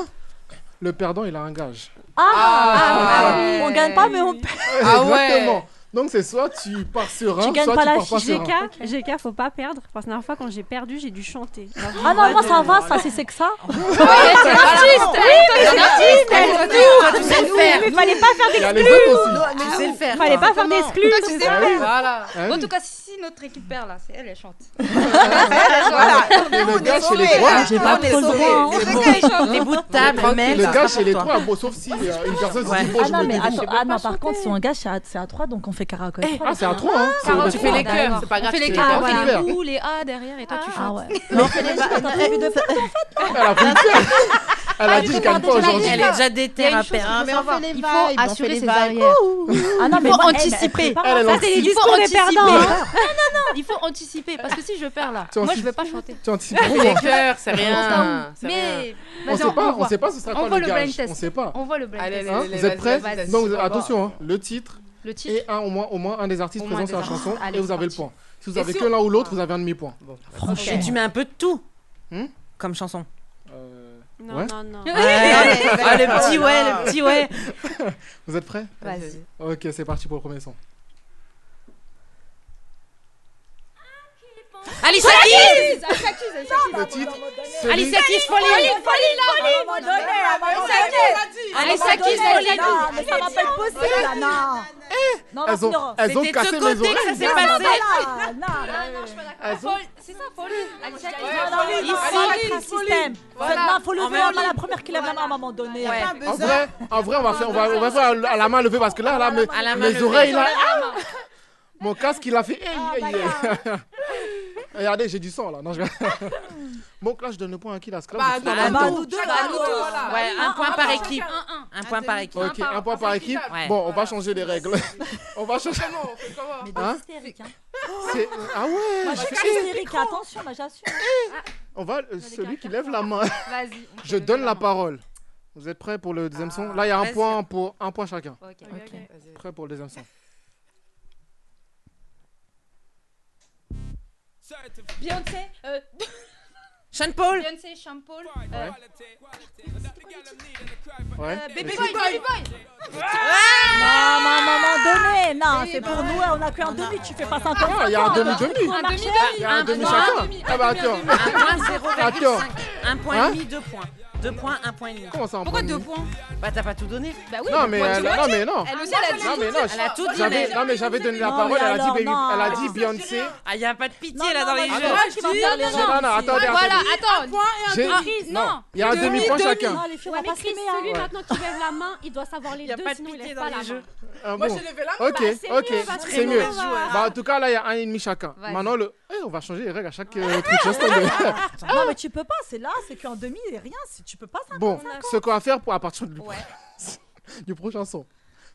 Speaker 2: Le perdant, il a un gage.
Speaker 4: Ah,
Speaker 6: Ah, On gagne pas, mais on perd.
Speaker 2: Exactement. Donc c'est soit tu pars serein,
Speaker 6: Tu gagnes
Speaker 2: soit
Speaker 6: pas
Speaker 2: Hein, tu
Speaker 6: la
Speaker 2: pars pas
Speaker 6: fiche.
Speaker 2: serein.
Speaker 11: GK, GK, faut pas perdre. Parce que la dernière fois, quand j'ai perdu, j'ai dû chanter. Alors, j'ai
Speaker 6: Ah
Speaker 11: droit
Speaker 6: non, moi
Speaker 11: de-
Speaker 6: ça va, ça, si c'est que ça. Oui,
Speaker 11: t'es artiste, toi, t'es artiste, elle est nous,
Speaker 6: toi,
Speaker 11: tu sais le faire.
Speaker 6: Mais fallait pas
Speaker 11: Il y
Speaker 6: faire
Speaker 11: a les
Speaker 6: d'exclus.
Speaker 11: autres aussi. Non, mais
Speaker 10: Ah
Speaker 11: tu sais le faire,
Speaker 6: Fallait
Speaker 11: toi.
Speaker 6: pas faire
Speaker 11: Comment
Speaker 6: d'exclus.
Speaker 11: Toi, tu sais le faire.
Speaker 8: Voilà.
Speaker 11: Ah oui.
Speaker 8: En tout cas, si si notre équipe perd là, c'est elle, elle chante.
Speaker 4: Voilà.
Speaker 2: Le gars chez les
Speaker 4: sauvés.
Speaker 2: trois.
Speaker 4: J'ai pas pris le droit, hein. Les bouts de table, même,
Speaker 2: Le
Speaker 4: ça
Speaker 2: gars
Speaker 4: sera
Speaker 2: chez
Speaker 4: pour
Speaker 2: les
Speaker 4: toi.
Speaker 2: trois, bon, sauf si euh, une personne se dit bon,
Speaker 6: Ah
Speaker 2: je
Speaker 6: non,
Speaker 2: me
Speaker 6: mais
Speaker 2: débrouille.
Speaker 6: attends, ah non, par contre, si on gage, c'est à- c'est à 3, donc on fait karaoké.
Speaker 8: Eh,
Speaker 10: Eh,
Speaker 2: Ah, c'est à trois, hein. C'est
Speaker 6: Karaoké,
Speaker 2: au-
Speaker 6: tu fais les
Speaker 2: Ah,
Speaker 6: cœurs,
Speaker 2: d'accord.
Speaker 6: c'est pas grave,
Speaker 8: On fait les
Speaker 6: tu les
Speaker 8: cœurs, on
Speaker 10: Ah,
Speaker 6: fais.
Speaker 8: fait
Speaker 6: Voilà.
Speaker 8: les ou, les A derrière et toi tu chantes. Ah ouais.
Speaker 2: Elle a voulu faire. Elle a dit je gagne pas aujourd'hui.
Speaker 4: Elle est déjà déterre à perdre.
Speaker 8: hein. mais on fait les
Speaker 4: Il
Speaker 8: vibes,
Speaker 4: faut
Speaker 8: on fait
Speaker 4: assurer
Speaker 8: les
Speaker 4: ses
Speaker 8: vibes.
Speaker 4: arrières.
Speaker 8: Ah non, mais moi, elle, elle prépare
Speaker 4: Elle, elle
Speaker 8: ça,
Speaker 4: anticipe.
Speaker 8: c'est les
Speaker 4: Il faut
Speaker 8: discours des
Speaker 4: anticiper.
Speaker 8: perdants,
Speaker 4: Ouais.
Speaker 8: hein. Non, non, non, il faut anticiper parce que si je perds là,
Speaker 2: Tu
Speaker 8: moi
Speaker 2: anticipes-
Speaker 8: je vais pas chanter.
Speaker 2: Tu anticipes
Speaker 8: Mais
Speaker 2: comment
Speaker 8: les cœurs, c'est rien,
Speaker 2: Mais
Speaker 8: c'est rien. Mais
Speaker 2: on
Speaker 8: vas-y,
Speaker 2: sait
Speaker 8: on- on
Speaker 2: pas, on
Speaker 8: voit.
Speaker 2: sait pas ce sera
Speaker 8: On
Speaker 2: quoi
Speaker 8: voit
Speaker 2: le
Speaker 8: le
Speaker 2: gage.
Speaker 8: blind test.
Speaker 2: On sait pas.
Speaker 8: On voit le blind
Speaker 2: Hein,
Speaker 8: test.
Speaker 2: Vous êtes prêts Donc attention, hein, le titre.
Speaker 8: Le titre.
Speaker 2: Et un, au moins, au moins un des artistes
Speaker 8: Au moins
Speaker 2: présents sur
Speaker 8: un
Speaker 2: la
Speaker 8: des artistes.
Speaker 2: chanson,
Speaker 8: Allez,
Speaker 2: et vous
Speaker 8: c'est
Speaker 2: avez le
Speaker 8: parti.
Speaker 2: point. Si vous
Speaker 8: Et
Speaker 2: avez
Speaker 8: si
Speaker 2: que
Speaker 8: on-
Speaker 2: l'un ou l'autre, vous avez un demi-point.
Speaker 4: Franchement, tu mets un peu de tout. Comme chanson.
Speaker 8: Euh,
Speaker 2: Non, ouais. non,
Speaker 11: non.
Speaker 4: Ouais. Ah, le petit ouais, le petit ouais.
Speaker 2: Vous êtes prêts
Speaker 4: Vas-y.
Speaker 2: Ok, c'est parti pour le premier son.
Speaker 4: Alicia Keys
Speaker 2: Le titre
Speaker 4: Alicia Alicia Keys, Keys, Folie. Folie, Folie,
Speaker 10: À un moment donné, à un moment
Speaker 4: Alicia
Speaker 10: donné.
Speaker 4: Keys. Alicia Keys, Folie.
Speaker 10: Non, mais ça va pas être possible, là, non. Non,
Speaker 2: Elles ont-
Speaker 10: Martino.
Speaker 2: elles ont C'était de cassé ce mes côté oreilles. que ça s'est passé.
Speaker 10: Non, non, non, je suis pas
Speaker 2: d'accord.
Speaker 10: C'est ça, folie.
Speaker 6: Il faut le système. Maintenant, faut lever la main, la première qui lève la main à un moment donné. Hein.
Speaker 2: En vrai, en vrai, on va faire, on va, on va faire à la main levée parce que là, là, mes,
Speaker 6: la main
Speaker 2: mes
Speaker 6: levée.
Speaker 2: oreilles là,
Speaker 6: Sur la
Speaker 2: ah mon casque il a fait.
Speaker 4: Ah,
Speaker 2: hey, hey, hey. Regardez, j'ai du sang là. Non, je... bon, là, je donne le point à qui la scrap
Speaker 4: Bah,
Speaker 2: de toute
Speaker 4: nous,
Speaker 2: façon.
Speaker 4: bah, nous deux, bah, nous tous. Ouais, un point par équipe. Un point par équipe.
Speaker 2: Ok, un point par équipe.
Speaker 4: Ouais.
Speaker 2: Bon, on va changer les règles. on va changer. Hein C'est- Ah ouais
Speaker 6: Moi, je
Speaker 2: c'est-
Speaker 6: suis hystérique, attention, moi, j'assume.
Speaker 2: On va, euh, celui qui lève la main.
Speaker 6: Vas-y.
Speaker 2: Je donne la parole. Vous êtes prêts pour le deuxième son Là, il y a un
Speaker 4: vas-y.
Speaker 2: point pour un point chacun.
Speaker 4: Ok. Ok. Vas-y.
Speaker 2: Prêt pour le deuxième son.
Speaker 8: Beyoncé, euh...
Speaker 4: Sean Paul.
Speaker 8: Beyoncé, Sean Paul. euh,
Speaker 2: Ouais.
Speaker 8: euh, Baby
Speaker 2: Le
Speaker 8: Boy,
Speaker 2: titre.
Speaker 8: Baby Boy.
Speaker 10: Ah
Speaker 6: Non, non, maman, donné. Non, c'est pour nous, on a que un demi, tu fais pas hein, 50
Speaker 2: Ah, il y a un demi-demi. Il y a un demi chacun. Ah bah attends.
Speaker 4: Un point, 0,5.
Speaker 2: Attends.
Speaker 4: Un point
Speaker 2: Hein
Speaker 4: et demi, deux points. Deux points, un point et demi.
Speaker 2: Comment ça, un
Speaker 4: Pourquoi
Speaker 2: point et
Speaker 4: deux
Speaker 2: demi
Speaker 4: points Bah t'as pas tout donné. Bah
Speaker 2: oui, Non, deux mais points, tu elle- vois, non, tu- mais non.
Speaker 4: Elle aussi elle a dit.
Speaker 2: Non, mais non,
Speaker 4: elle a tout donné.
Speaker 2: j'avais- non, mais j'avais donné la Non, parole, mais elle a dit alors, Baby- non. elle a dit Beyoncé.
Speaker 4: Ah y a pas de pitié là dans les
Speaker 2: moi,
Speaker 4: jeux.
Speaker 2: je vois qui va me faire les jeux. Non, non, attendez,
Speaker 8: Voilà,
Speaker 2: attendez.
Speaker 8: attends.
Speaker 11: Un point
Speaker 2: et un J'ai- demi. non. Non, il y a un demi-point chacun. Non,
Speaker 11: les
Speaker 2: les
Speaker 11: filles,
Speaker 2: filles,
Speaker 11: ouais,
Speaker 2: on va
Speaker 11: mais
Speaker 2: pas se
Speaker 11: Chris,
Speaker 2: aimer, hein.
Speaker 11: celui
Speaker 2: Ouais.
Speaker 11: maintenant qui lève la main, il doit savoir les
Speaker 4: Y a
Speaker 11: deux,
Speaker 4: pas de
Speaker 11: sinon il
Speaker 4: pitié
Speaker 11: lève
Speaker 4: dans
Speaker 11: pas
Speaker 4: les
Speaker 11: la
Speaker 4: jeux.
Speaker 11: main.
Speaker 2: Ah
Speaker 11: Moi,
Speaker 2: bon.
Speaker 11: j'ai levé la main.
Speaker 2: Ok,
Speaker 11: Bah, c'est
Speaker 2: ok,
Speaker 11: mieux, parce que
Speaker 2: c'est
Speaker 11: nous,
Speaker 2: mieux.
Speaker 11: on joue.
Speaker 2: Bah, en tout cas, là, il y a un et demi chacun.
Speaker 10: Vas-y.
Speaker 2: Maintenant, le. Eh, on va changer les règles à chaque euh, truc. laisse tomber.
Speaker 10: Non, mais tu peux pas, c'est là, c'est qu'en demi, et rien, si tu peux pas ça.
Speaker 2: Bon, ce qu'on va faire pour à partir du, du prochain son.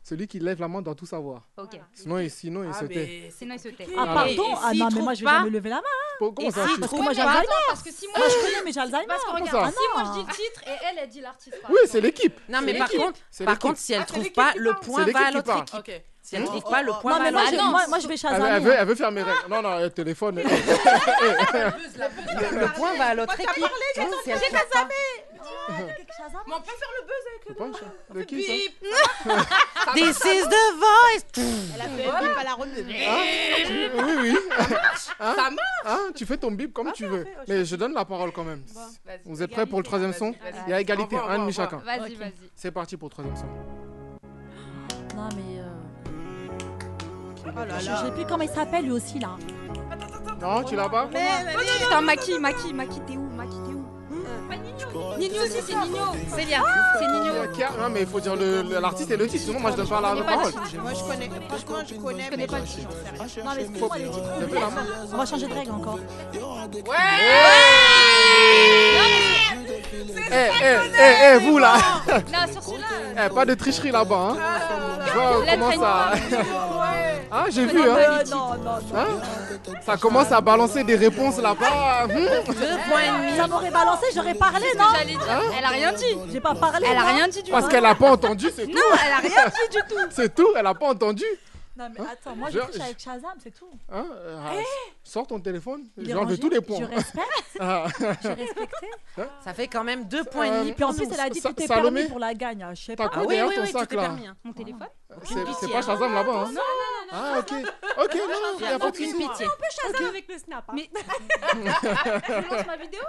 Speaker 2: Celui qui lève la main doit tout savoir.
Speaker 8: Ok.
Speaker 2: Sinon, il, sinon, il
Speaker 8: Ah,
Speaker 2: se tait.
Speaker 8: mais Sinon, il se tait.
Speaker 10: Ah, pardon, ah non, mais moi je vais jamais lever la main.
Speaker 2: Pour- comment Et ça, s'il tu-
Speaker 10: Parce que
Speaker 2: trouve
Speaker 10: moi j'ai
Speaker 2: pas-
Speaker 10: Alzheimer.
Speaker 8: Attends, parce que si moi
Speaker 10: Moi,
Speaker 8: Ah, je-
Speaker 10: je connais, mais j'ai Alzheimer.
Speaker 8: Parce que regarde,
Speaker 2: Comment ça
Speaker 8: si moi je dis le titre et elle, elle dit l'artiste. par
Speaker 2: Oui,
Speaker 8: exemple.
Speaker 2: c'est l'équipe.
Speaker 4: Non
Speaker 8: C'est
Speaker 4: mais par
Speaker 8: l'équipe.
Speaker 4: contre,
Speaker 2: C'est
Speaker 4: par
Speaker 2: l'équipe.
Speaker 4: contre si
Speaker 8: Ah,
Speaker 4: elle
Speaker 8: c'est
Speaker 4: trouve
Speaker 8: l'équipe
Speaker 4: pas
Speaker 8: qui
Speaker 4: le
Speaker 8: parle.
Speaker 4: point
Speaker 2: C'est
Speaker 4: va à
Speaker 2: l'équipe
Speaker 4: l'autre
Speaker 2: qui
Speaker 4: équipe.
Speaker 2: parle.
Speaker 4: Si elle
Speaker 2: Hmm
Speaker 4: trouve pas le point
Speaker 10: Non,
Speaker 4: va à
Speaker 10: Ah, mais moi,
Speaker 4: l'autre.
Speaker 10: j'ai-
Speaker 4: équipe.
Speaker 10: moi, moi, je vais
Speaker 2: Elle,
Speaker 10: Shazam.
Speaker 2: elle veut, elle veut faire mes règles. Non, non, euh, téléphone.
Speaker 4: Le point va à l'autre équipe.
Speaker 2: j'ai
Speaker 4: Si elle
Speaker 2: j'ai
Speaker 4: trouve pas-
Speaker 5: Mais on peut faire le buzz avec le
Speaker 2: doigt. De qui ça
Speaker 5: Bip.
Speaker 4: This is the voice.
Speaker 9: Elle a fait le bip à la remise.
Speaker 2: Hein Oui, oui. Hein
Speaker 5: Ça marche
Speaker 2: Hein tu fais ton bip comme tu veux. Mais je donne la parole quand même.
Speaker 5: vas-y.
Speaker 2: Vous êt prêts pour le
Speaker 5: Égalité,
Speaker 2: troisième
Speaker 5: vas-y,
Speaker 2: son
Speaker 5: vas-y.
Speaker 2: Il y a égalité,
Speaker 5: Au revoir,
Speaker 2: un demi
Speaker 5: au revoir.
Speaker 2: chacun.
Speaker 8: Vas-y,
Speaker 10: Ok.
Speaker 8: vas-y.
Speaker 2: C'est parti pour le troisième son.
Speaker 10: Non, mais. euh,
Speaker 9: Oh là
Speaker 10: Je
Speaker 9: là.
Speaker 10: je sais plus comment il s'appelle lui aussi là.
Speaker 2: Non, tu l'as pas
Speaker 6: Eh,
Speaker 8: Oh Putain, Maki, Maki, Maki, t'es où Maki, t'es où Euh, Pas Nino. Nino aussi, c'est Nino. C'est Lia.
Speaker 2: Hein
Speaker 8: C'est Nino.
Speaker 2: Ok, Non, hein, mais il faut dire le- le- l'artiste et le titre, sinon moi je donne pas la
Speaker 8: connais pas le
Speaker 2: parole.
Speaker 9: Moi, je connais. Franchement, je connais. mais
Speaker 8: connais pas
Speaker 9: j'en
Speaker 8: le
Speaker 9: sais rien.
Speaker 10: Non, mais excuse-moi, les titres complexes. On va changer de règle encore.
Speaker 2: Eh, eh, eh, eh, vous là
Speaker 8: Non, sur celui-là.
Speaker 2: Eh, pas de tricherie là-bas, hein Je vois
Speaker 8: Lettre
Speaker 2: comment ça... Hein, j'ai vu,
Speaker 8: Non,
Speaker 2: hein
Speaker 8: mais-
Speaker 10: Non, non,
Speaker 2: Hein Ça commence à balancer des réponses là-bas. hum.
Speaker 4: Deux points et demi.
Speaker 10: ça m'aurait balancé, j'aurais parlé,
Speaker 8: c'est ce que
Speaker 10: non
Speaker 8: j'allais dire. Elle a rien dit.
Speaker 10: J'ai pas parlé.
Speaker 8: Elle a
Speaker 10: moi.
Speaker 8: rien dit du
Speaker 2: Hein Parce
Speaker 8: tout.
Speaker 2: qu'elle a pas entendu, c'est tout.
Speaker 8: Non, elle a rien dit du tout.
Speaker 2: C'est tout, elle a pas entendu.
Speaker 10: Non, mais attends, moi
Speaker 2: Je-
Speaker 10: je triche avec Shazam, c'est tout.
Speaker 2: Hein
Speaker 4: Eh
Speaker 2: euh, Sors ton téléphone,
Speaker 10: Il est
Speaker 2: j'enlève
Speaker 10: rangé,
Speaker 2: tous les points.
Speaker 10: Je respecte,
Speaker 2: Ah.
Speaker 10: je respectais.
Speaker 2: Hein
Speaker 4: Ça fait quand même deux
Speaker 2: Euh,
Speaker 4: points et demi.
Speaker 10: Et puis en
Speaker 4: pour
Speaker 10: plus,
Speaker 4: nous.
Speaker 10: elle a dit
Speaker 2: Sa-
Speaker 10: que t'es
Speaker 2: Salomé
Speaker 10: permis pour la gagne. Je sais
Speaker 2: T'as
Speaker 10: pas.
Speaker 4: Ah
Speaker 2: quoi
Speaker 4: oui,
Speaker 2: derrière
Speaker 4: oui,
Speaker 2: ton
Speaker 4: oui, tu
Speaker 2: sac
Speaker 4: t'es
Speaker 2: là
Speaker 4: permis. hein.
Speaker 8: Mon téléphone
Speaker 2: C'est
Speaker 4: pitié,
Speaker 2: c'est pas
Speaker 4: hein.
Speaker 2: Shazam là-bas, hein Ah, ok. Ok, non,
Speaker 4: Il
Speaker 2: il
Speaker 4: y
Speaker 2: n'y
Speaker 4: a
Speaker 2: a pas de
Speaker 4: aucune
Speaker 2: souci.
Speaker 4: pitié.
Speaker 11: Shazam avec le snap. hein.
Speaker 8: Mais- Tu lances ma vidéo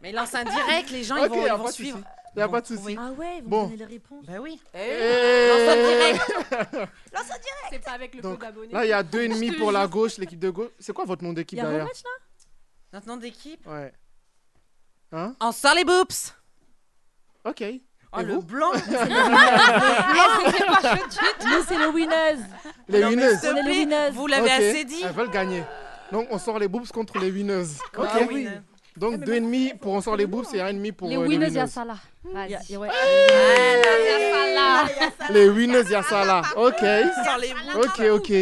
Speaker 4: Mais lance un direct, les gens ils
Speaker 2: Ok,
Speaker 4: vont
Speaker 2: il
Speaker 4: ils
Speaker 2: n'y a
Speaker 4: vont
Speaker 2: pas de souci.
Speaker 4: suivre.
Speaker 2: Il n'y a
Speaker 4: Ils
Speaker 2: pas
Speaker 4: vont
Speaker 2: de souci.
Speaker 10: Ah ouais, vous
Speaker 2: Bon.
Speaker 10: me donnez les réponses.
Speaker 4: Bah oui. Lance un
Speaker 2: Eh.
Speaker 4: direct.
Speaker 11: C'est pas avec le peu
Speaker 2: Donc,
Speaker 11: d'abonnés.
Speaker 2: Là, il y a deux ennemis pour la gauche, l'équipe de gauche. C'est quoi votre nom d'équipe
Speaker 10: Il y a un
Speaker 2: derrière
Speaker 10: rematch là
Speaker 4: Notre nom d'équipe.
Speaker 2: Ouais. Hein
Speaker 4: On sort les boobs.
Speaker 2: Ok.
Speaker 4: Oh
Speaker 2: Et
Speaker 4: le
Speaker 2: vous
Speaker 4: blanc. Ah,
Speaker 11: Ah,
Speaker 10: Nous, c'est les winners.
Speaker 2: Les
Speaker 4: Non, mais
Speaker 2: winneuses.
Speaker 4: s'il
Speaker 10: On
Speaker 4: te
Speaker 10: est les
Speaker 4: plaît,
Speaker 10: winneuses.
Speaker 4: Vous l'avez
Speaker 2: Ok,
Speaker 4: assez dit.
Speaker 2: Elles veulent gagner. Donc, on sort les boobs contre les winneuses. Ok.
Speaker 4: Ah oui.
Speaker 2: Donc, deux ennemis pour on sort les
Speaker 4: hein.
Speaker 2: boobs et un ennemi pour
Speaker 8: Les
Speaker 2: euh,
Speaker 8: winners,
Speaker 2: les
Speaker 8: il y a
Speaker 2: winneuses.
Speaker 8: ça là. Vas-y. Ouais.
Speaker 2: Les winners, il y a ça là. Ok.
Speaker 4: Sors les boobs.
Speaker 2: Ok, ok.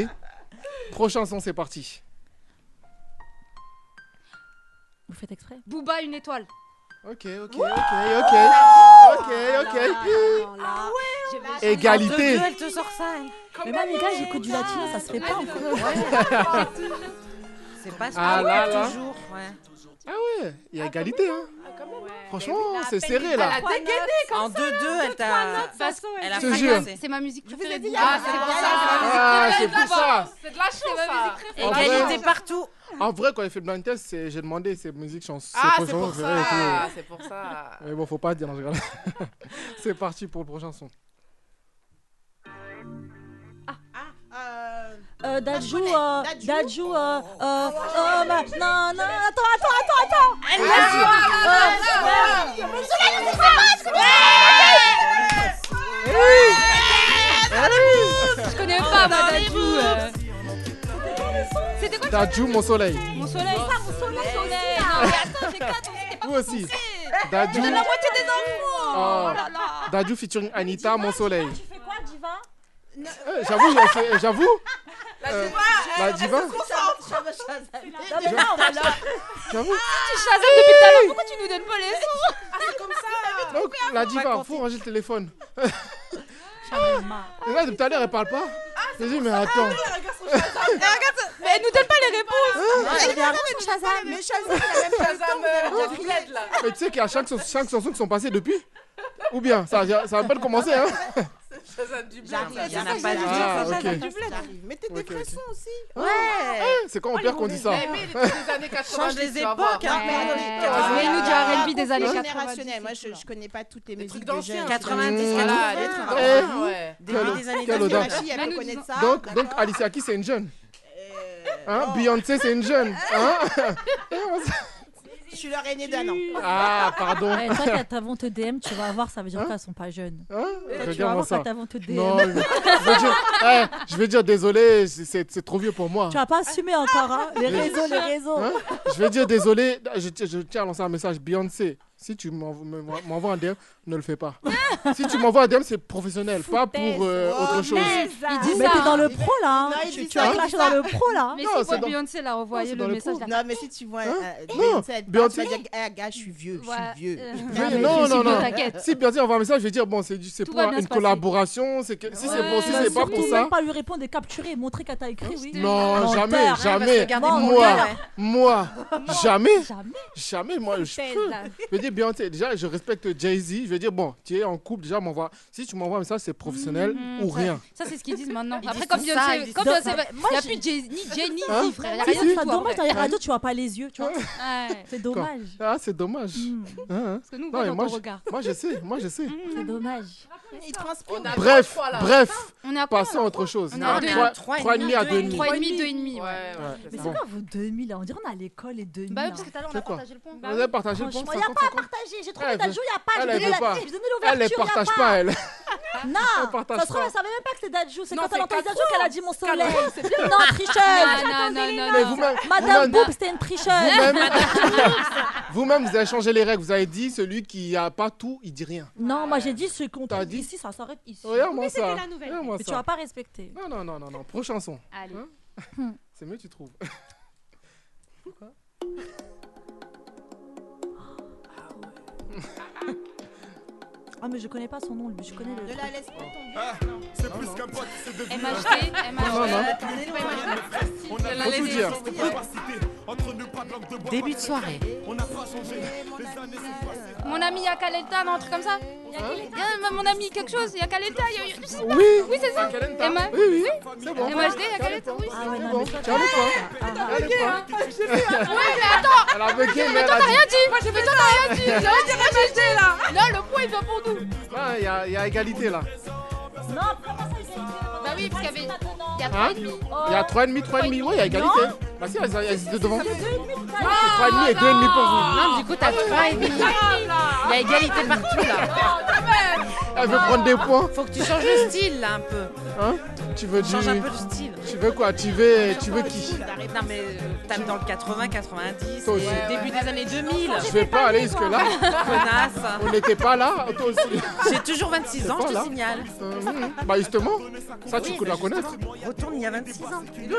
Speaker 2: Prochain son, c'est parti.
Speaker 10: Vous faites exprès
Speaker 8: Booba, une étoile.
Speaker 2: Ok, ok, ok, ok. Ok,
Speaker 5: Oh,
Speaker 8: Ah,
Speaker 2: ok.
Speaker 4: Ah
Speaker 8: Je vais-
Speaker 4: Deux,
Speaker 2: Égalité.
Speaker 4: deux, elle te sort ça. elle.
Speaker 10: Mais moi, les gars, j'écoute du latino, ça se fait pas encore.
Speaker 4: C'est pas ce
Speaker 2: Ah là
Speaker 4: qu'on
Speaker 2: là.
Speaker 4: dit toujours. ouais.
Speaker 2: Ah ouais, il y a égalité. Hein.
Speaker 5: Ah,
Speaker 2: Franchement, c'est serré
Speaker 5: Elle
Speaker 2: là.
Speaker 5: a dégainé.
Speaker 4: En 2-2, elle t'a. Elle a
Speaker 2: Je te jure.
Speaker 4: fracassé.
Speaker 8: C'est ma musique préférée. de
Speaker 4: Ah,
Speaker 8: Booba.
Speaker 4: c'est pour ça.
Speaker 2: Ah, c'est pour ça.
Speaker 5: C'est de la chance. ça.
Speaker 2: En
Speaker 4: c'est- Égalité
Speaker 2: vrai-
Speaker 4: partout.
Speaker 2: En vrai, quand j'ai fait le blind test, c'est- j'ai demandé ces musiques chansons.
Speaker 5: Ah, c'est pour ça. Ah, C'est pour ça.
Speaker 2: Mais bon, faut pas dire, non, je rigole. c'est parti pour le prochain son.
Speaker 9: Ah, euh,
Speaker 10: Euh, Dadju, euh,
Speaker 9: Dadju
Speaker 10: Dadju,
Speaker 8: Oh.
Speaker 10: euh, euh,
Speaker 8: Ah,
Speaker 6: oh,
Speaker 10: euh, ma- non, non, attends, attends, attends,
Speaker 8: Eh,
Speaker 4: Elle l'a su.
Speaker 8: ah, bah,
Speaker 6: Euh,
Speaker 8: Je connais pas, ma Dadju. euh. C'était quoi
Speaker 2: Dadju, mon soleil.
Speaker 8: Mon soleil. Mon soleil. hein. Attends, j'ai quatre.
Speaker 2: Vous aussi. Dadju.
Speaker 8: La moitié des enfants.
Speaker 2: Ah.
Speaker 8: Oh là là.
Speaker 2: Dadju featuring Anita, mon soleil.
Speaker 10: Tu fais quoi, Diva
Speaker 2: Eh, J'avoue, il y a fait- j'avoue. Euh, La diva.
Speaker 10: Non, mais là, on va
Speaker 2: J'avoue.
Speaker 8: Ah, Tu chasses depuis tout à l'heure. Pourquoi tu nous donnes pas les sons
Speaker 2: Donc, la diva, faut ranger le téléphone.
Speaker 10: le
Speaker 2: Et là, depuis tout à l'heure, elle parle pas. J'ai dit, mais attends.
Speaker 8: Ah,
Speaker 2: Euh,
Speaker 8: Mais elle nous donne pas les réponses.
Speaker 10: Shazam.
Speaker 9: Mais Shazam, il a même pas le temps
Speaker 5: Shazam,
Speaker 9: de-
Speaker 5: euh, il y a de l'aide là.
Speaker 2: Mais tu sais qu'il y a chaque, chaque chanson qui sont passées depuis Ou bien, ça, ça a pas commencé, hein
Speaker 5: Ça du
Speaker 9: J'arrive,
Speaker 5: blanc,
Speaker 9: c'est
Speaker 5: ça.
Speaker 9: ça,
Speaker 5: Ah, ok.
Speaker 9: j'arrive, j'arrive,
Speaker 5: Ah,
Speaker 9: j'arrive,
Speaker 5: ok.
Speaker 9: j'arrive, j'arrive. Mais t'es des
Speaker 5: Ok, ok.
Speaker 9: frissons aussi.
Speaker 5: Ouais.
Speaker 9: Ouais.
Speaker 2: Eh, C'est quand on perd qu'on dit ça.
Speaker 5: Mais les trucs des années 90,
Speaker 9: Change les
Speaker 5: tu vas
Speaker 9: époques,
Speaker 5: voir.
Speaker 9: hein,
Speaker 5: Ouais.
Speaker 9: merde.
Speaker 5: Ah,
Speaker 9: Ouais.
Speaker 5: nous, du
Speaker 9: Ah,
Speaker 5: R&B des années
Speaker 9: conflit
Speaker 5: 90,
Speaker 9: générationnel. Moi, je, je connais pas toutes les musiques de jeunes.
Speaker 10: 90,
Speaker 9: Voilà,
Speaker 10: 80.
Speaker 9: les trucs
Speaker 10: Ah,
Speaker 9: d'anciens,
Speaker 10: ouais.
Speaker 9: ouais.
Speaker 10: Quelle-
Speaker 9: Début des
Speaker 2: quelle
Speaker 9: années 90,
Speaker 2: audace.
Speaker 9: Rachid, elle
Speaker 2: Là,
Speaker 9: peut
Speaker 2: nous
Speaker 9: connaître
Speaker 2: disons-
Speaker 9: ça. Euh,
Speaker 2: donc, donc Alicia Keys, c'est une jeune. Hein, Beyoncé, c'est une jeune. Hein
Speaker 9: Je suis leur aînée d'un an.
Speaker 2: Ah, pardon.
Speaker 6: Eh, toi, quand elles vont te DM, tu vas voir, ça
Speaker 2: Hein
Speaker 6: veut dire qu'elles sont pas jeunes.
Speaker 2: Eh,
Speaker 6: Toi, tu vas
Speaker 2: Regarde-moi
Speaker 6: voir
Speaker 2: ça.
Speaker 6: quand elles vont te DM.
Speaker 2: Non, je je vais dire, eh, je vais dire désolé, c'est- c'est c'est trop vieux pour moi.
Speaker 6: Tu vas pas assumer encore, hein Les réseaux, les réseaux.
Speaker 2: Hein je vais dire désolé, je, ti- je tiens à lancer un message. Beyoncé, si tu m'envo- me- m'envoies un DM, ne le fais pas. si tu m'envoies un DM, c'est professionnel, pas pour euh, autre chose.
Speaker 6: Il dit mais t'es dans le pro là. hein.
Speaker 9: Non, il
Speaker 6: Tu-
Speaker 9: dit
Speaker 6: tu
Speaker 9: ça,
Speaker 6: as
Speaker 9: il
Speaker 6: clashé
Speaker 9: dit ça.
Speaker 6: dans le pro là.
Speaker 8: Mais
Speaker 2: Non,
Speaker 8: si
Speaker 2: c'est
Speaker 8: votre
Speaker 2: dans-
Speaker 8: Beyoncé l'a
Speaker 2: Non,
Speaker 8: envoyé
Speaker 2: c'est
Speaker 8: le
Speaker 2: dans le
Speaker 8: message là.
Speaker 9: Non, mais si tu vois
Speaker 2: Hein
Speaker 9: euh,
Speaker 2: Non,
Speaker 9: Beyoncé, elle parle, tu vas
Speaker 2: Beyoncé.
Speaker 9: dire, eh, gars, je suis vieux, je
Speaker 8: Ouais,
Speaker 9: suis vieux.
Speaker 8: euh,
Speaker 9: Je suis
Speaker 2: Mais
Speaker 9: vieux.
Speaker 2: non, non,
Speaker 8: Sylvio,
Speaker 2: non.
Speaker 8: t'inquiète.
Speaker 2: Si Beyoncé envoie un message, je vais dire bon, c'est du- c'est
Speaker 8: Tout
Speaker 2: pour
Speaker 8: va bien
Speaker 2: une
Speaker 8: se passer.
Speaker 2: collaboration. c'est que- Si c'est bon, si
Speaker 6: Tu vas
Speaker 2: c'est pas
Speaker 6: surtout
Speaker 2: pour ça.
Speaker 6: même pas lui répondre et capturer et montrer qu'elle t'a écrit, oui.
Speaker 2: Non,
Speaker 6: Menteur. hein,
Speaker 2: jamais, jamais.
Speaker 8: hein,
Speaker 6: regarder mon
Speaker 2: Moi,
Speaker 6: gars,
Speaker 2: moi, jamais,
Speaker 6: Jamais.
Speaker 2: jamais. Moi, je Je veux dire, Beyoncé, déjà, je respecte Jay-Z. Je veux dire, bon, tu es en couple, déjà, m'envoie. Si tu m'envoies un message, c'est professionnel
Speaker 8: Mhm,
Speaker 2: ou
Speaker 8: ça-
Speaker 2: rien.
Speaker 8: Ça, c'est ce qu'ils disent maintenant.
Speaker 5: Ils
Speaker 8: Après,
Speaker 5: disent
Speaker 8: comme
Speaker 5: tout ça, ils
Speaker 8: Beyoncé,
Speaker 5: disent
Speaker 8: comme
Speaker 6: tout
Speaker 8: Beyoncé,
Speaker 6: ça.
Speaker 8: va- il
Speaker 6: Moi,
Speaker 8: n'y a
Speaker 6: j'ai-
Speaker 8: plus de Jay- ni Jay ni
Speaker 2: Hein
Speaker 8: Z, frère. Il n'y a
Speaker 6: Si,
Speaker 8: rien
Speaker 6: c'est
Speaker 8: du
Speaker 6: pas
Speaker 8: tout. en
Speaker 6: dommage
Speaker 8: fait.
Speaker 6: dans les radios, tu vois pas les yeux, tu vois.
Speaker 8: Ouais.
Speaker 6: C'est dommage. Hmm.
Speaker 2: Ah, c'est dommage. Hein.
Speaker 8: Parce que nous,
Speaker 2: Non,
Speaker 8: on
Speaker 2: mais
Speaker 8: voit dans
Speaker 2: moi,
Speaker 8: ton
Speaker 2: je-
Speaker 8: regard. Hmm.
Speaker 2: moi, je sais, moi, je sais.
Speaker 6: C'est dommage.
Speaker 9: Il transpire.
Speaker 5: On a
Speaker 2: Bref,
Speaker 5: trois, là.
Speaker 2: bref,
Speaker 8: On est à quoi,
Speaker 2: passons à autre chose.
Speaker 8: On est à
Speaker 2: À
Speaker 8: deux,
Speaker 2: trois-
Speaker 8: trois et
Speaker 2: trois et demi à
Speaker 8: demi,
Speaker 2: deux et demi.
Speaker 8: Trois et demi, deux et demi,
Speaker 5: Ouais,
Speaker 8: ouais.
Speaker 5: ouais, c'est
Speaker 6: Mais
Speaker 5: ça.
Speaker 6: c'est quoi vos 2000 là On dirait on a l'école et 2000.
Speaker 8: Bah oui,
Speaker 6: là.
Speaker 8: parce que tout à l'heure, on
Speaker 2: C'est
Speaker 8: a
Speaker 2: quoi
Speaker 8: partagé le point.
Speaker 2: Vous avez partagé le point
Speaker 6: Franchement, y a pas à
Speaker 2: 50-50.
Speaker 6: partager. J'ai
Speaker 2: Elle
Speaker 6: trouvé d'ajou, il y a pas.
Speaker 2: elle
Speaker 6: J'ai donné
Speaker 2: veut
Speaker 6: la
Speaker 2: pas.
Speaker 6: clé, j'ai donné
Speaker 2: Elle les
Speaker 6: l'ouverture. y a
Speaker 2: partage pas, elle.
Speaker 6: Non,
Speaker 2: partage
Speaker 6: ça se trouve,
Speaker 2: pas.
Speaker 6: elle savait même pas que c'est d'adjou. C'est
Speaker 8: Non,
Speaker 6: quand
Speaker 8: c'est
Speaker 6: elle a entendu
Speaker 8: quatre
Speaker 6: d'adjou qu'elle a dit mon soleil. Non,
Speaker 8: Ah,
Speaker 6: tricheuse.
Speaker 8: non, non, non,
Speaker 2: Mais
Speaker 8: non.
Speaker 2: vous-même,
Speaker 6: Madame
Speaker 2: vous-même,
Speaker 6: Boub, c'était une tricheuse.
Speaker 2: vous-même, vous-même, vous avez changé les règles. Vous avez dit celui qui a pas tout, il dit rien.
Speaker 6: Non, moi j'ai dit ce qu'on
Speaker 2: T'as
Speaker 6: trouve
Speaker 2: dit
Speaker 6: ici, ça s'arrête ici.
Speaker 2: Regarde-moi
Speaker 8: c'était
Speaker 2: ça.
Speaker 8: la nouvelle.
Speaker 2: Regarde-moi
Speaker 6: Mais tu
Speaker 2: ça.
Speaker 6: vas pas respecter.
Speaker 2: Non, non, non, non, non. Prochaine chanson.
Speaker 8: Allez.
Speaker 2: C'est mieux, tu trouves.
Speaker 6: Ah, mais je connais pas son nom, je connais le. Oh.
Speaker 9: Ne la laisse pas
Speaker 4: C'est plus qu'un pote, c'est devenu
Speaker 8: MHD,
Speaker 2: Non, non.
Speaker 8: MHD.
Speaker 9: tomber.
Speaker 4: On a
Speaker 2: Faut tout dire.
Speaker 4: Entre nous, pas de langue de bois.
Speaker 10: Début de soirée.
Speaker 4: On n'a pas changé. Les années sont passées.
Speaker 8: Mon ami Yakalelta, un truc comme ça Hein, Mon ami quelque chose, Yakalelta,
Speaker 2: Oui.
Speaker 8: Oui, c'est ça.
Speaker 2: Calenta.
Speaker 8: Emma.
Speaker 2: Oui, oui. C'est bon.
Speaker 8: MHD, Yakalelta, oui.
Speaker 6: Ah ouais,
Speaker 2: C'est
Speaker 6: non,
Speaker 2: bon.
Speaker 6: mais
Speaker 2: Tu
Speaker 6: toi,
Speaker 2: as le point. Tu as le point. Elle a bugué, mais elle a dit.
Speaker 8: Rien dit Mais toi, t'as rien dit J'ai rien dit MHD, là Là, le point, il vient pour nous
Speaker 2: Là, Ah, il y, a- il y a égalité là.
Speaker 6: Non, pourquoi ça, il y a une-
Speaker 8: Bah oui, parce qu'il y avait... Il y a
Speaker 2: Hein
Speaker 8: trois et demi.
Speaker 2: Il y a 3,5, 3,5. Ouais, il y a égalité. Bah si, elles elles étaient devant.
Speaker 6: Il y a deux et demi tout à l'heure.
Speaker 2: 3,5 et 2,5 pour vous.
Speaker 10: Non, du coup, t'as trois et demi. Il y a égalité partout là.
Speaker 2: Elle veut prendre des points.
Speaker 10: Faut que tu changes le style là un peu.
Speaker 2: Hein Tu veux du.
Speaker 10: Change un peu le style.
Speaker 2: Tu veux quoi Tu veux, tu veux qui
Speaker 10: Non, mais euh, t'as dans le 80, 90,
Speaker 4: euh,
Speaker 2: Toi aussi.
Speaker 10: et début des années 2000.
Speaker 2: Je vais pas aller jusque là.
Speaker 10: Connasse.
Speaker 2: On n'était pas là. Toi aussi.
Speaker 10: J'ai toujours 26 ans,
Speaker 2: pas
Speaker 10: je te
Speaker 2: là.
Speaker 10: signale.
Speaker 2: Euh, hum, Bah justement, ça tu peux la connaître. Ah.
Speaker 10: Retourne il y a 26 ans.
Speaker 2: Non,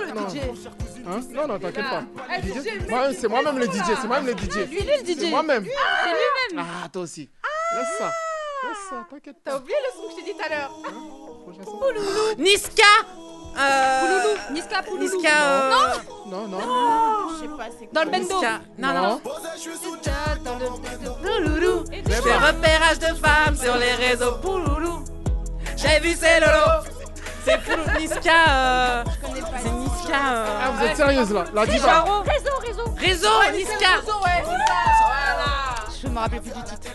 Speaker 2: Hein non, non, t'inquiète pas. DJ, moi, c'est moi-même le DJ, c'est moi-même le DJ.
Speaker 8: Lui, lui, le
Speaker 2: C'est
Speaker 8: DJ
Speaker 2: moi-même. Ah, toi aussi. Laisse ça. Laisse Ah, ça, t'inquiète
Speaker 5: T'as
Speaker 2: pas. Ah,
Speaker 5: oublié le son que je t'ai dit tout à l'heure
Speaker 2: Prochain son.
Speaker 10: Niska euh...
Speaker 8: Pouloulou Niska Pouloulou
Speaker 10: Niska euh...
Speaker 2: Non, non.
Speaker 9: Je sais pas, c'est
Speaker 8: Dans le bendo
Speaker 10: Niska. Non, non.
Speaker 8: Dans le...
Speaker 10: Pouloulou. Des repérages de femmes sur les réseaux. Pouloulou. J'ai vu c'est Lolo. C'est Pouloulou. Niska. euh, C'est Niska. euh,
Speaker 2: Ah, vous êtes sérieuse là La
Speaker 10: C'est
Speaker 2: diva.
Speaker 10: Jaro.
Speaker 6: Réseau, réseau.
Speaker 10: Réseau, Niska.
Speaker 8: Je me rappelle plus du titre.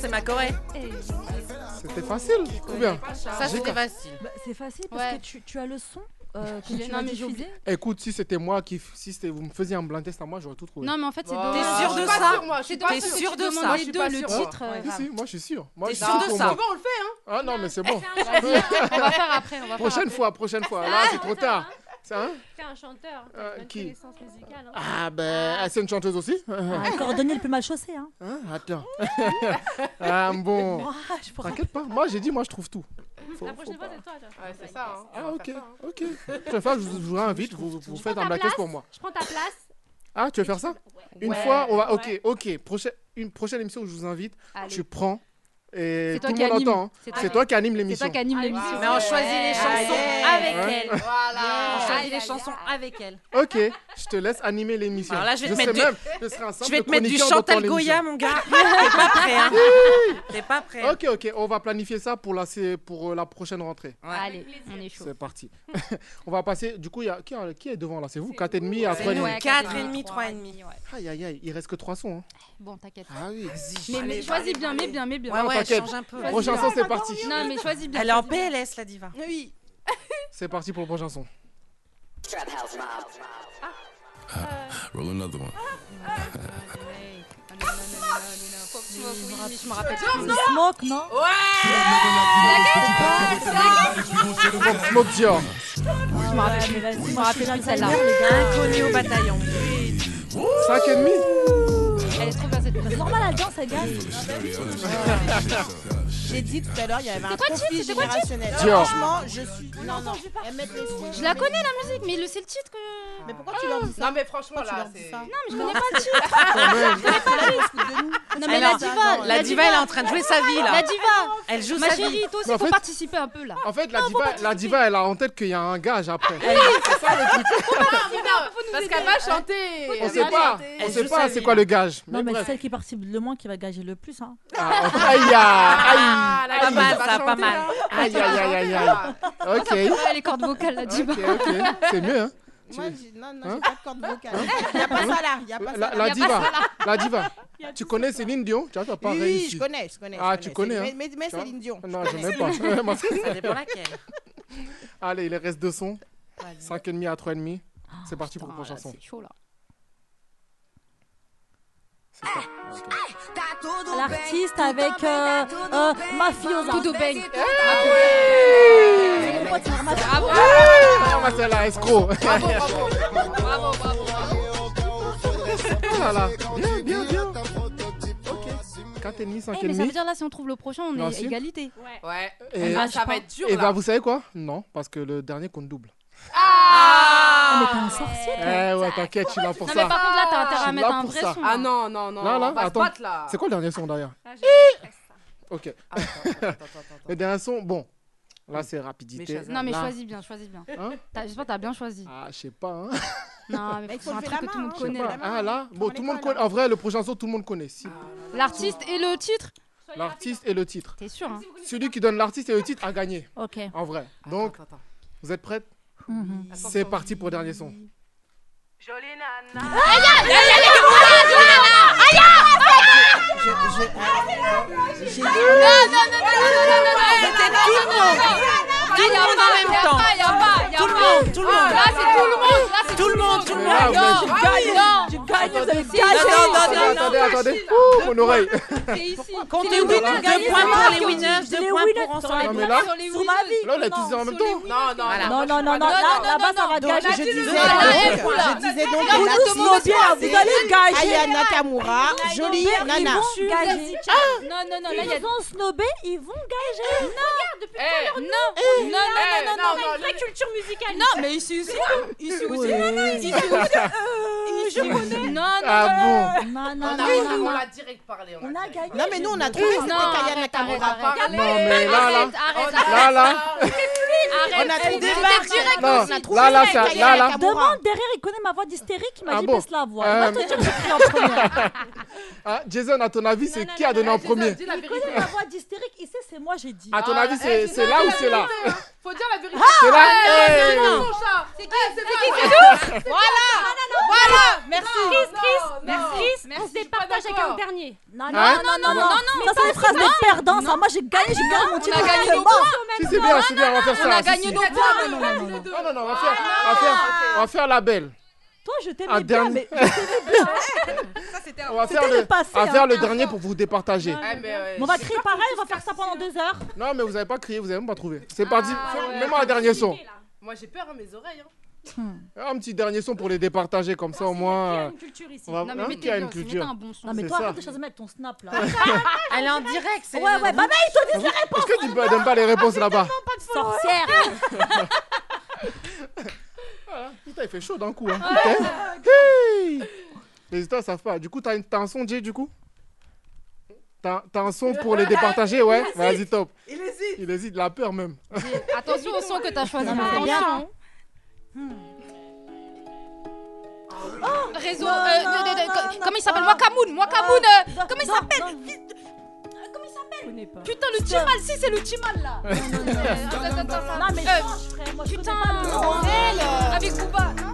Speaker 10: C'est ma Corée.
Speaker 2: Ah C'était facile, ou bien
Speaker 10: Ça, c'était facile.
Speaker 6: Bah, C'est facile
Speaker 8: Ouais.
Speaker 6: parce que tu, tu as le son euh, que
Speaker 8: l'ai-
Speaker 6: tu
Speaker 8: non,
Speaker 6: as
Speaker 8: mais j'ai
Speaker 6: diffusé.
Speaker 2: Écoute, si c'était moi qui. Si c'était- vous me faisiez un blind test à moi, j'aurais tout trouvé.
Speaker 8: Non, mais en fait, c'est
Speaker 2: Bah,
Speaker 5: Wow.
Speaker 8: deux.
Speaker 10: Bah, T'es sûr de
Speaker 5: Je suis
Speaker 10: ça
Speaker 5: pas sûre, moi, je suis pas
Speaker 10: T'es
Speaker 5: sûre.
Speaker 10: sûr de
Speaker 8: Tu
Speaker 10: ça
Speaker 8: demandes
Speaker 5: Je
Speaker 8: les
Speaker 5: suis
Speaker 8: deux,
Speaker 5: pas
Speaker 8: le
Speaker 5: sûre.
Speaker 8: titre. euh,
Speaker 2: Si, si, moi je suis sûr. Moi,
Speaker 10: T'es
Speaker 2: je suis
Speaker 10: sûr
Speaker 2: sûr
Speaker 10: de
Speaker 2: pour
Speaker 10: ça
Speaker 2: moi.
Speaker 5: Bon, on le fait, hein
Speaker 2: Ah non, mais c'est bon.
Speaker 8: On va faire Ah, après, on va faire
Speaker 2: Prochaine fois, prochaine fois. Là, c'est trop tard. hein? C'est un
Speaker 13: T'es un chanteur, t'as
Speaker 2: Euh,
Speaker 13: une bonne
Speaker 2: qui
Speaker 13: connaissance musicale. hein.
Speaker 2: Ah ben, ah, c'est une chanteuse aussi
Speaker 6: Ah, le cordonnier le plus mal chaussé. Hein.
Speaker 2: Hein Attends. ah bon.
Speaker 6: Ouah, je pourrais-
Speaker 2: T'inquiète pas, moi j'ai dit, moi je trouve tout. Faut-
Speaker 13: La
Speaker 2: faut
Speaker 13: prochaine fois,
Speaker 2: pas.
Speaker 13: c'est toi. genre.
Speaker 5: Ouais, c'est ça. hein. On
Speaker 2: Ah
Speaker 5: va
Speaker 2: ok,
Speaker 5: faire ça, hein.
Speaker 2: ok. Je vais faire, je vous je vous réinvite, vous, vous faites
Speaker 13: prends
Speaker 2: un
Speaker 13: ta
Speaker 2: black test
Speaker 13: place.
Speaker 2: pour moi.
Speaker 13: Je prends ta place.
Speaker 2: Ah, tu veux faire ça
Speaker 13: Ouais.
Speaker 2: Une
Speaker 5: Ouais.
Speaker 2: fois, on va. Ok,
Speaker 13: Ouais.
Speaker 2: ok. Prochaine, une prochaine émission où je vous invite,
Speaker 8: Allez.
Speaker 2: tu prends Et
Speaker 8: C'est
Speaker 2: tout
Speaker 8: toi
Speaker 2: le
Speaker 8: qui
Speaker 2: monde
Speaker 8: anime.
Speaker 2: entend. hein.
Speaker 8: C'est toi
Speaker 2: C'est
Speaker 8: qui-
Speaker 2: toi qui anime
Speaker 8: C'est
Speaker 2: l'émission.
Speaker 8: toi qui anime
Speaker 10: Ah
Speaker 8: l'émission.
Speaker 10: Mais on choisit les chansons avec
Speaker 2: Ouais.
Speaker 10: elle. On choisit les chansons avec elle.
Speaker 2: Ok, je te laisse animer l'émission.
Speaker 10: Alors là, je vais te
Speaker 2: sais
Speaker 10: mettre du-
Speaker 2: même, je serai un
Speaker 10: Je vais
Speaker 2: simple
Speaker 10: te mettre du
Speaker 2: chroniqueur dans ton
Speaker 10: Chantal
Speaker 2: émission.
Speaker 10: Goya, mon gars. T'es pas prêt, hein. T'es pas prêt.
Speaker 2: Ok, ok, on va planifier ça pour la, c'est- pour euh, la prochaine rentrée.
Speaker 8: Allez, on est chaud.
Speaker 2: C'est parti. on va passer. Du coup, il y a... Qui, a- qui est devant là C'est vous 4,5 à
Speaker 8: C'est
Speaker 2: 3,5
Speaker 8: nous, ouais, quatre et demi,
Speaker 10: 4,5,
Speaker 8: trois et
Speaker 10: 3,5.
Speaker 2: Aïe, aïe, aïe, il reste que 3 sons. hein.
Speaker 8: Bon, t'inquiète.
Speaker 2: Ah oui.
Speaker 8: Mais, mais choisis bien, mais bien, mais bien.
Speaker 2: Ouais, ouais, T'inquiète. change un peu.
Speaker 8: Choisis
Speaker 2: Prochain
Speaker 8: bien.
Speaker 2: son, c'est parti.
Speaker 8: Non, mais choisis bien.
Speaker 10: Elle est en
Speaker 8: choisis bien.
Speaker 10: PLS, la diva.
Speaker 8: Oui.
Speaker 2: C'est parti pour le prochain son.
Speaker 4: Roll another one.
Speaker 8: Je me rappelle. plus.
Speaker 14: Smoke, non
Speaker 2: Smoke Dior.
Speaker 8: Je me rappelle plus. Je me rappelle plus de celle-là.
Speaker 10: Inconnu au bataillon.
Speaker 2: 5,5
Speaker 8: Elle est trop bien cette
Speaker 6: C'est
Speaker 8: musique.
Speaker 6: normal, la danse, elle gagne.
Speaker 9: J'ai dit tout à l'heure, il y avait un
Speaker 8: quoi le titre
Speaker 9: conflit
Speaker 8: C'était quoi le titre
Speaker 9: générationnel.
Speaker 2: Dior.
Speaker 9: Franchement, je suis.
Speaker 8: On a
Speaker 9: Non, non,
Speaker 8: entendu parler.
Speaker 9: elles mettent les sous.
Speaker 8: Je la connais la musique, mais le- c'est le titre que.
Speaker 9: Mais pourquoi tu leur dis ça
Speaker 5: Non, mais franchement,
Speaker 9: Pourquoi tu
Speaker 5: là,
Speaker 9: leur dis
Speaker 5: c'est.
Speaker 9: ça
Speaker 8: Non, mais je connais pas le titre. Non, mais
Speaker 10: Alors,
Speaker 8: la diva.
Speaker 10: la diva, elle est en train de jouer sa vie, là.
Speaker 8: La diva.
Speaker 10: Elle joue
Speaker 8: Ma
Speaker 10: sa vie.
Speaker 8: chérie, toi
Speaker 2: Mais en
Speaker 8: aussi, faut
Speaker 2: fait-
Speaker 8: participer un peu là.
Speaker 2: En fait, la diva, la diva, elle a en tête qu'il y a un gage après.
Speaker 5: Parce qu'elle va chanter.
Speaker 2: on sait pas, on
Speaker 10: Elle
Speaker 2: sait
Speaker 10: joue
Speaker 2: pas
Speaker 10: sa
Speaker 2: c'est
Speaker 10: vie.
Speaker 2: quoi le gage.
Speaker 6: Non,
Speaker 2: Mais
Speaker 6: mais c'est
Speaker 2: bref.
Speaker 6: celle qui participe le moins qui va gager le plus. Hein.
Speaker 2: Ah, ok. Aïe, aïe,
Speaker 5: la
Speaker 10: Pas
Speaker 5: diva
Speaker 10: mal,
Speaker 5: va
Speaker 10: ça, pas
Speaker 5: chanter,
Speaker 10: mal.
Speaker 5: là.
Speaker 2: aïe, aïe, aïe, aïe, aïe. Ok,
Speaker 8: Ouais, les cordes vocales, la diva.
Speaker 2: ok, ok, c'est mieux. Hein.
Speaker 9: Moi, j'ai- non, non,
Speaker 2: Hein
Speaker 9: j'ai pas de corde vocale. Il n'y a pas ça là. Il n'y a pas ça
Speaker 2: La,
Speaker 9: là.
Speaker 2: la
Speaker 9: Y a pas
Speaker 2: diva,
Speaker 9: ça, là.
Speaker 2: la diva. Tu connais Céline Dion Tu n'as pas
Speaker 9: Oui, oui,
Speaker 2: réussi.
Speaker 9: je connais, je connais. je
Speaker 2: Ah, tu connais,
Speaker 9: C'est-
Speaker 2: hein.
Speaker 9: Mais, mais, mais
Speaker 2: Tu vois
Speaker 9: Céline Dion.
Speaker 2: Non,
Speaker 9: je
Speaker 2: je
Speaker 9: connais.
Speaker 2: n'aime pas.
Speaker 10: Ça dépend laquelle.
Speaker 2: Allez, il reste deux sons.
Speaker 10: Vas-y.
Speaker 2: 5,5 à 3,5.
Speaker 9: Oh,
Speaker 2: C'est parti pour le
Speaker 8: Putain,
Speaker 2: prochain
Speaker 8: là,
Speaker 2: son.
Speaker 8: C'est chaud là.
Speaker 2: C'est ça.
Speaker 6: L'artiste avec euh, euh, Mafiosa.
Speaker 8: Tout bang.
Speaker 6: C'est mon pote, c'est normal.
Speaker 2: Ah, bah, celle-là, escroc.
Speaker 5: Bravo, bravo, bravo.
Speaker 2: Oh là là. Bien, bien, bien. Ok. 4,5,
Speaker 8: Eh, mais ça veut
Speaker 2: 5,5.
Speaker 8: dire là, si on trouve le prochain, on
Speaker 2: Non,
Speaker 8: est
Speaker 2: si.
Speaker 8: égalité.
Speaker 5: Ouais.
Speaker 2: Et-
Speaker 5: Ah, ça va être dur
Speaker 2: Et bah,
Speaker 5: là.
Speaker 2: vous savez quoi Non, parce que le dernier compte double.
Speaker 6: Ah,
Speaker 5: Ah
Speaker 6: mais t'es un sorcier.
Speaker 2: Eh ouais, t'inquiète, je suis là pour
Speaker 8: Non, mais par
Speaker 2: ça.
Speaker 8: contre, là, t'as
Speaker 2: Je
Speaker 8: intérêt
Speaker 2: suis
Speaker 8: à mettre
Speaker 2: là
Speaker 8: un
Speaker 2: pour
Speaker 8: vrai
Speaker 2: ça.
Speaker 8: son.
Speaker 5: Ah non, non, non.
Speaker 2: Là, là,
Speaker 5: on va se
Speaker 2: attends.
Speaker 5: battre, là.
Speaker 2: C'est quoi le dernier son derrière Ok.
Speaker 5: Attends, attends, attends, attends.
Speaker 2: Le dernier son, bon. Là, c'est
Speaker 10: Mais
Speaker 2: rapidité.
Speaker 10: Shazam.
Speaker 8: Non, mais
Speaker 2: Là.
Speaker 8: choisis bien, choisis bien.
Speaker 2: Hein
Speaker 8: T'as- J'espère que t'as bien choisi.
Speaker 2: Ah, je sais pas. Hein.
Speaker 8: Non, mais
Speaker 9: il
Speaker 8: faut
Speaker 9: faut
Speaker 8: un
Speaker 9: lever
Speaker 8: truc
Speaker 9: la
Speaker 8: que
Speaker 9: main,
Speaker 8: tout le monde
Speaker 9: hein.
Speaker 8: connaît.
Speaker 9: Faut lever
Speaker 2: Ah là, bon, tout
Speaker 9: Comment
Speaker 2: le
Speaker 9: les
Speaker 2: monde
Speaker 9: cols,
Speaker 2: connaît. En vrai, le prochain son, tout le monde connaît. Si.
Speaker 8: L'artiste et le titre.
Speaker 2: L'artiste et le titre.
Speaker 8: T'es sûr, hein
Speaker 2: Celui qui donne l'artiste et le titre a gagné.
Speaker 6: Ok.
Speaker 2: En vrai.
Speaker 5: Attends,
Speaker 2: Donc,
Speaker 5: attends, attends.
Speaker 2: vous êtes prêtes
Speaker 6: Mhm.
Speaker 2: C'est parti pour le dernier son.
Speaker 5: Jolie nana.
Speaker 10: Tout le monde en même temps. Tout le monde, tout le monde. Là, c'est tout le monde. Là, c'est tout le monde, tout le
Speaker 2: Ah,
Speaker 10: monde.
Speaker 2: ouais.
Speaker 10: Tu gagnes, tu gagnes, vous avez gagné.
Speaker 2: Attendez, attendez. Ouh, mon oreille.
Speaker 8: C'est ici.
Speaker 10: Compte deux points pour les winners, deux
Speaker 6: Les
Speaker 10: points
Speaker 6: winners,
Speaker 10: pour
Speaker 6: t'aurais
Speaker 2: Non,
Speaker 10: ensemble.
Speaker 2: mais là,
Speaker 8: Sur les
Speaker 6: Sur ma vie.
Speaker 2: là, on a
Speaker 6: non.
Speaker 2: tous dit en même temps.
Speaker 5: Non, non,
Speaker 6: Non,
Speaker 5: non.
Speaker 6: non, non, non, là, là-bas, ça va
Speaker 9: Donc,
Speaker 6: gager.
Speaker 9: je disais
Speaker 10: là,
Speaker 9: donc,
Speaker 10: elle, là.
Speaker 9: je disais donc,
Speaker 6: Vous
Speaker 9: la
Speaker 6: tous nos biens, vous
Speaker 9: c'est
Speaker 6: allez gager.
Speaker 9: Ayana Kamura, jolie
Speaker 6: Ils
Speaker 9: nana.
Speaker 6: vont gager.
Speaker 8: Non, non, non, là, il y a.
Speaker 6: Ils vont snobé, ils vont gager.
Speaker 5: Eh,
Speaker 8: Non, non, non,
Speaker 5: eh,
Speaker 8: non, non,
Speaker 5: non, non.
Speaker 8: culture musicale. Non, mais ici aussi. Ici aussi. Ici aussi. Je connais. Non, non,
Speaker 2: Ah
Speaker 6: Non,
Speaker 5: On
Speaker 6: non,
Speaker 5: a-
Speaker 6: non,
Speaker 5: on a-
Speaker 6: non,
Speaker 5: on
Speaker 6: non.
Speaker 5: a direct parlé.
Speaker 6: On a
Speaker 5: direct
Speaker 6: gagné.
Speaker 9: Non, mais nous, on a trouvé c'était
Speaker 8: non.
Speaker 9: Ayana
Speaker 8: Arrête, arrête,
Speaker 9: Kamura.
Speaker 8: arrête.
Speaker 5: parlé.
Speaker 2: bon Non, mais là, là.
Speaker 8: Arrête, arrête,
Speaker 2: Là, là.
Speaker 8: arrête.
Speaker 9: On a trouvé
Speaker 8: Débarque direct.
Speaker 2: Non,
Speaker 9: on a trouvé
Speaker 2: là, là,
Speaker 9: avec
Speaker 2: ça- là,
Speaker 9: Ayana
Speaker 2: là.
Speaker 9: Kamura.
Speaker 6: Demande derrière, il connaît ma voix d'hystérique, il m'a
Speaker 2: Ah
Speaker 6: dit
Speaker 2: bon
Speaker 6: baisse la voix.
Speaker 2: Euh,
Speaker 6: Il va te dire que j'ai pris en première.
Speaker 2: Ah, Jason, à ton avis, c'est qui a donné en premier
Speaker 5: Dis la
Speaker 6: Il
Speaker 5: vérité.
Speaker 6: connaît ma voix d'hystérique, il sait c'est moi j'ai dit.
Speaker 2: À ton avis, c'est
Speaker 5: eh,
Speaker 2: c'est là ou c'est là
Speaker 5: Faut dire la vérité.
Speaker 2: C'est là Eh,
Speaker 5: Mon chat. C'est qui C'est qui
Speaker 8: Merci.
Speaker 5: Merci.
Speaker 8: On se départage avec un dernier.
Speaker 6: Non, non,
Speaker 2: Hein
Speaker 6: Ah, non,
Speaker 9: Ah,
Speaker 6: non, non, non. Ça, c'est des phrases de perdants. Ça, moi j'ai gagné, j'ai gagné mon titre.
Speaker 5: on a gagné
Speaker 6: c'est
Speaker 5: nos
Speaker 6: bon.
Speaker 2: Si, c'est bien, c'est bien, on va faire ça.
Speaker 8: On a
Speaker 2: si, si.
Speaker 8: gagné nos points.
Speaker 6: Non, non, non, non.
Speaker 2: Non, non, non, on va faire, on va faire, on va faire la belle.
Speaker 6: Toi, je
Speaker 2: Un
Speaker 6: t'aimais bien,
Speaker 2: dernier.
Speaker 6: mais
Speaker 2: On va faire
Speaker 6: C'était
Speaker 2: le,
Speaker 6: le passé,
Speaker 2: on va faire
Speaker 6: hein.
Speaker 2: le dernier pour vous départager.
Speaker 8: Ah,
Speaker 5: Eh, mais,
Speaker 10: Ah,
Speaker 5: ouais,
Speaker 6: Mais on va crier pareil, on va faire ça pendant deux heures.
Speaker 2: Non, mais vous avez pas crié, vous avez même pas trouvé. C'est parti.
Speaker 5: Ah, ouais.
Speaker 2: Même un dernier son.
Speaker 5: Moi j'ai peur à mes oreilles. hein.
Speaker 2: Un petit dernier son pour les départager comme ça au moins. euh,
Speaker 8: culture ici.
Speaker 2: on va-
Speaker 8: Non,
Speaker 2: hein,
Speaker 8: mais
Speaker 2: qui a
Speaker 8: mettez
Speaker 2: une
Speaker 8: bien, c'est- mettez
Speaker 2: culture.
Speaker 8: un bon son.
Speaker 6: Non, mais
Speaker 2: C'est
Speaker 6: toi,
Speaker 2: ça.
Speaker 6: arrête de choses mettre ton snap là.
Speaker 10: Elle est en direct, c'est.
Speaker 6: Ouais, ouais, bah, bah, ils te disent
Speaker 2: Est-ce que tu peux- donnes pas les réponses là-bas
Speaker 6: sorcière.
Speaker 8: Ah.
Speaker 2: Putain, il fait chaud d'un coup. Hein. Putain. Hey les histoires savent pas. Du coup, t'as une- t'as un son, Jay, du coup T'as t'as un son pour les départager, ouais
Speaker 8: Il
Speaker 2: Vas-y,
Speaker 8: hésite.
Speaker 2: top.
Speaker 8: Il hésite.
Speaker 2: Il hésite, la peur même.
Speaker 8: Attention au son que t'as choisi.
Speaker 2: Non, mais
Speaker 8: Attention.
Speaker 2: bien,
Speaker 8: Oh, Réseau.
Speaker 10: Non,
Speaker 8: euh, de-
Speaker 10: non,
Speaker 8: de- de-
Speaker 10: non,
Speaker 8: co-
Speaker 10: non,
Speaker 8: comment il s'appelle
Speaker 10: non.
Speaker 8: Moi, Kamoun. Moi, Kamoun. euh, comment il s'appelle Vite. Euh, Comment il s'appelle Putain, le Timal. Si, c'est le Timal là. Attends, attends, attends.
Speaker 10: Non, mais
Speaker 8: Euh,
Speaker 10: change, frère. Moi, je
Speaker 8: Putain,
Speaker 10: connais pas le nom. hein. Ah.
Speaker 8: elle, euh, avec Booba. non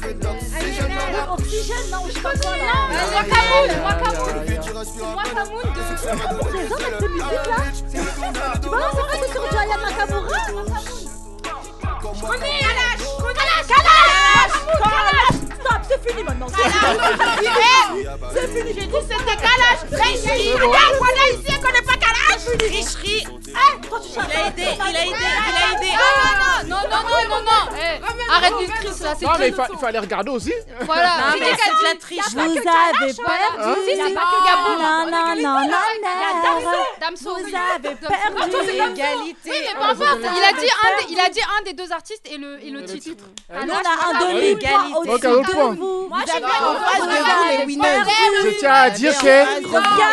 Speaker 10: Oxygène, non, Oxygène, non, je sais pas quoi là.
Speaker 8: Moi, Kamoun. Moi, Kamoun. C'est moi, Kamoun
Speaker 10: de. Les hommes avec cette musique là. Tu vois, c'est pas que sur du Aya Nakamura. Je connais Kalash. Kalash. Kalash. Kalash. Stop, c'est fini maintenant. C'est fini. J'ai dit c'était Kalash.
Speaker 15: Richerie.
Speaker 10: Kalash.
Speaker 15: Regarde,
Speaker 10: voilà ici, on connaît pas Kalash. Richerie. Il a aidé, il a aidé, il a aidé.
Speaker 8: Non, non, non, non, non. Eh, Arrête d'une crise là. C'est
Speaker 2: Non, mais il
Speaker 8: tout.
Speaker 2: fa- il fallait regarder aussi.
Speaker 8: Voilà.
Speaker 2: Non,
Speaker 8: C'est
Speaker 2: mais
Speaker 8: qui qui a
Speaker 2: c'est
Speaker 8: dit
Speaker 2: de la triche.
Speaker 8: Y a pas
Speaker 2: Vous
Speaker 8: que Kalash,
Speaker 2: avez
Speaker 8: hein.
Speaker 2: perdu.
Speaker 8: Si, si,
Speaker 2: Y a
Speaker 8: c'est
Speaker 2: pas
Speaker 8: pas que
Speaker 2: que
Speaker 8: Gabon.
Speaker 10: Non, non, non, non,
Speaker 8: La Dame Sourire.
Speaker 10: Vous avez
Speaker 8: Dame Sourire.
Speaker 10: perdu
Speaker 8: Attends, c'est comme ça.
Speaker 10: l'égalité.
Speaker 8: Oui, mais
Speaker 10: Ah,
Speaker 8: peu importe.
Speaker 10: vous avez
Speaker 8: Il a dit un
Speaker 10: perdu.
Speaker 8: des- il a dit un des deux artistes et le et le titre.
Speaker 10: Ah, nous, on
Speaker 8: Kalash,
Speaker 10: a un
Speaker 8: Kalash.
Speaker 10: demi-point au-dessus
Speaker 2: Donc, à votre point.
Speaker 10: de vous. Moi,
Speaker 8: je suis pas en face de vous, les winners.
Speaker 2: Je tiens à dire que.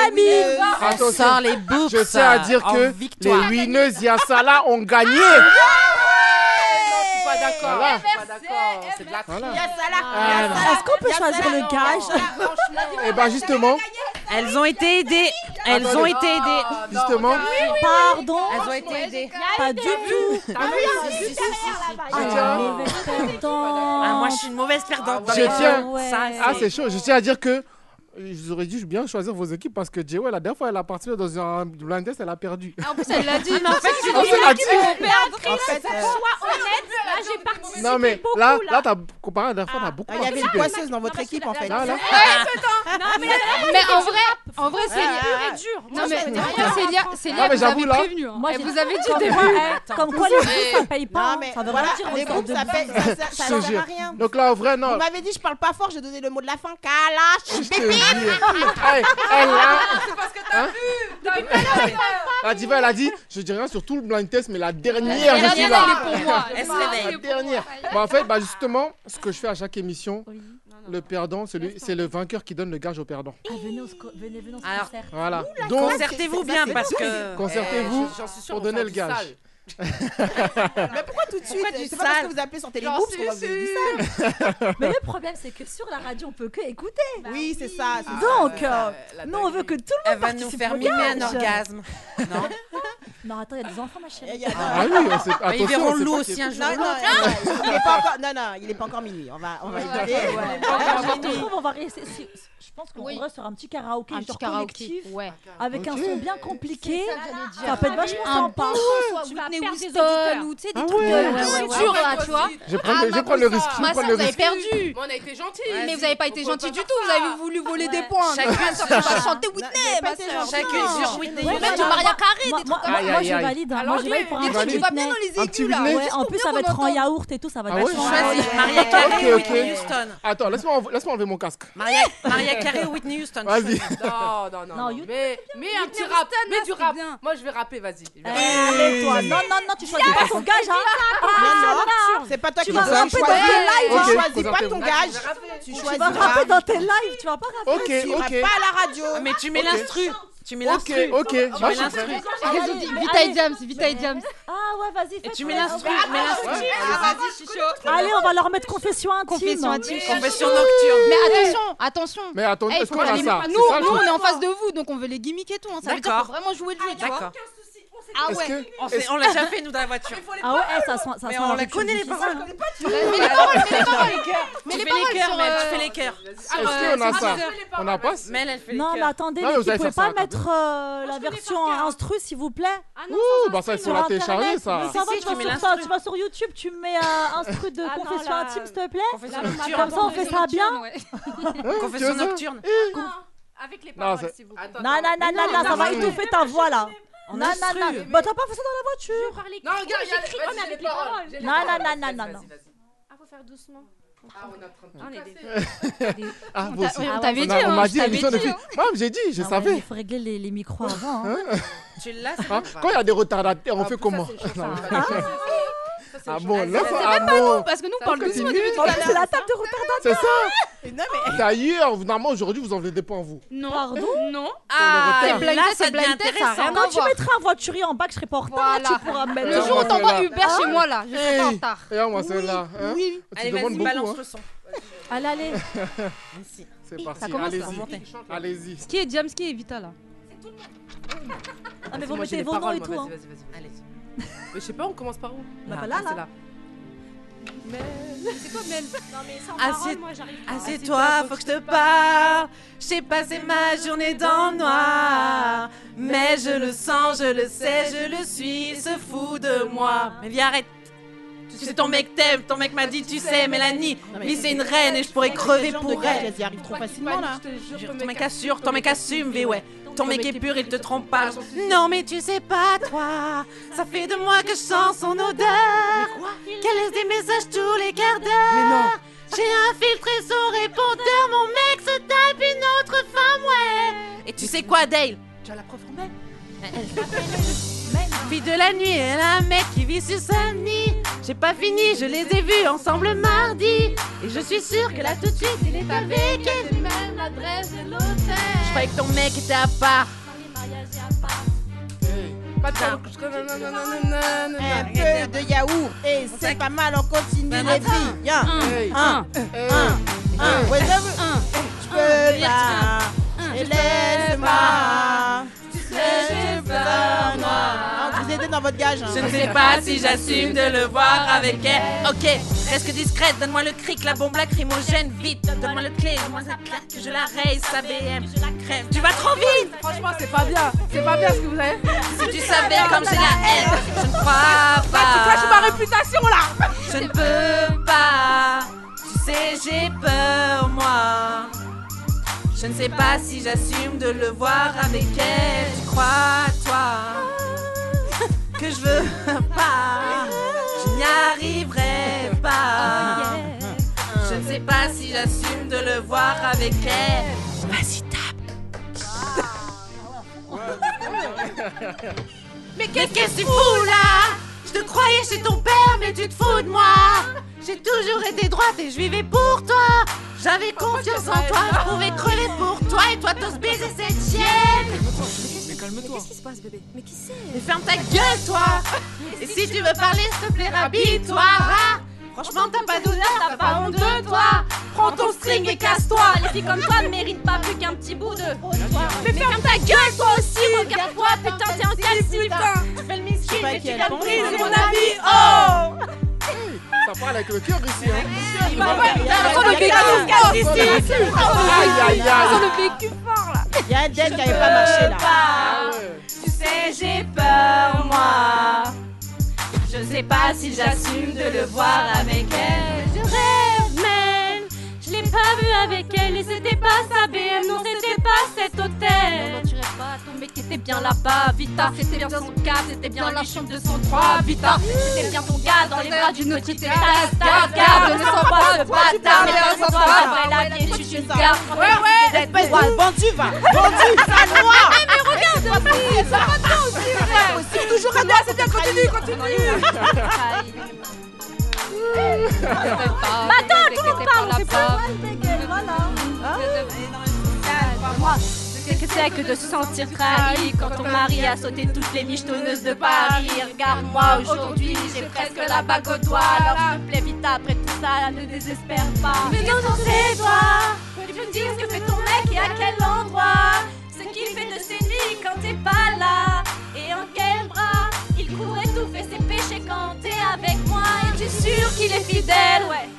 Speaker 10: Camille,
Speaker 2: Attention.
Speaker 6: sort les boucles,
Speaker 2: Je tiens à dire
Speaker 6: en
Speaker 2: que
Speaker 6: victoire.
Speaker 2: les winneuses Yassala ont gagné. Ah,
Speaker 5: suis pas d'accord.
Speaker 2: Voilà.
Speaker 5: Je suis pas d'accord. C'est de la
Speaker 2: Voilà.
Speaker 10: Est-ce qu'on peut choisir le gage Ah,
Speaker 2: Et ben justement,
Speaker 6: Elles ont été aidées. Elles
Speaker 2: Attendez.
Speaker 6: ont été aidées.
Speaker 2: Ah, Justement.
Speaker 10: Pardon.
Speaker 6: Elles ont été aidées.
Speaker 10: Pas du tout.
Speaker 2: Ah,
Speaker 10: Ah,
Speaker 2: moi, je
Speaker 10: suis une mauvaise perdante.
Speaker 4: Ah,
Speaker 2: je tiens.
Speaker 6: Ça,
Speaker 2: Ah, c'est chaud. Je tiens à dire que. euh, Vous auriez dû bien choisir vos équipes parce que Jewel, la dernière fois, elle a participé dans un blind test, elle a perdu.
Speaker 8: En plus, elle l'a dit. Mais en fait,
Speaker 2: tu
Speaker 8: c'est
Speaker 2: l'as dit.
Speaker 8: En fait,
Speaker 9: euh,
Speaker 8: sois honnête. Là, j'ai participé.
Speaker 2: Non, mais
Speaker 8: beaucoup,
Speaker 2: là, là, t'as comparé à la dernière fois, t'as beaucoup
Speaker 9: Il y avait une
Speaker 2: participé.
Speaker 9: poisseuse dans votre équipe en fait.
Speaker 2: Là, là.
Speaker 8: Eh,
Speaker 10: Ah.
Speaker 8: Mais mais en vrai, en vrai, c'est pur et dur. Non,
Speaker 10: je
Speaker 8: mais
Speaker 10: connais
Speaker 8: en
Speaker 10: rien.
Speaker 8: vrai, Célia, Célia,
Speaker 10: Ah, mais
Speaker 8: vous avez
Speaker 10: j'avoue, là.
Speaker 8: prévenu. hein.
Speaker 10: Moi,
Speaker 8: Elle
Speaker 10: j'ai-
Speaker 8: vous avez dit
Speaker 10: Comme
Speaker 8: des
Speaker 10: quoi, eh,
Speaker 8: fois.
Speaker 10: comme quoi, les groupes, ça paye pas, hein.
Speaker 9: Non, mais
Speaker 10: Ça veut
Speaker 9: voilà,
Speaker 10: rien dire,
Speaker 9: les
Speaker 10: on
Speaker 9: groupes,
Speaker 10: sort
Speaker 9: ça
Speaker 10: de
Speaker 9: paye- ça- ça- ça
Speaker 2: Je
Speaker 9: sert
Speaker 2: te
Speaker 9: à
Speaker 2: jure.
Speaker 9: rien.
Speaker 2: Donc là, en vrai, non.
Speaker 9: Vous m'avez dit, je parle pas fort, j'ai donné le mot de la fin. Kalash,
Speaker 2: Je te
Speaker 9: bébé.
Speaker 2: jure. Hey, elle, là,
Speaker 9: hein.
Speaker 8: Hein Allez,
Speaker 2: la diva, Ah, elle a dit Je dis rien sur tout le blind test, mais la dernière,
Speaker 8: La
Speaker 2: je suis
Speaker 8: dernière,
Speaker 2: là.
Speaker 8: elle est pour moi.
Speaker 2: La
Speaker 8: Elle se réveille.
Speaker 2: dernière. Bah, en fait, bah, justement, ce que je fais à chaque émission, le perdant, celui- c'est le vainqueur qui donne le gage au perdant.
Speaker 10: Ah, venez, au sco- venez, venez, on se
Speaker 8: Ah,
Speaker 6: Alors,
Speaker 10: concerte.
Speaker 2: Voilà.
Speaker 6: Donc, concertez-vous bien parce que.
Speaker 2: Concertez-vous
Speaker 5: Eh, j'en suis sûre,
Speaker 2: pour
Speaker 5: on
Speaker 2: donner
Speaker 5: sort
Speaker 2: le
Speaker 5: du
Speaker 2: gage.
Speaker 5: sale.
Speaker 9: Mais pourquoi tout de suite
Speaker 6: Pourquoi du
Speaker 9: C'est pas parce que
Speaker 6: sale
Speaker 9: vous appelez sur
Speaker 5: J'en
Speaker 9: Télébourse
Speaker 5: suis
Speaker 9: qu'on va vous donner du
Speaker 5: sûre.
Speaker 9: sale.
Speaker 10: Mais le problème, c'est que sur la radio, on peut que écouter.
Speaker 8: Bah
Speaker 9: Oui, c'est ça. c'est ça.
Speaker 10: Donc, euh, nous, on veut que tout le monde
Speaker 6: Elle va nous
Speaker 10: participe
Speaker 6: faire
Speaker 10: au
Speaker 6: mimer un
Speaker 10: gage.
Speaker 6: orgasme. Non
Speaker 10: Non, attends, il y a des enfants, ma
Speaker 9: Il
Speaker 10: chérie.
Speaker 9: y a-
Speaker 2: Ah oui, on sait-
Speaker 6: Mais Ils
Speaker 2: attention,
Speaker 6: verront
Speaker 2: on sait
Speaker 6: le loup
Speaker 2: pas
Speaker 6: aussi
Speaker 2: qui-
Speaker 6: un jour.
Speaker 9: Non, non, non, il est pas encore. Non, non, il est pas encore minuit. On va, on va y aller.
Speaker 10: Je trouve on va rester. si- Je pense qu'on
Speaker 8: Oui.
Speaker 10: reste sur un petit karaoké,
Speaker 8: Un
Speaker 10: genre
Speaker 8: petit karaoké.
Speaker 10: collectif,
Speaker 8: Ouais.
Speaker 10: avec un
Speaker 2: Ok.
Speaker 10: son bien compliqué.
Speaker 8: C'est ça que j'allais dire.
Speaker 10: Ça peut être vachement
Speaker 8: Un
Speaker 10: sympa. Ah
Speaker 8: bon soit Whitney Houston ou tu sais des trucs de dur là, tu vois.
Speaker 2: Ah Je vais prendre le- je vais prendre le risque. je vais
Speaker 8: Ma soeur,
Speaker 2: prendre le
Speaker 8: vous avez
Speaker 2: risque.
Speaker 8: perdu.
Speaker 5: Mais on a été gentils.
Speaker 8: Mais vous avez pas été gentil du tout, vous avez
Speaker 6: Ah.
Speaker 8: voulu voler des points.
Speaker 6: Chacune
Speaker 8: Ma soeur,
Speaker 6: se-
Speaker 8: tu vas chanter
Speaker 9: j'ai
Speaker 8: Whitney, bah,
Speaker 9: pas
Speaker 8: ma
Speaker 9: été
Speaker 8: soeur.
Speaker 9: gentille.
Speaker 6: Chacune sur Whitney.
Speaker 10: Ouais,
Speaker 8: Même
Speaker 10: mais
Speaker 8: du
Speaker 10: alors,
Speaker 8: Maria Carré, des
Speaker 10: Moi,
Speaker 8: trucs
Speaker 10: moi,
Speaker 8: comme
Speaker 2: Aïe,
Speaker 10: moi,
Speaker 2: aïe,
Speaker 10: je
Speaker 2: aïe.
Speaker 10: valide. hein. Moi,
Speaker 8: Alors,
Speaker 10: je valide pour un
Speaker 8: des
Speaker 10: petit
Speaker 8: trucs qui va bien dans
Speaker 10: Whitney.
Speaker 8: les
Speaker 2: Un petit
Speaker 8: aigus là.
Speaker 2: Whitney.
Speaker 10: Ouais, en plus, ça va être en yaourt et tout, ça va
Speaker 2: Ah
Speaker 10: être
Speaker 2: ouais,
Speaker 10: vachement
Speaker 2: je
Speaker 10: bien.
Speaker 6: Choisis Maria Carey
Speaker 2: Ok,
Speaker 6: ou
Speaker 2: ok.
Speaker 6: Whitney Houston.
Speaker 2: Attends, laisse-moi enle- laisse-moi enlever mon casque.
Speaker 6: Maria, Maria Carey ou Whitney Houston.
Speaker 2: Vas-y.
Speaker 5: Non, non, non.
Speaker 10: Non,
Speaker 5: non.
Speaker 10: you-
Speaker 5: Mais, mais un petit rap. Mais du rap. Moi, je vais rapper, vas-y. Je vais
Speaker 10: Eh,
Speaker 5: rapper.
Speaker 10: mais toi, non, non, non, tu choisis pas ton gage, hein.
Speaker 9: Non, non, c'est pas toi qui
Speaker 10: vas
Speaker 9: dois
Speaker 10: rapper dans
Speaker 9: choisir.
Speaker 2: tes lives,
Speaker 9: Tu
Speaker 2: hein.
Speaker 9: choisis
Speaker 2: Ok,
Speaker 9: pas
Speaker 5: Vas-y,
Speaker 9: ton
Speaker 5: je
Speaker 9: gage.
Speaker 5: vais rapper.
Speaker 9: Tu
Speaker 10: Tu
Speaker 9: choisis
Speaker 10: vas
Speaker 9: pas.
Speaker 10: rapper dans tes lives, tu vas pas rapper.
Speaker 2: Ok,
Speaker 9: Tu iras
Speaker 2: ok.
Speaker 9: pas à la radio.
Speaker 6: Ah, Mais tu mets l'instru. Tu mets l'instru.
Speaker 2: Ok, ok. Bah,
Speaker 6: Tu
Speaker 2: je
Speaker 6: mets
Speaker 2: suis prêt.
Speaker 6: l'instru.
Speaker 10: Allez,
Speaker 8: Vas-y,
Speaker 10: mais
Speaker 8: Vitaille
Speaker 10: allez.
Speaker 8: James, Vitaille James.
Speaker 10: Ah ouais, vas-y, fais
Speaker 6: Et tu mets l'instru. Mets l'instru. Ah,
Speaker 10: Ah,
Speaker 6: Allez-y.
Speaker 10: Allez, on va leur mettre confession intime.
Speaker 8: Confession intime.
Speaker 6: Confession nocturne.
Speaker 8: Mais attention, attention.
Speaker 2: Mais attends,
Speaker 8: Eh,
Speaker 2: est-ce
Speaker 8: faut
Speaker 2: qu'on
Speaker 8: pas
Speaker 2: a
Speaker 8: les-
Speaker 2: ça C'est
Speaker 8: Nous,
Speaker 2: ça le
Speaker 8: nous, on
Speaker 2: truc.
Speaker 8: est en face de vous, donc on veut les gimmick et tout. hein. Ça veut dire
Speaker 6: D'accord.
Speaker 8: qu'il faut vraiment jouer le jeu, tu vois.
Speaker 6: D'accord.
Speaker 8: Ah
Speaker 2: Est-ce
Speaker 8: ouais.
Speaker 2: que-
Speaker 6: On s'est- On l'a déjà fait, nous, dans la voiture.
Speaker 10: Ah ouais, eh, ça sent ça
Speaker 6: Mais
Speaker 10: sent
Speaker 6: on
Speaker 10: la
Speaker 6: la
Speaker 10: rupture
Speaker 6: connaît, les
Speaker 10: difficile.
Speaker 6: paroles.
Speaker 8: Mais les paroles, mais les paroles. Mais
Speaker 6: Tu
Speaker 8: les
Speaker 6: fais
Speaker 8: paroles
Speaker 6: les cœurs,
Speaker 8: sur,
Speaker 6: mais elle,
Speaker 8: euh,
Speaker 6: tu fais les cœurs.
Speaker 2: Est-ce qu'on a ça On a pas ça
Speaker 6: Mais elle, elle fait les
Speaker 10: Non, mais
Speaker 6: cœurs.
Speaker 10: attendez,
Speaker 2: Non, mais
Speaker 10: les
Speaker 2: vous
Speaker 10: filles,
Speaker 2: allez
Speaker 10: pouvez
Speaker 2: faire
Speaker 10: pas
Speaker 2: ça,
Speaker 10: mettre euh, la version instru, s'il vous plaît
Speaker 6: Ah
Speaker 2: Ouh, bah ça, il faut
Speaker 10: Sur
Speaker 2: la
Speaker 10: Internet.
Speaker 2: télécharger, ça.
Speaker 10: Mais ça va,
Speaker 6: Si,
Speaker 10: tu
Speaker 6: tu mets
Speaker 10: vas sur-
Speaker 6: l'instru.
Speaker 10: tu vas sur YouTube, tu mets euh, instru de
Speaker 3: Ah non,
Speaker 10: confession
Speaker 3: là-
Speaker 10: intime, s'il te plaît.
Speaker 6: Confession
Speaker 10: Comme
Speaker 6: nocturne.
Speaker 10: ça, on fait ça bien
Speaker 2: Hein,
Speaker 6: Confession
Speaker 2: tu veux ça
Speaker 6: nocturne.
Speaker 3: Avec les
Speaker 2: Non,
Speaker 3: paroles,
Speaker 2: c'est-
Speaker 3: s'il vous plaît.
Speaker 5: Attends,
Speaker 10: Non, non, non, non, non, ça va
Speaker 2: non,
Speaker 10: étouffer ta voix, là
Speaker 6: En
Speaker 10: Non, non,
Speaker 6: instru.
Speaker 10: non Bah, t'as pas fait ça dans la voiture
Speaker 3: Parler-
Speaker 5: Non, regarde,
Speaker 3: Oui, j'écris
Speaker 5: vas-y,
Speaker 3: comme
Speaker 5: j'ai
Speaker 3: avec
Speaker 5: les
Speaker 3: les
Speaker 5: paroles,
Speaker 3: paroles.
Speaker 5: j'ai les
Speaker 10: Non,
Speaker 5: paroles.
Speaker 10: non, non,
Speaker 5: Vas-y,
Speaker 10: non,
Speaker 5: vas-y,
Speaker 10: non.
Speaker 5: vas-y.
Speaker 3: Ah, faut faire doucement.
Speaker 5: Ah, on est en train de
Speaker 3: On est
Speaker 5: tout
Speaker 3: des-
Speaker 5: casser.
Speaker 2: Ah, vous
Speaker 8: T'as-
Speaker 2: aussi.
Speaker 8: oui,
Speaker 10: Ah
Speaker 8: On
Speaker 10: ouais,
Speaker 8: t'avait
Speaker 2: On
Speaker 8: dit,
Speaker 2: a, on
Speaker 8: hein,
Speaker 2: a
Speaker 8: je
Speaker 2: dit
Speaker 8: t'avais
Speaker 2: l'émission
Speaker 8: dit,
Speaker 2: depuis.
Speaker 8: hein.
Speaker 2: Moi, j'ai dit, je
Speaker 10: Ah ouais, mais
Speaker 2: savais.
Speaker 10: Il faut régler les, les micros avant. hein.
Speaker 6: Tu l'as, ça
Speaker 2: Hein,
Speaker 6: va.
Speaker 2: Quand il y a des retardataires, on
Speaker 5: Ah, plus,
Speaker 2: fait
Speaker 5: ça,
Speaker 2: comment
Speaker 5: c'est le chauffeur.
Speaker 2: Non, mais-
Speaker 5: Ah, ça, c'est- ça, c'est le
Speaker 2: Ah
Speaker 5: chauffeur.
Speaker 2: bon, là,
Speaker 5: Ah,
Speaker 2: ah bon,
Speaker 8: Parce que nous, on parle
Speaker 2: continue.
Speaker 8: doucement depuis tout
Speaker 10: En
Speaker 8: à
Speaker 10: plus, c'est
Speaker 8: l'heure.
Speaker 10: la table de retard
Speaker 2: c'est ça
Speaker 16: D'ailleurs, normalement, aujourd'hui, vous en vendez pas en vous.
Speaker 2: Ah,
Speaker 10: Non.
Speaker 6: Pardon
Speaker 10: Non.
Speaker 6: Ah,
Speaker 10: C'est
Speaker 6: là,
Speaker 10: blind test,
Speaker 6: ça
Speaker 10: c'est blind
Speaker 6: devient
Speaker 10: test, ça a rien
Speaker 6: intéressant.
Speaker 10: à
Speaker 6: Quand tu
Speaker 10: voir.
Speaker 6: mettras un voiturier en bas que je serai pas en retard, là, tu pourras me mettre.
Speaker 10: Le jour où t'envoies Uber chez moi, là, je serai pas en
Speaker 16: Hey,
Speaker 10: retard.
Speaker 16: Regarde-moi celle-là. hein.
Speaker 10: Hein oui.
Speaker 16: Tu
Speaker 10: Allez,
Speaker 16: demandes
Speaker 10: vas-y,
Speaker 16: beaucoup,
Speaker 10: balance
Speaker 16: hein.
Speaker 10: le son.
Speaker 11: Allez, allez.
Speaker 16: C'est parti.
Speaker 10: Ça commence, ça.
Speaker 16: Allez-y. Allez-y.
Speaker 10: Qui est James, qui est Vita là
Speaker 6: Ah, mais vous
Speaker 5: Moi, j'ai
Speaker 6: mettez
Speaker 5: les
Speaker 6: vos noms
Speaker 5: paroles,
Speaker 6: et
Speaker 5: moi,
Speaker 6: tout. hein.
Speaker 5: Vas-y, vas-y, vas-y. Allez. Mais je sais pas, on commence par où
Speaker 6: Bah,
Speaker 5: Ah,
Speaker 6: là, là.
Speaker 5: c'est
Speaker 10: C'est quoi Mel Non mais sans
Speaker 4: Assieds-
Speaker 10: parole, moi j'arrive pas.
Speaker 4: Assieds-toi, faut que je te parle. J'ai passé ma journée dans le noir. Mais je le sens, je le sais, je le suis, ce fou de moi. Mais viens, arrête. Tu sais, ton mec t'aime, ton mec m'a dit, tu sais, Mélanie,
Speaker 9: Non, mais-
Speaker 4: lui c'est une reine et je pourrais crever pour elle.
Speaker 9: Il arrive trop facilement là.
Speaker 4: Jure, ton mec assure, ton mec assume, mais ouais. Ton mec est pur, il te trompe pas. Non, mais tu sais pas, toi, ça fait de moi que je sens son odeur. Qu'elle laisse des messages tous les quarts d'heure. J'ai infiltré son répondeur, mon mec se tape une autre femme, ouais. Et tu sais quoi, Dale Tu as la preuve en main Fille de la nuit, elle a un mec qui vit sur Samedi. J'ai pas fini, je les ai vus ensemble mardi. Et je suis sûre que là tout de suite, il est avec elle.
Speaker 10: même l'adresse de l'hôtel.
Speaker 4: Je croyais que ton mec était à part.
Speaker 5: Pas de paroles.
Speaker 9: Un peu de yaourt et Eh, c'est pas mal, on continue
Speaker 4: Ben,
Speaker 9: les
Speaker 4: attends.
Speaker 9: filles. Un,
Speaker 4: Hey.
Speaker 9: un, un, un. Ouais, j'avoue. Je peux pas. Je laisse pas. Je peux pas, moi. Ah, Vous étiez dans votre gage. hein.
Speaker 4: Je ne sais pas si j'assume de le voir avec elle. Ok, reste discrète, donne-moi le cric, la bombe lacrymogène, vite. Donne-moi le clé, donne-moi la claque, que je la raise, sa BM, je la crève. Tu vas trop vite
Speaker 5: Franchement, c'est pas bien. C'est pas bien ce que vous avez.
Speaker 4: Si tu savais comme j'ai la haine, je ne crois
Speaker 5: Bah, Tu clashes ma
Speaker 4: pas.
Speaker 5: réputation là.
Speaker 4: Je ne peux pas, tu sais, j'ai peur, moi. Je ne sais pas si j'assume de le voir avec elle. Tu crois, toi, que je veux pas. Je n'y arriverai
Speaker 5: Oh,
Speaker 4: pas. Je ne sais pas si j'assume de le voir avec elle. Bah, Vas-y, tape. Mais qu'est-ce que tu fous là Je te croyais chez ton père, mais tu te fous de moi. J'ai toujours été droite et je vivais pour toi. J'avais confiance en toi, je pouvais crever pour toi et toi t'oses baiser cette chienne.
Speaker 10: Mais calme-toi. Qu'est-ce qui se passe, bébé Mais qui c'est
Speaker 4: Mais ferme ta gueule, toi Et si tu veux parler, s'il te plaît, rhabille-toi hein. Franchement, t'as pas d'honneur, t'as pas honte de toi Prends ton string et casse-toi
Speaker 10: Les filles comme toi ne méritent pas plus qu'un petit bout de trottoir.
Speaker 4: Mais ferme ta gueule, toi aussi
Speaker 10: Regarde-toi, putain, t'es un calcitin. Tu fais le miskin,
Speaker 4: pas
Speaker 10: mais tu
Speaker 4: quel hein.
Speaker 10: viens de
Speaker 4: bon
Speaker 10: briser
Speaker 4: sens.
Speaker 10: mon ami. Oh
Speaker 16: Ça parle avec le cœur ici. hein.
Speaker 10: Il va pas
Speaker 4: On oublie qu'on se casse ici.
Speaker 2: Oh,
Speaker 16: Aïe, aïe, aïe.
Speaker 9: Il y a un deck qui avait pas marché là.
Speaker 4: pas. Tu sais, j'ai peur, moi. Je sais pas si j'assume de le voir avec elle.
Speaker 1: Je rêve même, je l'ai pas vu avec elle et c'était pas sa BM, non c'était pas cet hôtel.
Speaker 10: Non, non, tu rêves pas, ton mec était bien là-bas, Vita. Ah, C'était bien son cas, c'était bien la chambre 203, Vita. C'était bien ton gars dans les bras d'une petite tasse. Garde, garde, ne sens pas de bâtard, mais dans son travail, la vie est juste une garde. Ouais, ouais,
Speaker 9: Espèce de vendu va. Vendu, sale noir. C'est toujours à moi, c'est bien, continue, continue.
Speaker 10: Matin, tout le monde parle, c'est pas
Speaker 6: Hein?
Speaker 10: moi. Qu'est-ce que c'est que de se sentir trahi quand ton mari a sauté toutes les michetonneuses de Paris Regarde-moi aujourd'hui, j'ai presque la bague au doigt Alors s'il te plaît, vite après tout ça, ne désespère pas Mais non, non, c'est toi Tu peux me dire ce que fait ton mec et à quel endroit Ce qu'il fait de ses nuits quand t'es pas là Et en quel bras Il court étouffer ses péchés quand t'es avec moi Es-tu sûr qu'il est fidèle Ouais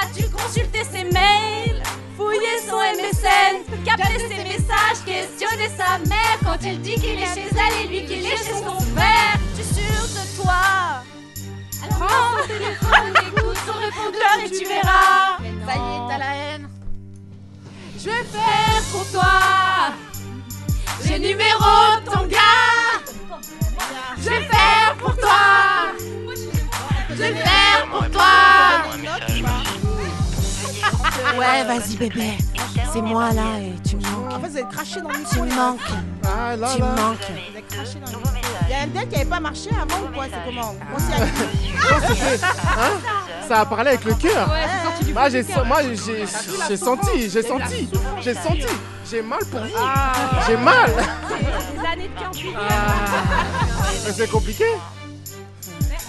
Speaker 10: As-tu consulté ses mails Fouiller son MSN, capter ses messages, questionner sa mère quand elle dit qu'il est chez elle et lui qu'il est chez son père. Tu es sûr de toi Alors prends son téléphone, écoute son répondeur et tu verras. Ça y est, t'as la haine. Je vais faire pour toi. J'ai le numéro de ton gars. Je vais faire pour toi. Je vais faire pour toi.
Speaker 4: Ouais, vas-y, bébé. C'est moi là et tu me manques.
Speaker 9: En fait, vous êtes craché dans le
Speaker 4: Tu
Speaker 9: micro.
Speaker 4: me
Speaker 9: là.
Speaker 4: manques.
Speaker 16: Ah, là,
Speaker 4: Tu me
Speaker 16: là.
Speaker 4: manques.
Speaker 9: Vous êtes craché dans le micro. Il y a un deck qui avait pas marché avant ou quoi C'est comment On s'y
Speaker 4: Hein?
Speaker 16: Ça a parlé avec le cœur.
Speaker 10: Ouais, c'est
Speaker 2: j'ai- Moi, j'ai moi, j'ai- j'ai- j'ai senti, j'ai senti, j'ai senti. J'ai mal pour vous. J'ai mal.
Speaker 17: Des années de camp.
Speaker 2: Mais C'est compliqué.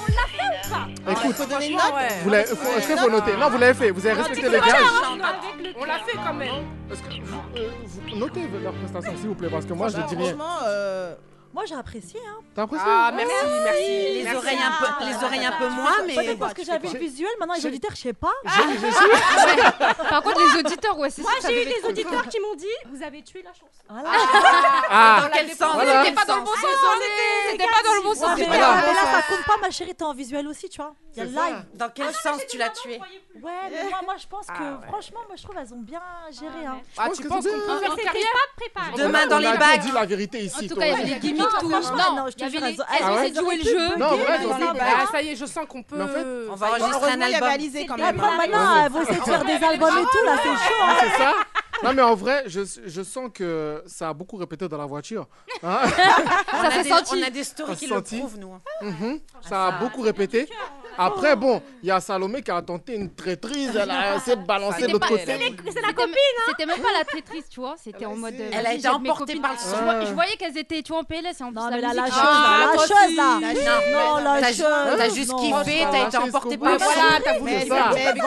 Speaker 17: On l'a fait ou pas
Speaker 2: Bah, Écoute,
Speaker 17: Ah, Faut donner une
Speaker 2: franchement,
Speaker 17: note.
Speaker 2: vous l'avez- faut- est-ce qu'il faut noter Non, vous l'avez fait. Vous avez respecté les
Speaker 17: hein.
Speaker 2: gages.
Speaker 9: On l'a fait quand même.
Speaker 2: Vous- Notez leur prestation, s'il vous plaît, parce que moi, je ne dis rien.
Speaker 6: euh, Moi j'ai apprécié. Hein.
Speaker 2: T'as apprécié
Speaker 6: Ah,
Speaker 10: merci,
Speaker 6: merci,
Speaker 10: merci. Les
Speaker 6: merci.
Speaker 10: oreilles un peu- les oreilles un peu
Speaker 6: Je
Speaker 10: moins,
Speaker 6: fais-
Speaker 10: mais-
Speaker 6: Je fais parce que
Speaker 10: Je
Speaker 6: j'avais
Speaker 10: sais
Speaker 6: le
Speaker 10: pas.
Speaker 6: visuel, maintenant les auditeurs, je sais pas.
Speaker 8: Ah Par contre, les auditeurs, ouais, c'est
Speaker 6: Moi,
Speaker 8: ça. ça
Speaker 6: Ah, j'ai
Speaker 8: devait
Speaker 6: eu des
Speaker 8: être cool.
Speaker 6: auditeurs
Speaker 18: qui m'ont dit, vous avez tué la chanson.
Speaker 2: Ah.
Speaker 8: Dans quel sens
Speaker 2: Voilà.
Speaker 8: C'était pas dans le bon sens.
Speaker 6: Ah,
Speaker 8: on
Speaker 6: mais
Speaker 8: était- C'était
Speaker 6: regarde,
Speaker 8: pas dans le bon
Speaker 6: si-
Speaker 8: sens.
Speaker 6: Ouais,
Speaker 8: c'était
Speaker 6: mais
Speaker 8: pas dans
Speaker 6: là,
Speaker 8: le bon
Speaker 6: mais là,
Speaker 8: sens.
Speaker 6: ça compte pas, ma chérie, t'es en visuel aussi, tu vois. Il y a le
Speaker 10: C'est ça.
Speaker 6: live. Ah,
Speaker 10: Dans quel sens tu l'as tué
Speaker 6: Ouais, mais moi, moi, je pense que,
Speaker 10: Ah ouais.
Speaker 6: franchement, moi, je trouve qu'elles ont bien géré. hein.
Speaker 10: Ah, tu Je pense que penses c'est qu'on peut bien. faire
Speaker 6: C'était
Speaker 10: carrière
Speaker 6: pas préparé.
Speaker 2: Demain
Speaker 10: Demain dans
Speaker 2: on
Speaker 10: les
Speaker 2: a
Speaker 10: bacs.
Speaker 2: dit la vérité ici.
Speaker 8: En tout
Speaker 2: toi.
Speaker 8: cas, il y avait les gimmicks, tout. hein. Non,
Speaker 6: franchement, non, je te
Speaker 8: il y
Speaker 6: jure,
Speaker 8: avait
Speaker 6: elles
Speaker 8: les-
Speaker 6: ont-
Speaker 5: Ah
Speaker 8: elles ont essayé de jouer le jeu.
Speaker 2: Non,
Speaker 8: Des-
Speaker 2: bref,
Speaker 8: des-
Speaker 2: dans les
Speaker 8: des-
Speaker 2: bacs.
Speaker 8: Ah, ça y est, je sens qu'on peut.
Speaker 2: Mais en fait,
Speaker 8: on
Speaker 2: va enregistrer
Speaker 8: heureusement,
Speaker 2: un
Speaker 8: il y avait
Speaker 2: album.
Speaker 8: Alizé quand
Speaker 6: Mais
Speaker 8: même.
Speaker 5: Bah,
Speaker 6: après, maintenant, elles vont essayer de faire des albums et tout, là, c'est chaud.
Speaker 2: Ah,
Speaker 6: hein.
Speaker 2: c'est ça Non, mais en vrai, je, je sens que ça a beaucoup répété dans la voiture. Hein
Speaker 10: On a des- On a des
Speaker 2: Ça
Speaker 10: stories
Speaker 2: s'est
Speaker 10: qui le
Speaker 2: senti.
Speaker 10: prouvent, nous.
Speaker 2: Mhm. Ça a beaucoup répété. Après, bon, il y a Salomé qui a tenté une traîtrise, elle a essayé de balancer de l'autre côté.
Speaker 8: C'est la copine, C'était même pas la traîtrise, tu vois. C'était en mode. euh,
Speaker 10: Elle a
Speaker 8: vas-y,
Speaker 10: été
Speaker 8: j'ai de mes
Speaker 10: emportée
Speaker 8: copines.
Speaker 10: par le
Speaker 8: Je
Speaker 10: son.
Speaker 8: vois- Je voyais qu'elles étaient, tu vois, en PLS. et En plus,
Speaker 6: Non, mais là,
Speaker 8: musique-
Speaker 6: la chose,
Speaker 10: Ah,
Speaker 6: là, la
Speaker 10: toi
Speaker 6: chose,
Speaker 10: aussi.
Speaker 6: là.
Speaker 10: Non,
Speaker 6: Non, la
Speaker 10: t'as
Speaker 6: chose.
Speaker 10: ju- t'as juste kiffé, t'as été emporté par le son. Mais
Speaker 6: Mais
Speaker 10: c'est bon,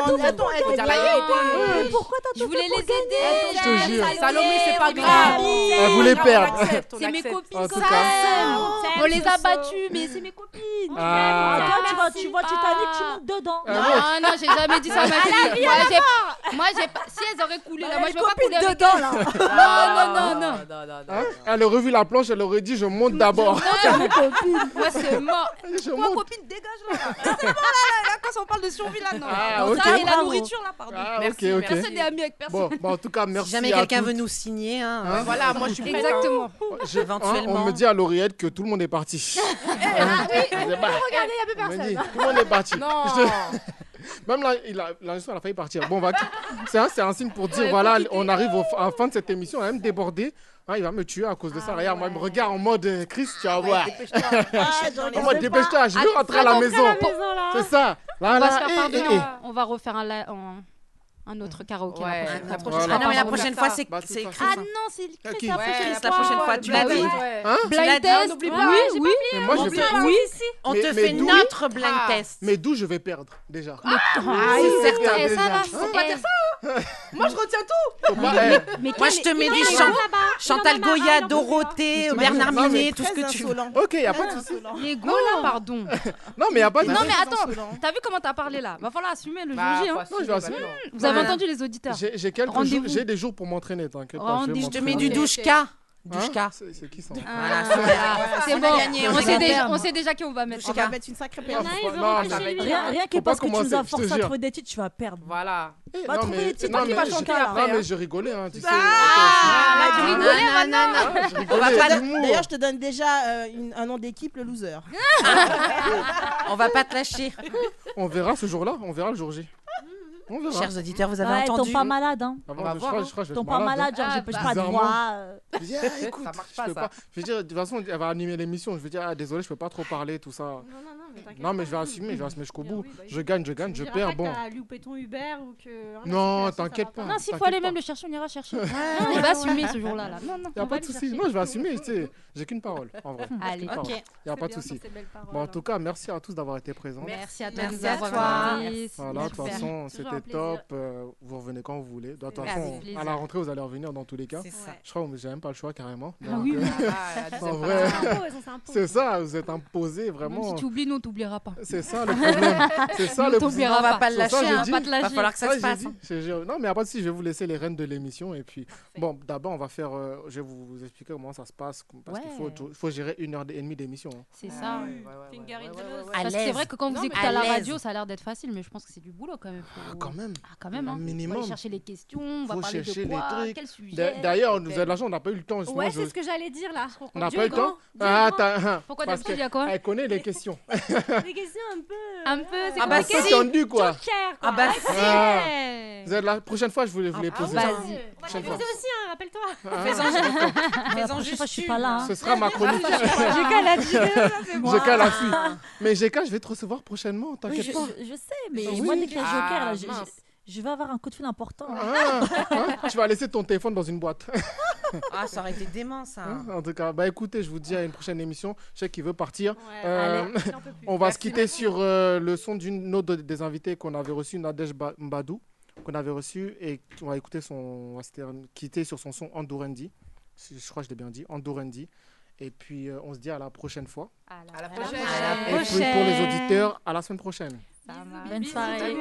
Speaker 6: pourquoi
Speaker 10: attends, elle
Speaker 6: t'as
Speaker 10: t'a
Speaker 6: gagné
Speaker 10: gagné, toi.
Speaker 6: Mais pourquoi t'as tout
Speaker 8: Je voulais
Speaker 6: fait pour
Speaker 8: les
Speaker 6: gagner
Speaker 8: aider.
Speaker 2: Je te jure.
Speaker 8: Salomé, c'est pas grave.
Speaker 2: Elle voulait perdre.
Speaker 8: C'est mes copines.
Speaker 2: En tout
Speaker 8: ça.
Speaker 2: cas.
Speaker 8: On les a battues, mais c'est mes copines.
Speaker 2: Ah.
Speaker 6: Attends, tu vois, tu vois Titanic, tu montes dedans.
Speaker 8: Non, non, j'ai jamais dit ça. à ma
Speaker 6: Elle a
Speaker 8: copine.
Speaker 6: mis
Speaker 8: Moi,
Speaker 6: à la
Speaker 8: j'ai- Moi, j'ai pas. Si elles auraient coulé là, moi, je veux pas couler avec
Speaker 6: Bah, dedans, Ah.
Speaker 8: elles. Non, non, non, non.
Speaker 2: Hein Elle aurait vu la planche, elle aurait dit Je monte d'abord.
Speaker 8: Moi, c'est mort.
Speaker 2: Moi,
Speaker 8: copine, dégage là. C'est bon, là, là, là, quand on parle de survie là, non.
Speaker 2: Ah,
Speaker 8: Non,
Speaker 2: ok.
Speaker 8: ça, et la
Speaker 2: Bravo.
Speaker 8: nourriture là, pardon.
Speaker 2: Ah,
Speaker 8: Merci,
Speaker 2: ok, ok.
Speaker 8: Personne n'est ami avec personne.
Speaker 2: Bon, bah, en tout cas, merci.
Speaker 10: Jamais
Speaker 2: à
Speaker 10: quelqu'un
Speaker 2: toutes.
Speaker 10: veut nous signer. hein.
Speaker 2: Hein Voilà, moi, je suis prête, hein.
Speaker 8: Exactement.
Speaker 2: Je- hein, on
Speaker 10: Éventuellement.
Speaker 2: me dit à l'oreillette que tout le monde est parti.
Speaker 8: Ah, oui,
Speaker 2: Je sais pas.
Speaker 8: regardez, il n'y a
Speaker 2: On
Speaker 8: plus
Speaker 2: me dit,
Speaker 8: personne.
Speaker 2: tout le monde est parti.
Speaker 8: Non.
Speaker 2: Je te- Même là, il a, l'enregistrement, elle a failli partir. Bon, on va... c'est, un, c'est un signe pour dire
Speaker 8: Ouais,
Speaker 2: voilà,
Speaker 8: profitez.
Speaker 2: on arrive au- à la fin de cette émission, elle va me déborder. Ah, il va me tuer à cause de ça. Regarde, moi, il me regarde en mode euh, Chris, tu vas voir.
Speaker 8: Ah,
Speaker 2: en mode dépêche-toi, je veux rentrer à la
Speaker 8: Attends,
Speaker 2: maison.
Speaker 8: rentrer à la maison, là.
Speaker 2: C'est ça.
Speaker 8: On
Speaker 2: Là,
Speaker 8: va
Speaker 2: là,
Speaker 8: se faire
Speaker 2: eh,
Speaker 8: pardonner,
Speaker 2: eh, eh.
Speaker 8: on- On va refaire un la- un un autre karaoké.
Speaker 10: Ouais,
Speaker 8: la prochaine
Speaker 10: la prochaine fois. Ah
Speaker 8: fois. Voilà.
Speaker 10: non, mais la
Speaker 8: Bah,
Speaker 10: prochaine
Speaker 8: ça.
Speaker 10: fois, c'est- c'est
Speaker 8: toute
Speaker 10: Chris,
Speaker 8: façon.
Speaker 10: hein.
Speaker 8: Ah non, c'est Chris,
Speaker 2: Ok.
Speaker 8: la
Speaker 10: Ouais,
Speaker 8: prochaine
Speaker 10: la prochaine fois, tu l'as
Speaker 8: Bah
Speaker 10: dit.
Speaker 8: oui.
Speaker 10: Ouais.
Speaker 2: Hein
Speaker 8: Blind
Speaker 10: Tu l'as dit,
Speaker 8: test,
Speaker 10: on n'oublie
Speaker 8: ouais,
Speaker 10: pas.
Speaker 8: ouais,
Speaker 10: j'ai
Speaker 8: j'ai
Speaker 10: pas
Speaker 8: pas
Speaker 2: eh. Mais
Speaker 8: oublié,
Speaker 2: moi,
Speaker 8: hein.
Speaker 2: je vais
Speaker 8: Oublie
Speaker 2: faire-
Speaker 8: pas,
Speaker 2: Oui.
Speaker 8: si, si.
Speaker 10: On
Speaker 2: Mais-
Speaker 10: te
Speaker 2: mais
Speaker 10: fait
Speaker 2: d'où- Ah.
Speaker 10: notre blind test.
Speaker 2: Mais d'où je vais perdre déjà
Speaker 8: Ah,
Speaker 2: oui, certain, Hein?
Speaker 8: c'est certain,
Speaker 2: déjà.
Speaker 8: ça va.
Speaker 2: Faut
Speaker 8: Eh,
Speaker 10: hein.
Speaker 5: Moi, je retiens tout.
Speaker 2: Faut pas- eh,
Speaker 10: Moi, je te mets des chants. Chantal Goya, Dorothée, Bernard
Speaker 2: Non, mais
Speaker 10: Minet, tout ce que tu veux.
Speaker 2: Ok, y a pas de souci.
Speaker 8: Les gars, là, pardon.
Speaker 2: Non, mais y a pas de
Speaker 8: Non,
Speaker 2: souci.
Speaker 8: mais attends, t'as vu comment t'as parlé là Va falloir assumer le
Speaker 2: Bah,
Speaker 8: juger.
Speaker 2: faut
Speaker 8: hein.
Speaker 2: assumer, Non, je vais bah, assumer. non.
Speaker 8: Vous avez
Speaker 2: Voilà.
Speaker 8: entendu les auditeurs
Speaker 2: J'ai j'ai quelques jours,
Speaker 8: Rendez-vous.
Speaker 2: j'ai des jours pour m'entraîner, t'inquiète pas.
Speaker 8: Rendez-vous.
Speaker 10: Je te mets du
Speaker 8: Ok,
Speaker 10: douchka.
Speaker 8: ok.
Speaker 10: Douchka.
Speaker 2: Hein C'est c'est qui ça
Speaker 10: Voilà,
Speaker 8: Ah,
Speaker 10: voilà.
Speaker 8: C'est
Speaker 10: On a
Speaker 8: bon,
Speaker 10: gagné,
Speaker 8: on,
Speaker 10: on
Speaker 8: sait
Speaker 10: a
Speaker 8: déjà,
Speaker 10: gagné.
Speaker 8: on sait déjà qui on va mettre.
Speaker 9: On va mettre une sacrée
Speaker 2: Non,
Speaker 9: pénale.
Speaker 2: faut pas- non, ça va être-
Speaker 8: hein.
Speaker 6: Rien, rien que
Speaker 2: Faut pas
Speaker 6: parce que tu nous
Speaker 2: commencer,
Speaker 6: as
Speaker 2: je te
Speaker 6: forcé à
Speaker 2: jure.
Speaker 6: trouver des titres, tu vas perdre.
Speaker 5: Voilà.
Speaker 2: Eh,
Speaker 6: Va
Speaker 2: non,
Speaker 6: trouver
Speaker 2: mais,
Speaker 6: des titres,
Speaker 2: non,
Speaker 6: on
Speaker 2: mais,
Speaker 6: va
Speaker 2: je-
Speaker 6: chanter
Speaker 2: non,
Speaker 6: après.
Speaker 2: mais je rigolais,
Speaker 9: Ah
Speaker 2: hein, tu sais.
Speaker 5: Ah,
Speaker 2: toi aussi.
Speaker 5: tu
Speaker 10: rigoles. Non, non, non, non.
Speaker 2: Je rigolais.
Speaker 10: On va pas
Speaker 2: D'ailleurs,
Speaker 10: l'humour.
Speaker 9: D'ailleurs, Ah, je te donne déjà euh, une- un nom d'équipe, le loser.
Speaker 10: On va pas te lâcher.
Speaker 2: On verra ce jour-là, on verra le jour J. On verra.
Speaker 10: Chers auditeurs, vous avez
Speaker 6: Ouais,
Speaker 10: entendu
Speaker 6: T'es pas malade, hein.
Speaker 2: Avant,
Speaker 10: On va
Speaker 2: Ah, bah, je
Speaker 10: voir,
Speaker 2: crois-
Speaker 10: hein.
Speaker 2: je crois que je vais
Speaker 6: T'es
Speaker 2: être
Speaker 6: pas
Speaker 2: malade,
Speaker 6: malade, genre,
Speaker 8: Ah,
Speaker 6: j'ai
Speaker 8: bah,
Speaker 6: pas de
Speaker 2: bizarrement.
Speaker 6: droit. euh.
Speaker 2: Je dis, ah, écoute,
Speaker 5: marche
Speaker 2: je
Speaker 5: pas,
Speaker 2: peux
Speaker 5: ça.
Speaker 2: pas. Je veux dire, de toute façon, elle va animer l'émission. Je vais dire, ah, désolé, je peux pas trop parler, tout ça.
Speaker 18: Non, non, non, mais t'inquiète.
Speaker 2: Non, mais je vais assumer, je vais assumer jusqu'au bout.
Speaker 18: oui, bah oui.
Speaker 2: Je gagne, je gagne, je perds, bon.
Speaker 18: T'as loupé ton Uber ou que. hein, la
Speaker 2: Non,
Speaker 18: circulation, ça
Speaker 2: t'inquiète
Speaker 18: va
Speaker 2: pas.
Speaker 8: Non, s'il faut
Speaker 2: t'inquiète
Speaker 8: aller
Speaker 2: pas.
Speaker 8: même le chercher, on ira chercher. Non, on va assumer ce jour-là. Là. Non, non,
Speaker 2: Y a
Speaker 8: on va
Speaker 2: pas de
Speaker 8: le
Speaker 2: souci.
Speaker 8: chercher.
Speaker 2: Non, je vais assumer. tu sais, J'ai qu'une parole, en vrai.
Speaker 8: Allez,
Speaker 2: ok.
Speaker 8: ok.
Speaker 2: Y a
Speaker 18: C'est
Speaker 2: pas de
Speaker 18: bien
Speaker 2: souci.
Speaker 18: pour ces belles paroles,
Speaker 2: Bon, en
Speaker 18: hein.
Speaker 2: tout cas, merci à tous d'avoir été présents.
Speaker 8: Merci à toi.
Speaker 10: Merci
Speaker 8: de nous
Speaker 10: à
Speaker 8: avoir
Speaker 10: toi.
Speaker 8: invités.
Speaker 2: Voilà, de toute
Speaker 8: Super.
Speaker 2: façon,
Speaker 18: Toujours un
Speaker 2: c'était
Speaker 18: plaisir.
Speaker 2: top. euh, vous revenez quand vous voulez. De toute
Speaker 8: Merci.
Speaker 2: façon,
Speaker 8: Plaisir.
Speaker 2: à la rentrée, vous allez revenir dans tous les cas.
Speaker 10: C'est ça.
Speaker 2: Je crois que j'ai même pas le choix carrément.
Speaker 8: Ah
Speaker 2: Donc,
Speaker 8: oui,
Speaker 2: euh,
Speaker 8: oui.
Speaker 2: en vrai,
Speaker 18: s'impose, on s'impose.
Speaker 2: c'est ça, vous êtes imposés
Speaker 8: Même si
Speaker 2: vraiment.
Speaker 8: tu oublies, nous, on t'oubliera pas.
Speaker 2: C'est ça le problème. C'est ça
Speaker 8: Nous,
Speaker 2: le problème.
Speaker 8: on t'oubliera
Speaker 10: On va pas le
Speaker 2: Sur ça,
Speaker 10: lâcher.
Speaker 2: j'ai
Speaker 10: hein.
Speaker 2: dit-
Speaker 8: pas te
Speaker 10: Va
Speaker 8: lâcher.
Speaker 10: falloir que ça
Speaker 2: Ouais,
Speaker 10: se
Speaker 2: j'ai
Speaker 10: passe.
Speaker 2: dit,
Speaker 8: hein.
Speaker 2: j'ai- j'ai- Non, mais après, si je vais vous laisser les rênes de l'émission. Et puis, bon, d'abord, on va faire. euh, je vais vous, vous expliquer comment ça se passe. Parce qu'il faut,
Speaker 8: Ouais.
Speaker 2: il faut gérer une heure et demie d'émission. hein.
Speaker 8: C'est ça.
Speaker 18: Finger in the nose.
Speaker 10: À
Speaker 8: Parce que c'est
Speaker 10: l'aise.
Speaker 8: vrai que quand
Speaker 10: Non,
Speaker 8: vous
Speaker 10: mais
Speaker 8: écoutez
Speaker 10: à
Speaker 8: à la
Speaker 10: l'aise.
Speaker 8: radio, ça a l'air d'être facile, mais je pense que c'est du boulot quand même. Faut-
Speaker 2: Quand même.
Speaker 8: Ah, quand même, hein.
Speaker 2: Minimum.
Speaker 8: On va aller chercher les questions, on va
Speaker 2: Faut
Speaker 8: parler
Speaker 2: chercher
Speaker 8: de
Speaker 2: les
Speaker 8: quoi,
Speaker 2: trucs.
Speaker 8: quel
Speaker 2: D'a-
Speaker 8: sujet.
Speaker 2: D'ailleurs, nous avons de l'argent, on n'a pas eu le temps. sinon
Speaker 18: Ouais,
Speaker 2: je-
Speaker 18: c'est ce que j'allais dire là.
Speaker 2: On n'a pas eu le temps Ah, t'as-
Speaker 8: Pourquoi
Speaker 2: parce
Speaker 8: d'habitude,
Speaker 2: que
Speaker 8: il y a quoi
Speaker 2: Elle connaît les questions.
Speaker 18: Des questions un peu.
Speaker 8: Un peu, c'est
Speaker 10: Ah bah
Speaker 8: compliqué.
Speaker 10: si.
Speaker 2: tendu quoi.
Speaker 18: Joker,
Speaker 10: Ah
Speaker 18: quoi.
Speaker 10: bah
Speaker 2: Ah.
Speaker 8: Ouais.
Speaker 2: Vous êtes là. prochaine fois, je vous les, vous les poser.
Speaker 8: Ah, bah, Vas-y.
Speaker 18: On va
Speaker 2: Prochaine
Speaker 18: t'aider
Speaker 2: fois.
Speaker 18: aussi, hein, rappelle-toi.
Speaker 2: Ah,
Speaker 10: Fais-en
Speaker 6: Ouais,
Speaker 10: fais-en
Speaker 6: la prochaine
Speaker 10: juste
Speaker 6: fois, je suis
Speaker 10: une.
Speaker 6: pas là. hein.
Speaker 2: ce
Speaker 18: Ah,
Speaker 2: sera ma chronique.
Speaker 18: Joker l'a dit.
Speaker 6: Ah,
Speaker 2: GK la fuite. Mais GK, je vais te recevoir prochainement,
Speaker 6: Oui,
Speaker 2: t'inquiète
Speaker 6: je,
Speaker 2: pas. Ah
Speaker 6: je- je sais, mais
Speaker 2: Oui.
Speaker 6: moi, dès qu'il y a Joker, là,
Speaker 10: Ah,
Speaker 6: je- je-
Speaker 10: mince.
Speaker 6: je vais avoir un coup de fil important.
Speaker 16: Ah, hein, tu vas laisser ton téléphone dans une boîte.
Speaker 4: Ah, ça aurait été dément, ça.
Speaker 16: Hein, En tout cas, bah écoutez, je vous dis à une prochaine émission. Je sais qu'il veut partir. Euh,
Speaker 4: allez, j'en peux plus.
Speaker 16: on va
Speaker 4: Merci
Speaker 16: se quitter sur euh, le son d'une autre des invités qu'on avait reçue, Nadège Ba- Mbadou, qu'on avait reçue et on va écouter son, on va se ter- quitter sur son son Andorendi. Je je crois que je l'ai bien dit, Andorendi. Et puis euh, on se dit à la prochaine fois.
Speaker 8: À
Speaker 5: la prochaine.
Speaker 16: Et puis pour les auditeurs, à la semaine prochaine.
Speaker 6: Bonne soirée.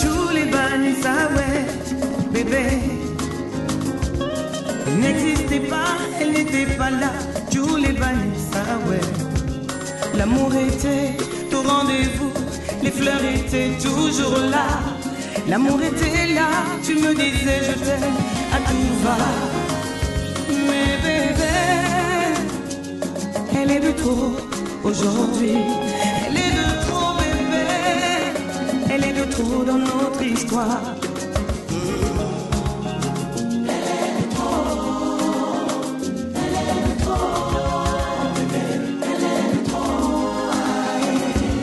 Speaker 19: Julie Barnes, ah ouais, bébé. Elle n'existait pas, elle n'était pas là. Julie Barnes, ah ouais. L'amour était au rendez-vous, les fleurs étaient toujours là. L'amour était là, tu me disais je t'aime à tout va. Mais bébé, elle est de trop aujourd'hui. Elle est de trop bébé. Elle est de trop dans notre histoire.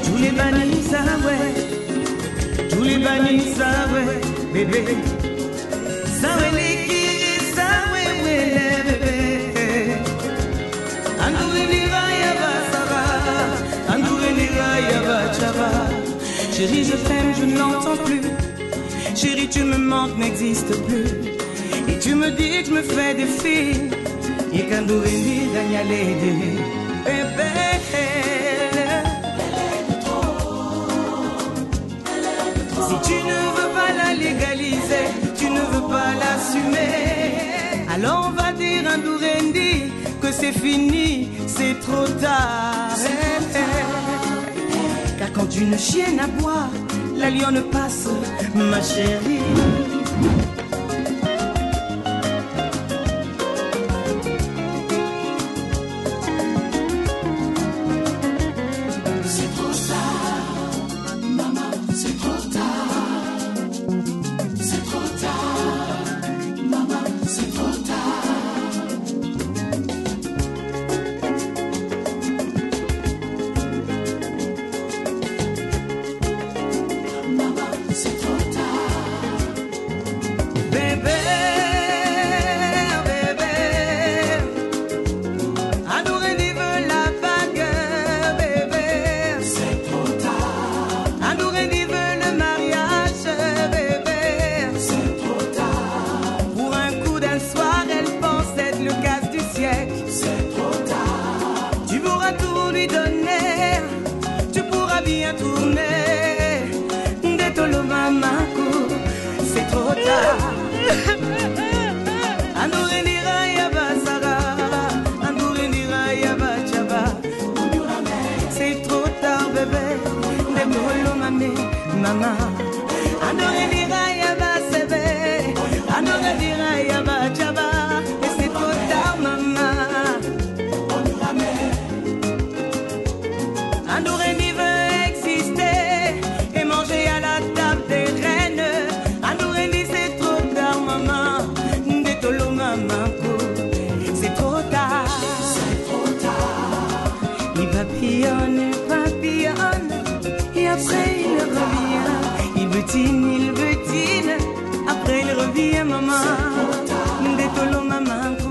Speaker 19: Tous les bannis, ah ouais. Tous les bannis, ah ouais, bébé. Ça ouais, les kids, ça ouais, ouais, les bébés. Andoué, nira, yaba, ça va. Andoué, nira, yaba, tchaba. Chérie, je t'aime, je n'entends plus. Chérie, tu me manques, n'existe plus. Et tu me dis que je me fais des filles. Et quand nous réunis, d'agnalé, bébé. Si tu ne veux pas la légaliser, tu ne veux pas l'assumer. Alors on va dire à Dourendi que c'est fini, c'est trop tard. Car quand une chienne aboie, la lionne passe, ma chérie.
Speaker 7: C'est trop tard, maman, c'est trop tard. C'est trop tard, maman, c'est trop tard. Maman, c'est trop tard.
Speaker 19: Bébé, bébé, Anourendi veut la bague, bébé. C'est trop tard. Anourendi veut le mariage, bébé. C'est trop tard. Pour un coup d'un soir, elle pense être le casse du siècle. C'est trop tard. Tu pourras tout lui donner, tu pourras bien tourner. Détolo mamakou. C'est trop tard. Anourenira yaba sara, anourenira yaba chaba. C'est trop tard bébé, nebolo mami, mama. Anourenira yaba sebe, anourenira yaba chaba. Et c'est trop tard maman. Anourendi veut exister et manger à la table des reines. Anourendi c'est trop tard maman, détolo maman. C'est trop tard, c'est trop tard. Il papillonne, il papillonne, et après il revient. Il butine, il butine, après il revient maman. Détolo maman.